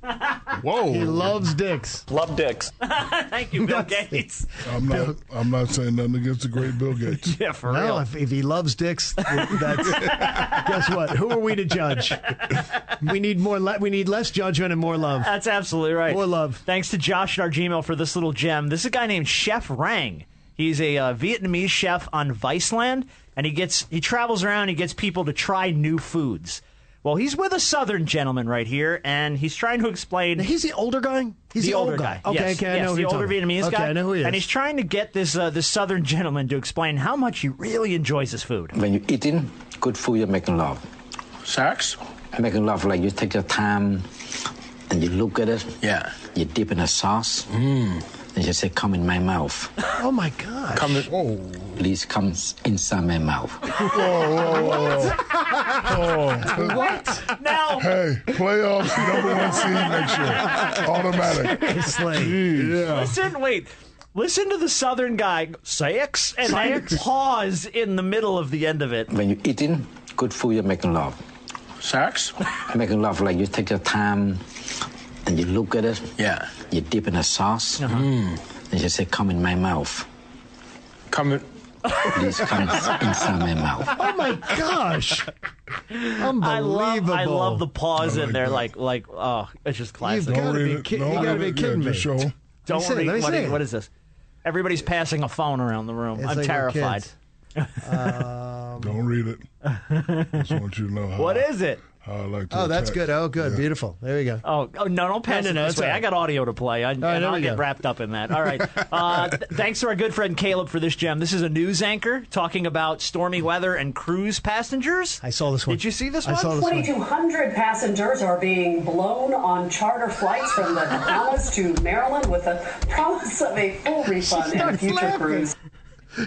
[SPEAKER 2] Whoa.
[SPEAKER 23] He
[SPEAKER 4] loves dicks.
[SPEAKER 23] Love dicks.
[SPEAKER 5] Thank you, Bill Gates.
[SPEAKER 2] I'm not. I'm not saying nothing against the great Bill Gates.
[SPEAKER 5] yeah, for
[SPEAKER 4] No, if, if he loves dicks, that's guess what? Who are we to judge? We need more. Le- we need less judgment and more love.
[SPEAKER 5] That's absolutely right.
[SPEAKER 4] More love.
[SPEAKER 5] Thanks to Josh at our Gmail for this little gem. This is a guy named Chef Rang. He's a uh, Vietnamese chef on Viceland, and he gets he travels around. He gets people to try new foods. Well, he's with a Southern gentleman right here, and he's trying to explain.
[SPEAKER 4] he's the older guy. He's the old
[SPEAKER 5] older
[SPEAKER 4] guy.
[SPEAKER 5] guy.
[SPEAKER 4] Okay,
[SPEAKER 5] yes,
[SPEAKER 4] okay, I
[SPEAKER 5] yes,
[SPEAKER 4] know who
[SPEAKER 5] the
[SPEAKER 4] you're
[SPEAKER 5] older
[SPEAKER 4] talking
[SPEAKER 5] Vietnamese
[SPEAKER 4] about.
[SPEAKER 5] guy.
[SPEAKER 4] Okay, I know who he
[SPEAKER 5] And
[SPEAKER 4] is.
[SPEAKER 5] he's trying to get this uh, this Southern gentleman to explain how much he really enjoys his food.
[SPEAKER 24] When you're eating good food, you're making love. Sex? Making love, like you take your time and you look at it. Yeah. You dip in the sauce. Mm. And you say, come in my mouth.
[SPEAKER 4] Oh my gosh!
[SPEAKER 24] Come in, Please come inside my mouth.
[SPEAKER 2] what? Now. Hey, playoffs number one seed next year. Automatic.
[SPEAKER 4] Seriously.
[SPEAKER 2] Jeez.
[SPEAKER 5] Listen, wait. Listen to the Southern guy go, sex and then
[SPEAKER 24] Sex.
[SPEAKER 5] pause in the middle of the end of it.
[SPEAKER 24] When you're eating good food, you're making love. Sex? Making love, like you take your time and you look at it. Yeah. You dip in the sauce.
[SPEAKER 5] Uh-huh.
[SPEAKER 24] Mm. And you say, come in my mouth. Come in. Please come inside my mouth.
[SPEAKER 4] Oh my gosh! Unbelievable.
[SPEAKER 5] I love, I love the pause in there, like, like, oh, it's just classic.
[SPEAKER 4] You've gotta Don't be read it. ki- you Don't gotta read be it. Yeah, kidding just me. show 'em.
[SPEAKER 5] Don't
[SPEAKER 4] Let me see it.
[SPEAKER 5] read-
[SPEAKER 4] Let me
[SPEAKER 5] what
[SPEAKER 4] see
[SPEAKER 5] is-
[SPEAKER 4] it.
[SPEAKER 5] what is this? Everybody's passing a phone around the room.
[SPEAKER 4] It's like
[SPEAKER 5] I'm
[SPEAKER 4] we're
[SPEAKER 5] terrified.
[SPEAKER 4] kids.
[SPEAKER 2] Don't read it. Just want you to know how.
[SPEAKER 5] What is it?
[SPEAKER 2] How I like to
[SPEAKER 4] Oh, that's
[SPEAKER 2] attack.
[SPEAKER 4] good. Oh, good. Beautiful. There you go.
[SPEAKER 5] Oh, oh no, don't pass
[SPEAKER 4] No, no,
[SPEAKER 5] it
[SPEAKER 4] no,
[SPEAKER 5] this
[SPEAKER 4] it's
[SPEAKER 5] way.
[SPEAKER 4] all right.
[SPEAKER 5] I got audio to play, I,
[SPEAKER 4] right,
[SPEAKER 5] and
[SPEAKER 4] there
[SPEAKER 5] I'll
[SPEAKER 4] we go.
[SPEAKER 5] get wrapped up in that. All right. Uh, th- thanks to our good friend Caleb for this gem. This is a news anchor talking about stormy weather and cruise passengers. I
[SPEAKER 4] saw this one.
[SPEAKER 5] Did you see this
[SPEAKER 4] I
[SPEAKER 5] one?
[SPEAKER 4] saw this one.
[SPEAKER 25] 2,200 passengers are being blown on charter flights from the Bahamas to Maryland with the promise of a full refund and
[SPEAKER 5] starts
[SPEAKER 25] future
[SPEAKER 5] laughing.
[SPEAKER 25] cruise.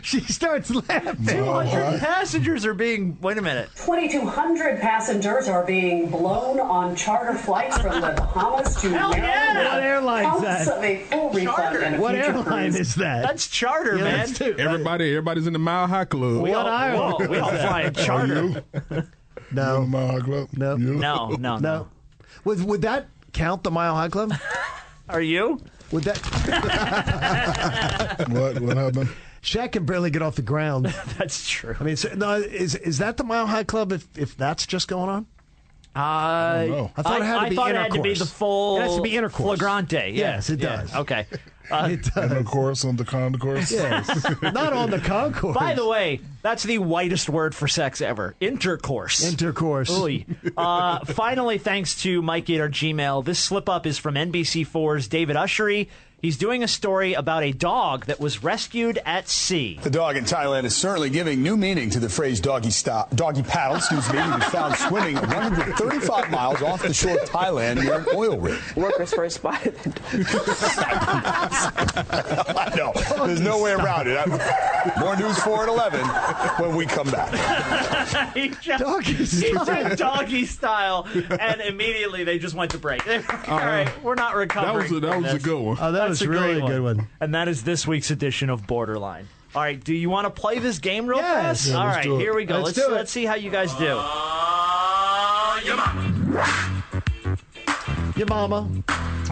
[SPEAKER 4] She starts laughing.
[SPEAKER 5] 200 passengers are being. Wait a minute.
[SPEAKER 25] 2,200 passengers are being blown on charter flights from the Bahamas to
[SPEAKER 5] Hell
[SPEAKER 25] Maryland.
[SPEAKER 5] yeah!
[SPEAKER 25] with the
[SPEAKER 5] What airline's
[SPEAKER 25] promise
[SPEAKER 5] that?
[SPEAKER 25] Of a full refund and a
[SPEAKER 5] What
[SPEAKER 25] future
[SPEAKER 5] airline
[SPEAKER 25] cruise.
[SPEAKER 5] is that? That's charter,
[SPEAKER 8] Yeah,
[SPEAKER 5] man.
[SPEAKER 8] that's too- Everybody, everybody's in the Mile High Club.
[SPEAKER 5] We all- whoa, we all fly in charter.
[SPEAKER 4] No.
[SPEAKER 2] Mile High Club?
[SPEAKER 4] No.
[SPEAKER 5] No, no, no.
[SPEAKER 4] Would, would that count the Mile High Club?
[SPEAKER 5] Are you?
[SPEAKER 4] Would that.
[SPEAKER 2] what? What happened?
[SPEAKER 4] Shaq can barely get off the ground.
[SPEAKER 5] that's true.
[SPEAKER 4] I mean, so, no, is is that the Mile High Club if, if that's just going on?
[SPEAKER 5] Uh, I,
[SPEAKER 4] I thought it had to be
[SPEAKER 5] thought it had to be
[SPEAKER 4] intercourse.
[SPEAKER 5] the full.
[SPEAKER 4] It has to be intercourse.
[SPEAKER 5] Flagrante. yeah,
[SPEAKER 4] Yes, it
[SPEAKER 5] yeah,
[SPEAKER 4] does.
[SPEAKER 5] Okay.
[SPEAKER 2] Uh,
[SPEAKER 5] Uh,
[SPEAKER 2] and of course on the concourse.
[SPEAKER 5] Yes.
[SPEAKER 4] Not on the concourse.
[SPEAKER 5] By the way, that's the whitest word for sex ever. Intercourse.
[SPEAKER 4] Intercourse.
[SPEAKER 5] Oy. Uh, finally, thanks to Mike at our Gmail, this slip up is from NBC4's David Ushery. He's doing a story about a dog that was rescued at sea.
[SPEAKER 6] The dog in Thailand is certainly giving new meaning to the phrase doggy stop, doggy paddle, excuse me, was found swimming 135 miles off the shore of Thailand near an oil rig.
[SPEAKER 26] Workers first spotted the
[SPEAKER 6] I know. There's no way around it. I- more news 4 at 11 when we come back.
[SPEAKER 5] he just,
[SPEAKER 6] Doggy
[SPEAKER 5] he
[SPEAKER 6] style.
[SPEAKER 5] said doggy style, and immediately they just went to break. They were, all right, we're not recovering.
[SPEAKER 27] That was a- that
[SPEAKER 5] from
[SPEAKER 27] was a
[SPEAKER 5] this."
[SPEAKER 27] good one.
[SPEAKER 4] Oh, that
[SPEAKER 5] That's
[SPEAKER 4] was really a good one.
[SPEAKER 5] And that is this week's edition of Borderline. All right, do you want to play this game real fast?
[SPEAKER 4] Yeah,
[SPEAKER 5] all
[SPEAKER 4] let's
[SPEAKER 5] right,
[SPEAKER 4] do it.
[SPEAKER 5] here we go.
[SPEAKER 4] Let's
[SPEAKER 5] Let's
[SPEAKER 4] do it.
[SPEAKER 5] let's see how you guys do.
[SPEAKER 4] Your mama.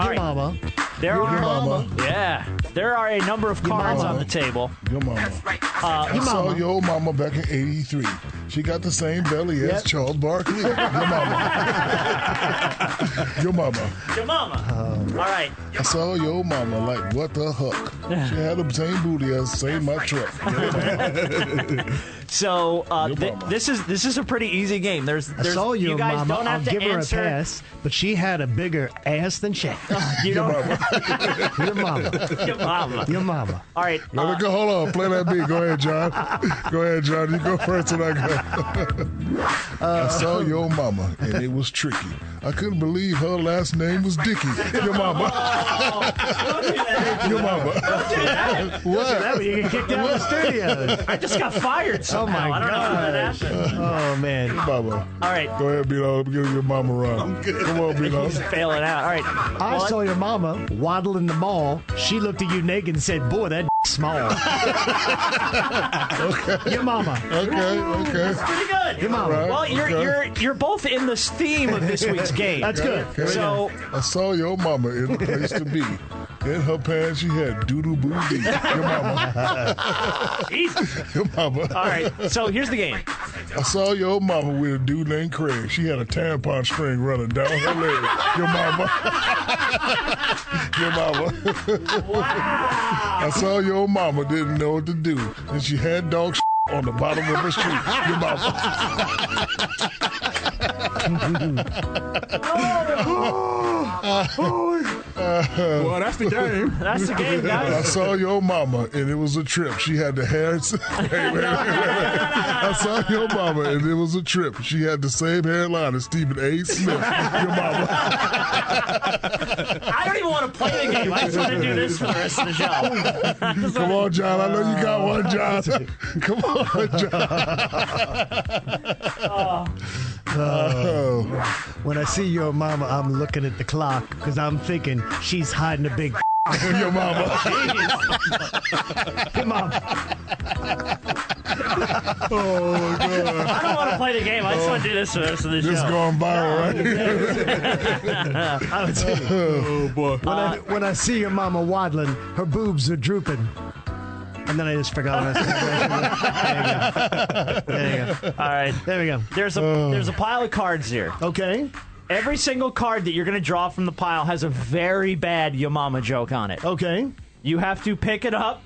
[SPEAKER 4] Your mama.
[SPEAKER 5] There
[SPEAKER 4] Your
[SPEAKER 5] are
[SPEAKER 4] mama.
[SPEAKER 5] yeah, there are a number of cards on
[SPEAKER 2] mama.
[SPEAKER 5] the table.
[SPEAKER 2] Your mama.
[SPEAKER 5] Uh,
[SPEAKER 2] I saw your old mama back in 83. She got the same belly as
[SPEAKER 5] Yep.
[SPEAKER 2] Charles Barkley. Your mama. your mama.
[SPEAKER 5] Your
[SPEAKER 4] Um,
[SPEAKER 5] mama. All right.
[SPEAKER 2] I saw your old mama like, what the huck? She had the same booty as same my truck.
[SPEAKER 5] So uh, th- this is this is a pretty easy game. There's,
[SPEAKER 4] I
[SPEAKER 5] there's
[SPEAKER 4] saw you,
[SPEAKER 5] guys
[SPEAKER 4] mama.
[SPEAKER 5] don't have
[SPEAKER 4] I'll
[SPEAKER 5] to
[SPEAKER 4] give
[SPEAKER 5] answer.
[SPEAKER 4] her a pass, but she had a bigger ass than Shaq.
[SPEAKER 5] You
[SPEAKER 4] your,
[SPEAKER 5] don't-
[SPEAKER 4] mama. your mama.
[SPEAKER 5] Your mama.
[SPEAKER 4] Your mama.
[SPEAKER 5] All right. uh,
[SPEAKER 2] Let it go. Hold on. Play that beat. Go ahead, John. Go ahead, John. You go first and I go.
[SPEAKER 4] Uh,
[SPEAKER 2] I saw your mama, and it was tricky. I couldn't believe her last name was Dicky. Your mama.
[SPEAKER 5] Oh.
[SPEAKER 2] your mama. What?
[SPEAKER 4] That way you get kicked out of the studio.
[SPEAKER 5] I just got fired
[SPEAKER 4] Oh my
[SPEAKER 5] somehow. I don't
[SPEAKER 4] gosh.
[SPEAKER 5] know how that happened.
[SPEAKER 4] Oh man.
[SPEAKER 2] Mama.
[SPEAKER 5] All right.
[SPEAKER 2] Go ahead, Beano. Give your mama a run. Come on, Beano.
[SPEAKER 5] He's bailing out. All right.
[SPEAKER 4] I
[SPEAKER 5] Well,
[SPEAKER 4] saw your mama waddle in the mall. She looked at you naked and said, "Boy, that small." Your mama.
[SPEAKER 2] Okay, okay.
[SPEAKER 5] Pretty good.
[SPEAKER 4] Your mama.
[SPEAKER 5] Well, you're
[SPEAKER 2] Okay.
[SPEAKER 5] you're you're both in this theme of this week's game.
[SPEAKER 4] That's good.
[SPEAKER 5] So
[SPEAKER 2] I saw your mama in the place to be. In her pants, she had doodoo boo boo. Your mama.
[SPEAKER 5] Jesus.
[SPEAKER 2] Your mama.
[SPEAKER 5] All right. So here's the game.
[SPEAKER 2] I saw your old mama with a dude named Craig. She had a tampon string running down her leg. Your mama. your mama. I saw your old mama didn't know what to do. And she had dog shit on the bottom of her shoe. Your mama.
[SPEAKER 5] Oh,
[SPEAKER 2] Oh,
[SPEAKER 27] Well, that's the game.
[SPEAKER 5] That's the game,
[SPEAKER 2] I
[SPEAKER 5] guys.
[SPEAKER 2] saw your mama and it was a trip. She had the hair. Wait, wait, wait, wait. I saw your mama and it was a trip. She had the same hairline as Stephen A. Smith. Your mama.
[SPEAKER 5] I don't even want to play the game. I just want to do this for the rest of the show.
[SPEAKER 2] Come on, John. I know you got one, John. Come on, John.
[SPEAKER 4] Uh,
[SPEAKER 2] Oh.
[SPEAKER 4] When I see your mama, I'm looking at the clock because I'm thinking she's hiding a big.
[SPEAKER 2] Your mama.
[SPEAKER 4] Your mama.
[SPEAKER 2] Oh, my God.
[SPEAKER 5] I don't want to play the game. I just want to do this for the rest of the
[SPEAKER 2] This is
[SPEAKER 5] show.
[SPEAKER 2] going viral, right?
[SPEAKER 4] I would say.
[SPEAKER 27] Oh boy.
[SPEAKER 4] When, I, when I see your mama waddling, her boobs are drooping. And then I just forgot what I said. There you go. There you go.
[SPEAKER 5] All right.
[SPEAKER 4] There we go.
[SPEAKER 5] There's a
[SPEAKER 2] Uh.
[SPEAKER 5] there's a pile of cards here.
[SPEAKER 4] Okay.
[SPEAKER 5] Every single card that you're going to draw from the pile has a very bad your mama joke on it.
[SPEAKER 4] Okay.
[SPEAKER 5] You have to pick it up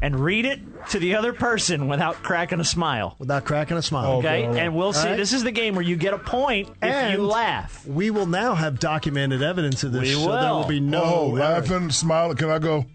[SPEAKER 5] and read it to the other person without cracking a smile.
[SPEAKER 4] Without cracking a smile.
[SPEAKER 5] Okay, and we'll see.
[SPEAKER 4] right.
[SPEAKER 5] This is the game where you get a point if
[SPEAKER 4] And
[SPEAKER 5] you laugh.
[SPEAKER 4] We will now have documented evidence of this.
[SPEAKER 5] We
[SPEAKER 4] so there
[SPEAKER 5] will.
[SPEAKER 4] will be no.
[SPEAKER 2] Oh,
[SPEAKER 4] error.
[SPEAKER 2] laughing, smiling. Can I go?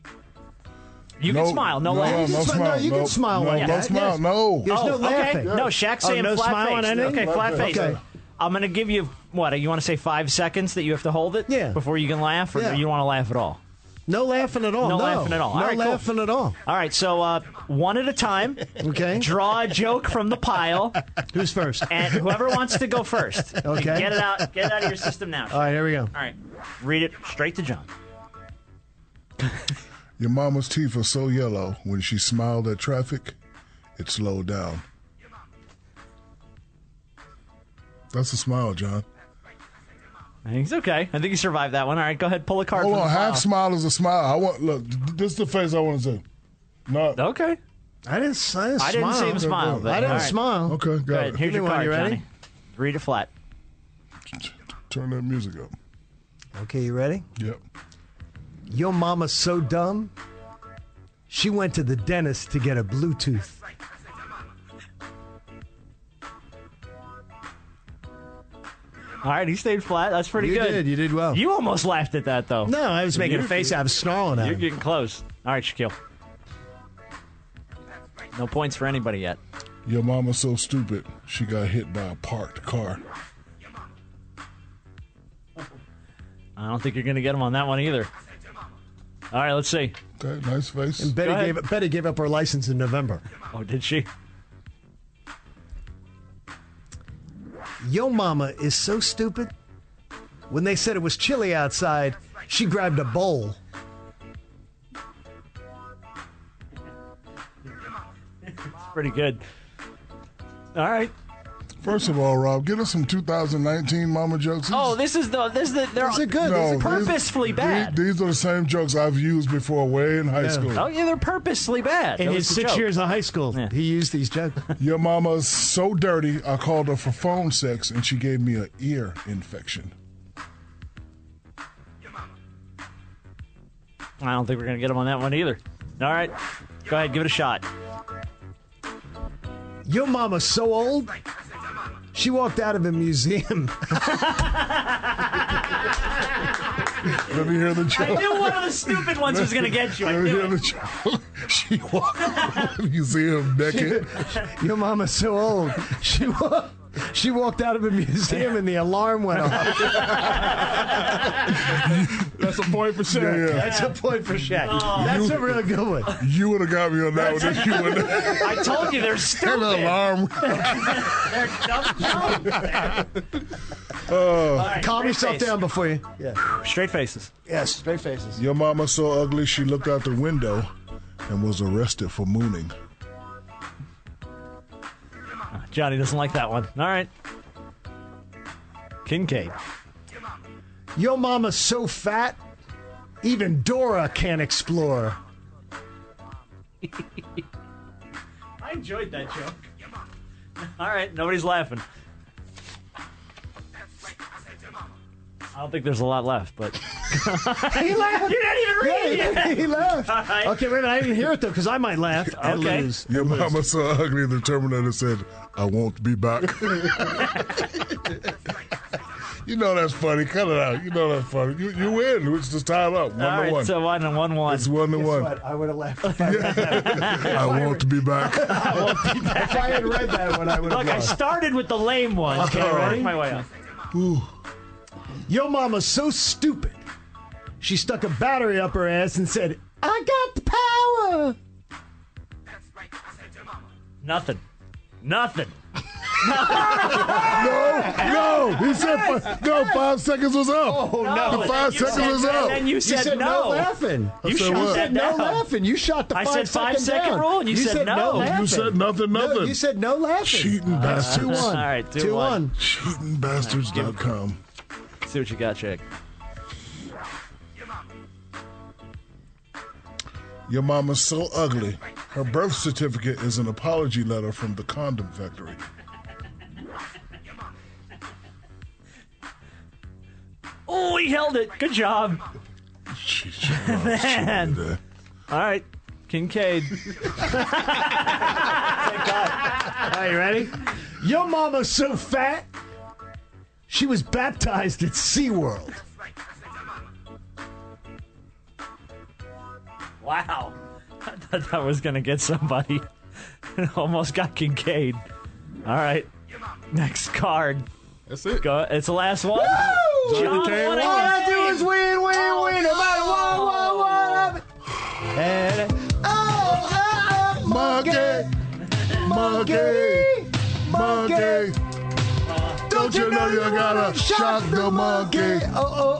[SPEAKER 5] You
[SPEAKER 2] No,
[SPEAKER 5] can smile, no,
[SPEAKER 2] no,
[SPEAKER 5] laugh.
[SPEAKER 2] no.
[SPEAKER 4] You can smi-
[SPEAKER 2] smile.
[SPEAKER 4] you
[SPEAKER 2] No,
[SPEAKER 4] can smile
[SPEAKER 2] no,
[SPEAKER 4] like
[SPEAKER 2] no
[SPEAKER 4] that.
[SPEAKER 2] smile,
[SPEAKER 4] Yes.
[SPEAKER 2] no.
[SPEAKER 4] There's
[SPEAKER 5] oh,
[SPEAKER 4] no
[SPEAKER 5] okay.
[SPEAKER 4] laughing.
[SPEAKER 5] No, Shaq's
[SPEAKER 4] Oh,
[SPEAKER 5] saying
[SPEAKER 4] no
[SPEAKER 5] flat
[SPEAKER 4] smiling
[SPEAKER 5] face.
[SPEAKER 4] anything?
[SPEAKER 5] Okay, flat face.
[SPEAKER 4] Okay.
[SPEAKER 5] I'm gonna give you what you want to say five seconds that you have to hold it
[SPEAKER 4] Yeah.
[SPEAKER 5] before you can laugh, or
[SPEAKER 4] Yeah.
[SPEAKER 5] you don't want to laugh at all.
[SPEAKER 4] No laughing at all.
[SPEAKER 5] No laughing at all.
[SPEAKER 4] No
[SPEAKER 5] All right, cool.
[SPEAKER 4] laughing at all.
[SPEAKER 5] All right, so uh, one at a time.
[SPEAKER 4] Okay.
[SPEAKER 5] Draw a joke from the pile,
[SPEAKER 4] Who's first? all
[SPEAKER 5] and whoever wants to go first, you
[SPEAKER 4] Okay.
[SPEAKER 5] get it out, get it out of your system now. All
[SPEAKER 4] right, here we go.
[SPEAKER 5] All right, read it straight to John.
[SPEAKER 2] Your mama's teeth are so yellow. When she smiled at traffic, it slowed down. That's a smile, John.
[SPEAKER 5] I think He's okay. I think he survived that one. All right, go ahead, pull a card.
[SPEAKER 2] Hold
[SPEAKER 5] from
[SPEAKER 2] on,
[SPEAKER 5] the pile.
[SPEAKER 2] half smile is a smile. I want look. This is the face I want to see. Not
[SPEAKER 5] Okay.
[SPEAKER 4] I didn't. I didn't
[SPEAKER 5] I didn't see him smile. but-
[SPEAKER 4] I didn't
[SPEAKER 5] all right.
[SPEAKER 4] smile.
[SPEAKER 2] okay. Got
[SPEAKER 5] Go ahead.
[SPEAKER 2] it.
[SPEAKER 5] Here's
[SPEAKER 4] Give
[SPEAKER 5] your
[SPEAKER 4] me one,
[SPEAKER 5] card,
[SPEAKER 4] you ready?
[SPEAKER 5] Johnny. Read it flat.
[SPEAKER 2] Turn that music up.
[SPEAKER 4] Okay, you ready?
[SPEAKER 2] Yep.
[SPEAKER 4] Your mama's so dumb, she went to the dentist to get a Bluetooth.
[SPEAKER 5] All right, he stayed flat. That's pretty
[SPEAKER 4] You
[SPEAKER 5] good.
[SPEAKER 4] did. You did well.
[SPEAKER 5] You almost laughed at that, though.
[SPEAKER 4] No, I was making a
[SPEAKER 5] You're-
[SPEAKER 4] face. I was snarling at
[SPEAKER 5] You're
[SPEAKER 4] him.
[SPEAKER 5] getting close. All right, Shaquille. No points for anybody yet.
[SPEAKER 2] Your mama's so stupid, she got hit by a parked car.
[SPEAKER 5] I don't think you're going to get him on that one either. All right, let's see.
[SPEAKER 2] Okay, nice face.
[SPEAKER 4] And Betty gave, Betty gave up her license in November.
[SPEAKER 5] Oh, did she?
[SPEAKER 4] Yo mama is so stupid. When they said it was chilly outside, she grabbed a bowl.
[SPEAKER 5] It's pretty good. All right.
[SPEAKER 2] First of all, Rob, get us some 2019 mama jokes.
[SPEAKER 5] Oh, this is the this is the they're
[SPEAKER 2] No,
[SPEAKER 5] purposefully
[SPEAKER 2] these-
[SPEAKER 5] bad.
[SPEAKER 2] These, are the same jokes I've used before way in high school.
[SPEAKER 5] Oh yeah, they're purposely bad.
[SPEAKER 4] In
[SPEAKER 5] That
[SPEAKER 4] his
[SPEAKER 5] was the
[SPEAKER 4] six
[SPEAKER 5] joke.
[SPEAKER 4] years of high school, he used these jokes.
[SPEAKER 2] Your mama's so dirty, I called her for phone sex and she gave me an ear infection.
[SPEAKER 5] I don't think we're gonna get him on that one either. All right, go ahead, give it a shot.
[SPEAKER 4] Your mama's so old, she walked out of a museum.
[SPEAKER 2] Let me hear the joke.
[SPEAKER 5] I knew one of the stupid ones was gonna get you. I
[SPEAKER 2] Let me
[SPEAKER 5] knew
[SPEAKER 2] hear the joke. She walked out of the museum naked.
[SPEAKER 4] Your mama's so old, she wa- she walked out of a museum and the alarm went off.
[SPEAKER 6] That's a point for Shaq.
[SPEAKER 2] Yeah, yeah.
[SPEAKER 4] That's a point for Shaq.
[SPEAKER 5] Oh.
[SPEAKER 4] That's a real good one.
[SPEAKER 2] You would have got me on that one if you would have.
[SPEAKER 5] I told you they're
[SPEAKER 2] An
[SPEAKER 5] stupid.
[SPEAKER 2] alarm.
[SPEAKER 5] They're dumb jokes.
[SPEAKER 2] Oh.
[SPEAKER 5] right,
[SPEAKER 4] Calm
[SPEAKER 5] straight
[SPEAKER 4] yourself
[SPEAKER 5] face.
[SPEAKER 4] down before you. Yeah.
[SPEAKER 5] Straight faces.
[SPEAKER 4] Yes, straight faces.
[SPEAKER 2] Your mama's so ugly, she looked out the window and was arrested for mooning.
[SPEAKER 5] Johnny doesn't like that one. All right. Kincaid.
[SPEAKER 4] Your mama's so fat, even Dora can't explore.
[SPEAKER 5] I enjoyed that joke. All right, nobody's laughing. I don't think there's a lot left, but
[SPEAKER 4] he laughed.
[SPEAKER 5] You're not even reading
[SPEAKER 4] Yeah,
[SPEAKER 5] it.
[SPEAKER 4] He laughed.
[SPEAKER 5] All right.
[SPEAKER 4] Okay, wait a minute. I didn't hear it though because I might laugh and
[SPEAKER 5] Okay.
[SPEAKER 4] lose.
[SPEAKER 2] Your mama's so ugly, the Terminator said, I won't be back. you know that's funny. Cut it out. You know that's funny. You, you win, which is tied up. One
[SPEAKER 5] all
[SPEAKER 2] to
[SPEAKER 5] right,
[SPEAKER 2] one.
[SPEAKER 5] so one and one one.
[SPEAKER 2] it's one to
[SPEAKER 4] Guess
[SPEAKER 2] one.
[SPEAKER 4] what? I would have laughed.
[SPEAKER 2] I won't be back.
[SPEAKER 4] If I had read that one, I would have
[SPEAKER 5] Look, I
[SPEAKER 4] lost.
[SPEAKER 5] started with the lame one.
[SPEAKER 4] Okay,
[SPEAKER 5] Can't
[SPEAKER 4] ready?
[SPEAKER 5] work my way up.
[SPEAKER 4] Ooh. Your mama's so stupid. She stuck a battery up her ass and said, I got the power.
[SPEAKER 5] Nothing. Nothing.
[SPEAKER 2] no, no. He said, five, no, five seconds was up.
[SPEAKER 4] Oh,
[SPEAKER 5] no.
[SPEAKER 2] The five
[SPEAKER 5] You
[SPEAKER 2] seconds
[SPEAKER 5] said
[SPEAKER 2] was
[SPEAKER 5] that,
[SPEAKER 2] up.
[SPEAKER 5] then you
[SPEAKER 4] You
[SPEAKER 5] said,
[SPEAKER 4] said no, laughing.
[SPEAKER 2] I
[SPEAKER 5] You
[SPEAKER 2] said
[SPEAKER 5] shot
[SPEAKER 2] what?
[SPEAKER 5] that
[SPEAKER 4] no
[SPEAKER 5] down.
[SPEAKER 4] laughing. You shot the
[SPEAKER 5] I
[SPEAKER 4] five
[SPEAKER 5] said five
[SPEAKER 4] second
[SPEAKER 5] second
[SPEAKER 4] down.
[SPEAKER 5] rule, and you said no. You
[SPEAKER 4] laughing.
[SPEAKER 2] You said nothing, nothing.
[SPEAKER 4] No, you said no laughing.
[SPEAKER 2] Cheating
[SPEAKER 4] That's two
[SPEAKER 2] bastards.
[SPEAKER 4] one.
[SPEAKER 5] All right, two
[SPEAKER 4] two
[SPEAKER 5] one.
[SPEAKER 4] one.
[SPEAKER 2] Cheatingbastards.com.
[SPEAKER 5] See what you got, Jake.
[SPEAKER 2] Your mama's so ugly. Her birth certificate is an apology letter from the condom factory.
[SPEAKER 5] Oh, he held it. Good job.
[SPEAKER 2] Jeez, your mama's
[SPEAKER 5] Man.
[SPEAKER 2] stupid, eh?
[SPEAKER 5] All right, Kincaid.
[SPEAKER 4] Are you ready? Your mama's so fat, she was baptized at SeaWorld.
[SPEAKER 5] Wow. I thought that was going to get somebody. Almost got Kincaid. All right. Next card.
[SPEAKER 6] That's it.
[SPEAKER 5] Go. It's the last one. John
[SPEAKER 6] Kincaid
[SPEAKER 5] won
[SPEAKER 6] won.
[SPEAKER 5] Oh, again.
[SPEAKER 6] All I
[SPEAKER 4] do is win, win,
[SPEAKER 2] Oh,
[SPEAKER 4] win, no matter what, what, what. And, oh, oh,
[SPEAKER 2] Monkey, monkey, monkey. Don't you know you gotta shock the monkey? Uh,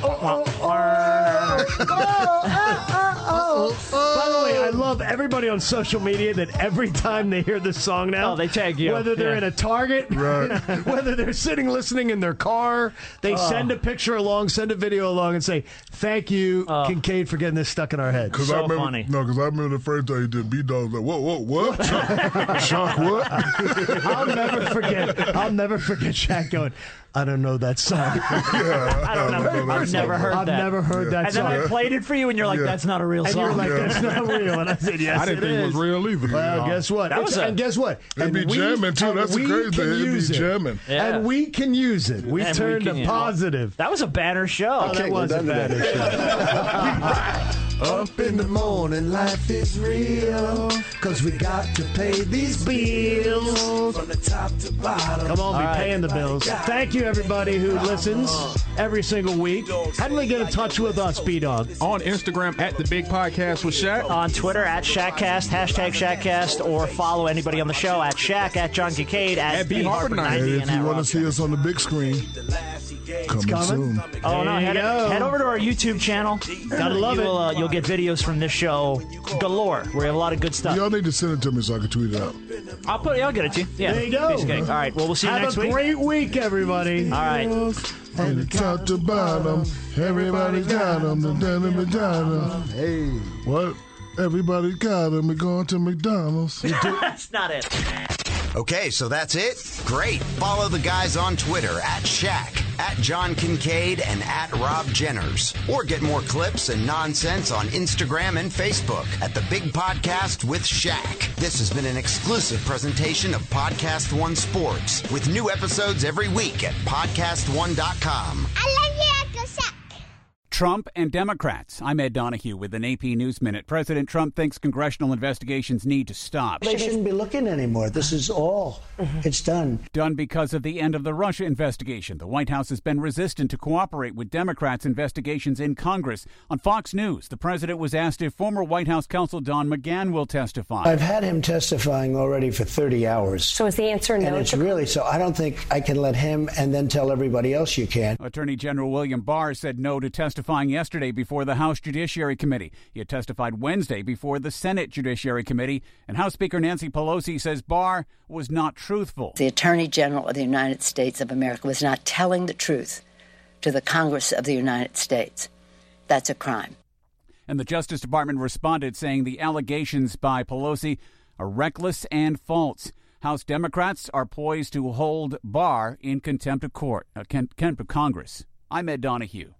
[SPEAKER 4] Oh, oh, oh, oh, oh, oh, oh, oh,
[SPEAKER 2] uh,
[SPEAKER 4] oh, oh. By the way, I love everybody on social media that every time they hear this song now,
[SPEAKER 5] Oh, they tag you.
[SPEAKER 4] Whether they're
[SPEAKER 5] Yeah.
[SPEAKER 4] in a Target,
[SPEAKER 2] Right.
[SPEAKER 4] whether they're sitting listening in their car, they
[SPEAKER 5] Oh.
[SPEAKER 4] send a picture along, send a video along, and say, "Thank you, Kincaid, for getting this stuck in our heads."
[SPEAKER 2] Cause
[SPEAKER 5] Oh. So
[SPEAKER 2] I remember,
[SPEAKER 5] funny.
[SPEAKER 2] No, because I remember the first time he did B Dog like, whoa, whoa, what? Shock, shock what?
[SPEAKER 4] I'll never forget. I'll never forget Shaq going. I don't know that song.
[SPEAKER 5] I don't know.
[SPEAKER 2] I've never
[SPEAKER 5] I've never heard
[SPEAKER 6] I've
[SPEAKER 5] that.
[SPEAKER 6] never heard that
[SPEAKER 5] And
[SPEAKER 6] song.
[SPEAKER 5] then I played it for you, and you're like,
[SPEAKER 6] Yeah.
[SPEAKER 5] "That's not a real
[SPEAKER 6] And you
[SPEAKER 5] song."
[SPEAKER 6] were like, "That's not real," and I said, "Yes,
[SPEAKER 8] I didn't
[SPEAKER 6] it
[SPEAKER 8] think it was
[SPEAKER 6] is."
[SPEAKER 8] real either.
[SPEAKER 6] Well, guess what?
[SPEAKER 5] That was
[SPEAKER 6] It's-
[SPEAKER 5] a-
[SPEAKER 6] and guess what?
[SPEAKER 8] It'd be
[SPEAKER 6] And we-
[SPEAKER 8] jamming, too.
[SPEAKER 6] and
[SPEAKER 8] That's the
[SPEAKER 6] we
[SPEAKER 8] crazy
[SPEAKER 6] can
[SPEAKER 8] thing. It'd be
[SPEAKER 6] use it.
[SPEAKER 8] jamming. Yeah.
[SPEAKER 6] And we can use it. We
[SPEAKER 5] And we
[SPEAKER 6] turned
[SPEAKER 5] can
[SPEAKER 6] to
[SPEAKER 5] use it.
[SPEAKER 6] positive.
[SPEAKER 5] That was a banner show.
[SPEAKER 6] Oh, that was a banner show.
[SPEAKER 28] Up in the morning, life is real. Cause we got to pay these bills. From the top to bottom.
[SPEAKER 6] Come on, be paying the bills. Thank you, everybody who listens every single week. How do they get in touch with us, B Dog?
[SPEAKER 8] On Instagram at the Big Podcast with Shaq.
[SPEAKER 5] On Twitter at Shaqcast, hashtag Shaqcast, or follow anybody on the show at Shaq, at John Kincaid, at,
[SPEAKER 8] B. Harper
[SPEAKER 5] 90,
[SPEAKER 2] And
[SPEAKER 5] and
[SPEAKER 2] if you
[SPEAKER 5] at
[SPEAKER 2] want to see us on the big screen, coming, soon.
[SPEAKER 5] Oh no!
[SPEAKER 6] There you
[SPEAKER 5] Head,
[SPEAKER 6] go.
[SPEAKER 5] head over to our YouTube channel.
[SPEAKER 6] Gotta love it.
[SPEAKER 5] you'll, Uh, you'll get videos from this show galore. We have a lot of good stuff.
[SPEAKER 2] Y'all need to send it to me so I can tweet it out.
[SPEAKER 5] I'll put. I'll get it to you. Yeah.
[SPEAKER 6] There you go.
[SPEAKER 5] Piece of cake. All right. Well, we'll see you
[SPEAKER 6] Have
[SPEAKER 5] next
[SPEAKER 6] a
[SPEAKER 5] week.
[SPEAKER 6] great week, everybody.
[SPEAKER 5] All right.
[SPEAKER 2] From the top to bottom, everybody got 'em. The denim and Hey. What? Everybody got 'em. We're going to McDonald's.
[SPEAKER 5] That's not it.
[SPEAKER 3] Okay, so that's it? Great. Follow the guys on Twitter at Shaq, at John Kincaid, and at Rob Jenners. Or get more clips and nonsense on Instagram and Facebook at The Big Podcast with Shaq. This has been an exclusive presentation of Podcast One Sports with new episodes every week at podcastone.com.
[SPEAKER 9] Trump and Democrats. I'm Ed Donahue with an AP News Minute. President Trump thinks congressional investigations need to stop.
[SPEAKER 11] They shouldn't be looking anymore. This is all. It's done.
[SPEAKER 9] Done because of the end of the Russia investigation. The White House has been resistant to cooperate with Democrats' investigations in Congress. On Fox News, the president was asked if former White House counsel Don McGahn will testify.
[SPEAKER 11] I've had him testifying already for 30 hours. So is the answer no? And it's really so. I don't think I can let him and then tell everybody else you can.
[SPEAKER 9] Attorney General William Barr said no to testifying yesterday before the House Judiciary Committee. He had testified Wednesday before the Senate Judiciary Committee, and House Speaker Nancy Pelosi says Barr was not truthful.
[SPEAKER 1] The Attorney General of the United States of America was not telling the truth to the Congress of the United States. That's a crime.
[SPEAKER 9] And the Justice Department responded saying the allegations by Pelosi are reckless and false. House Democrats are poised to hold Barr in contempt of court, uh, con- contempt of Congress. I'm Ed Donahue.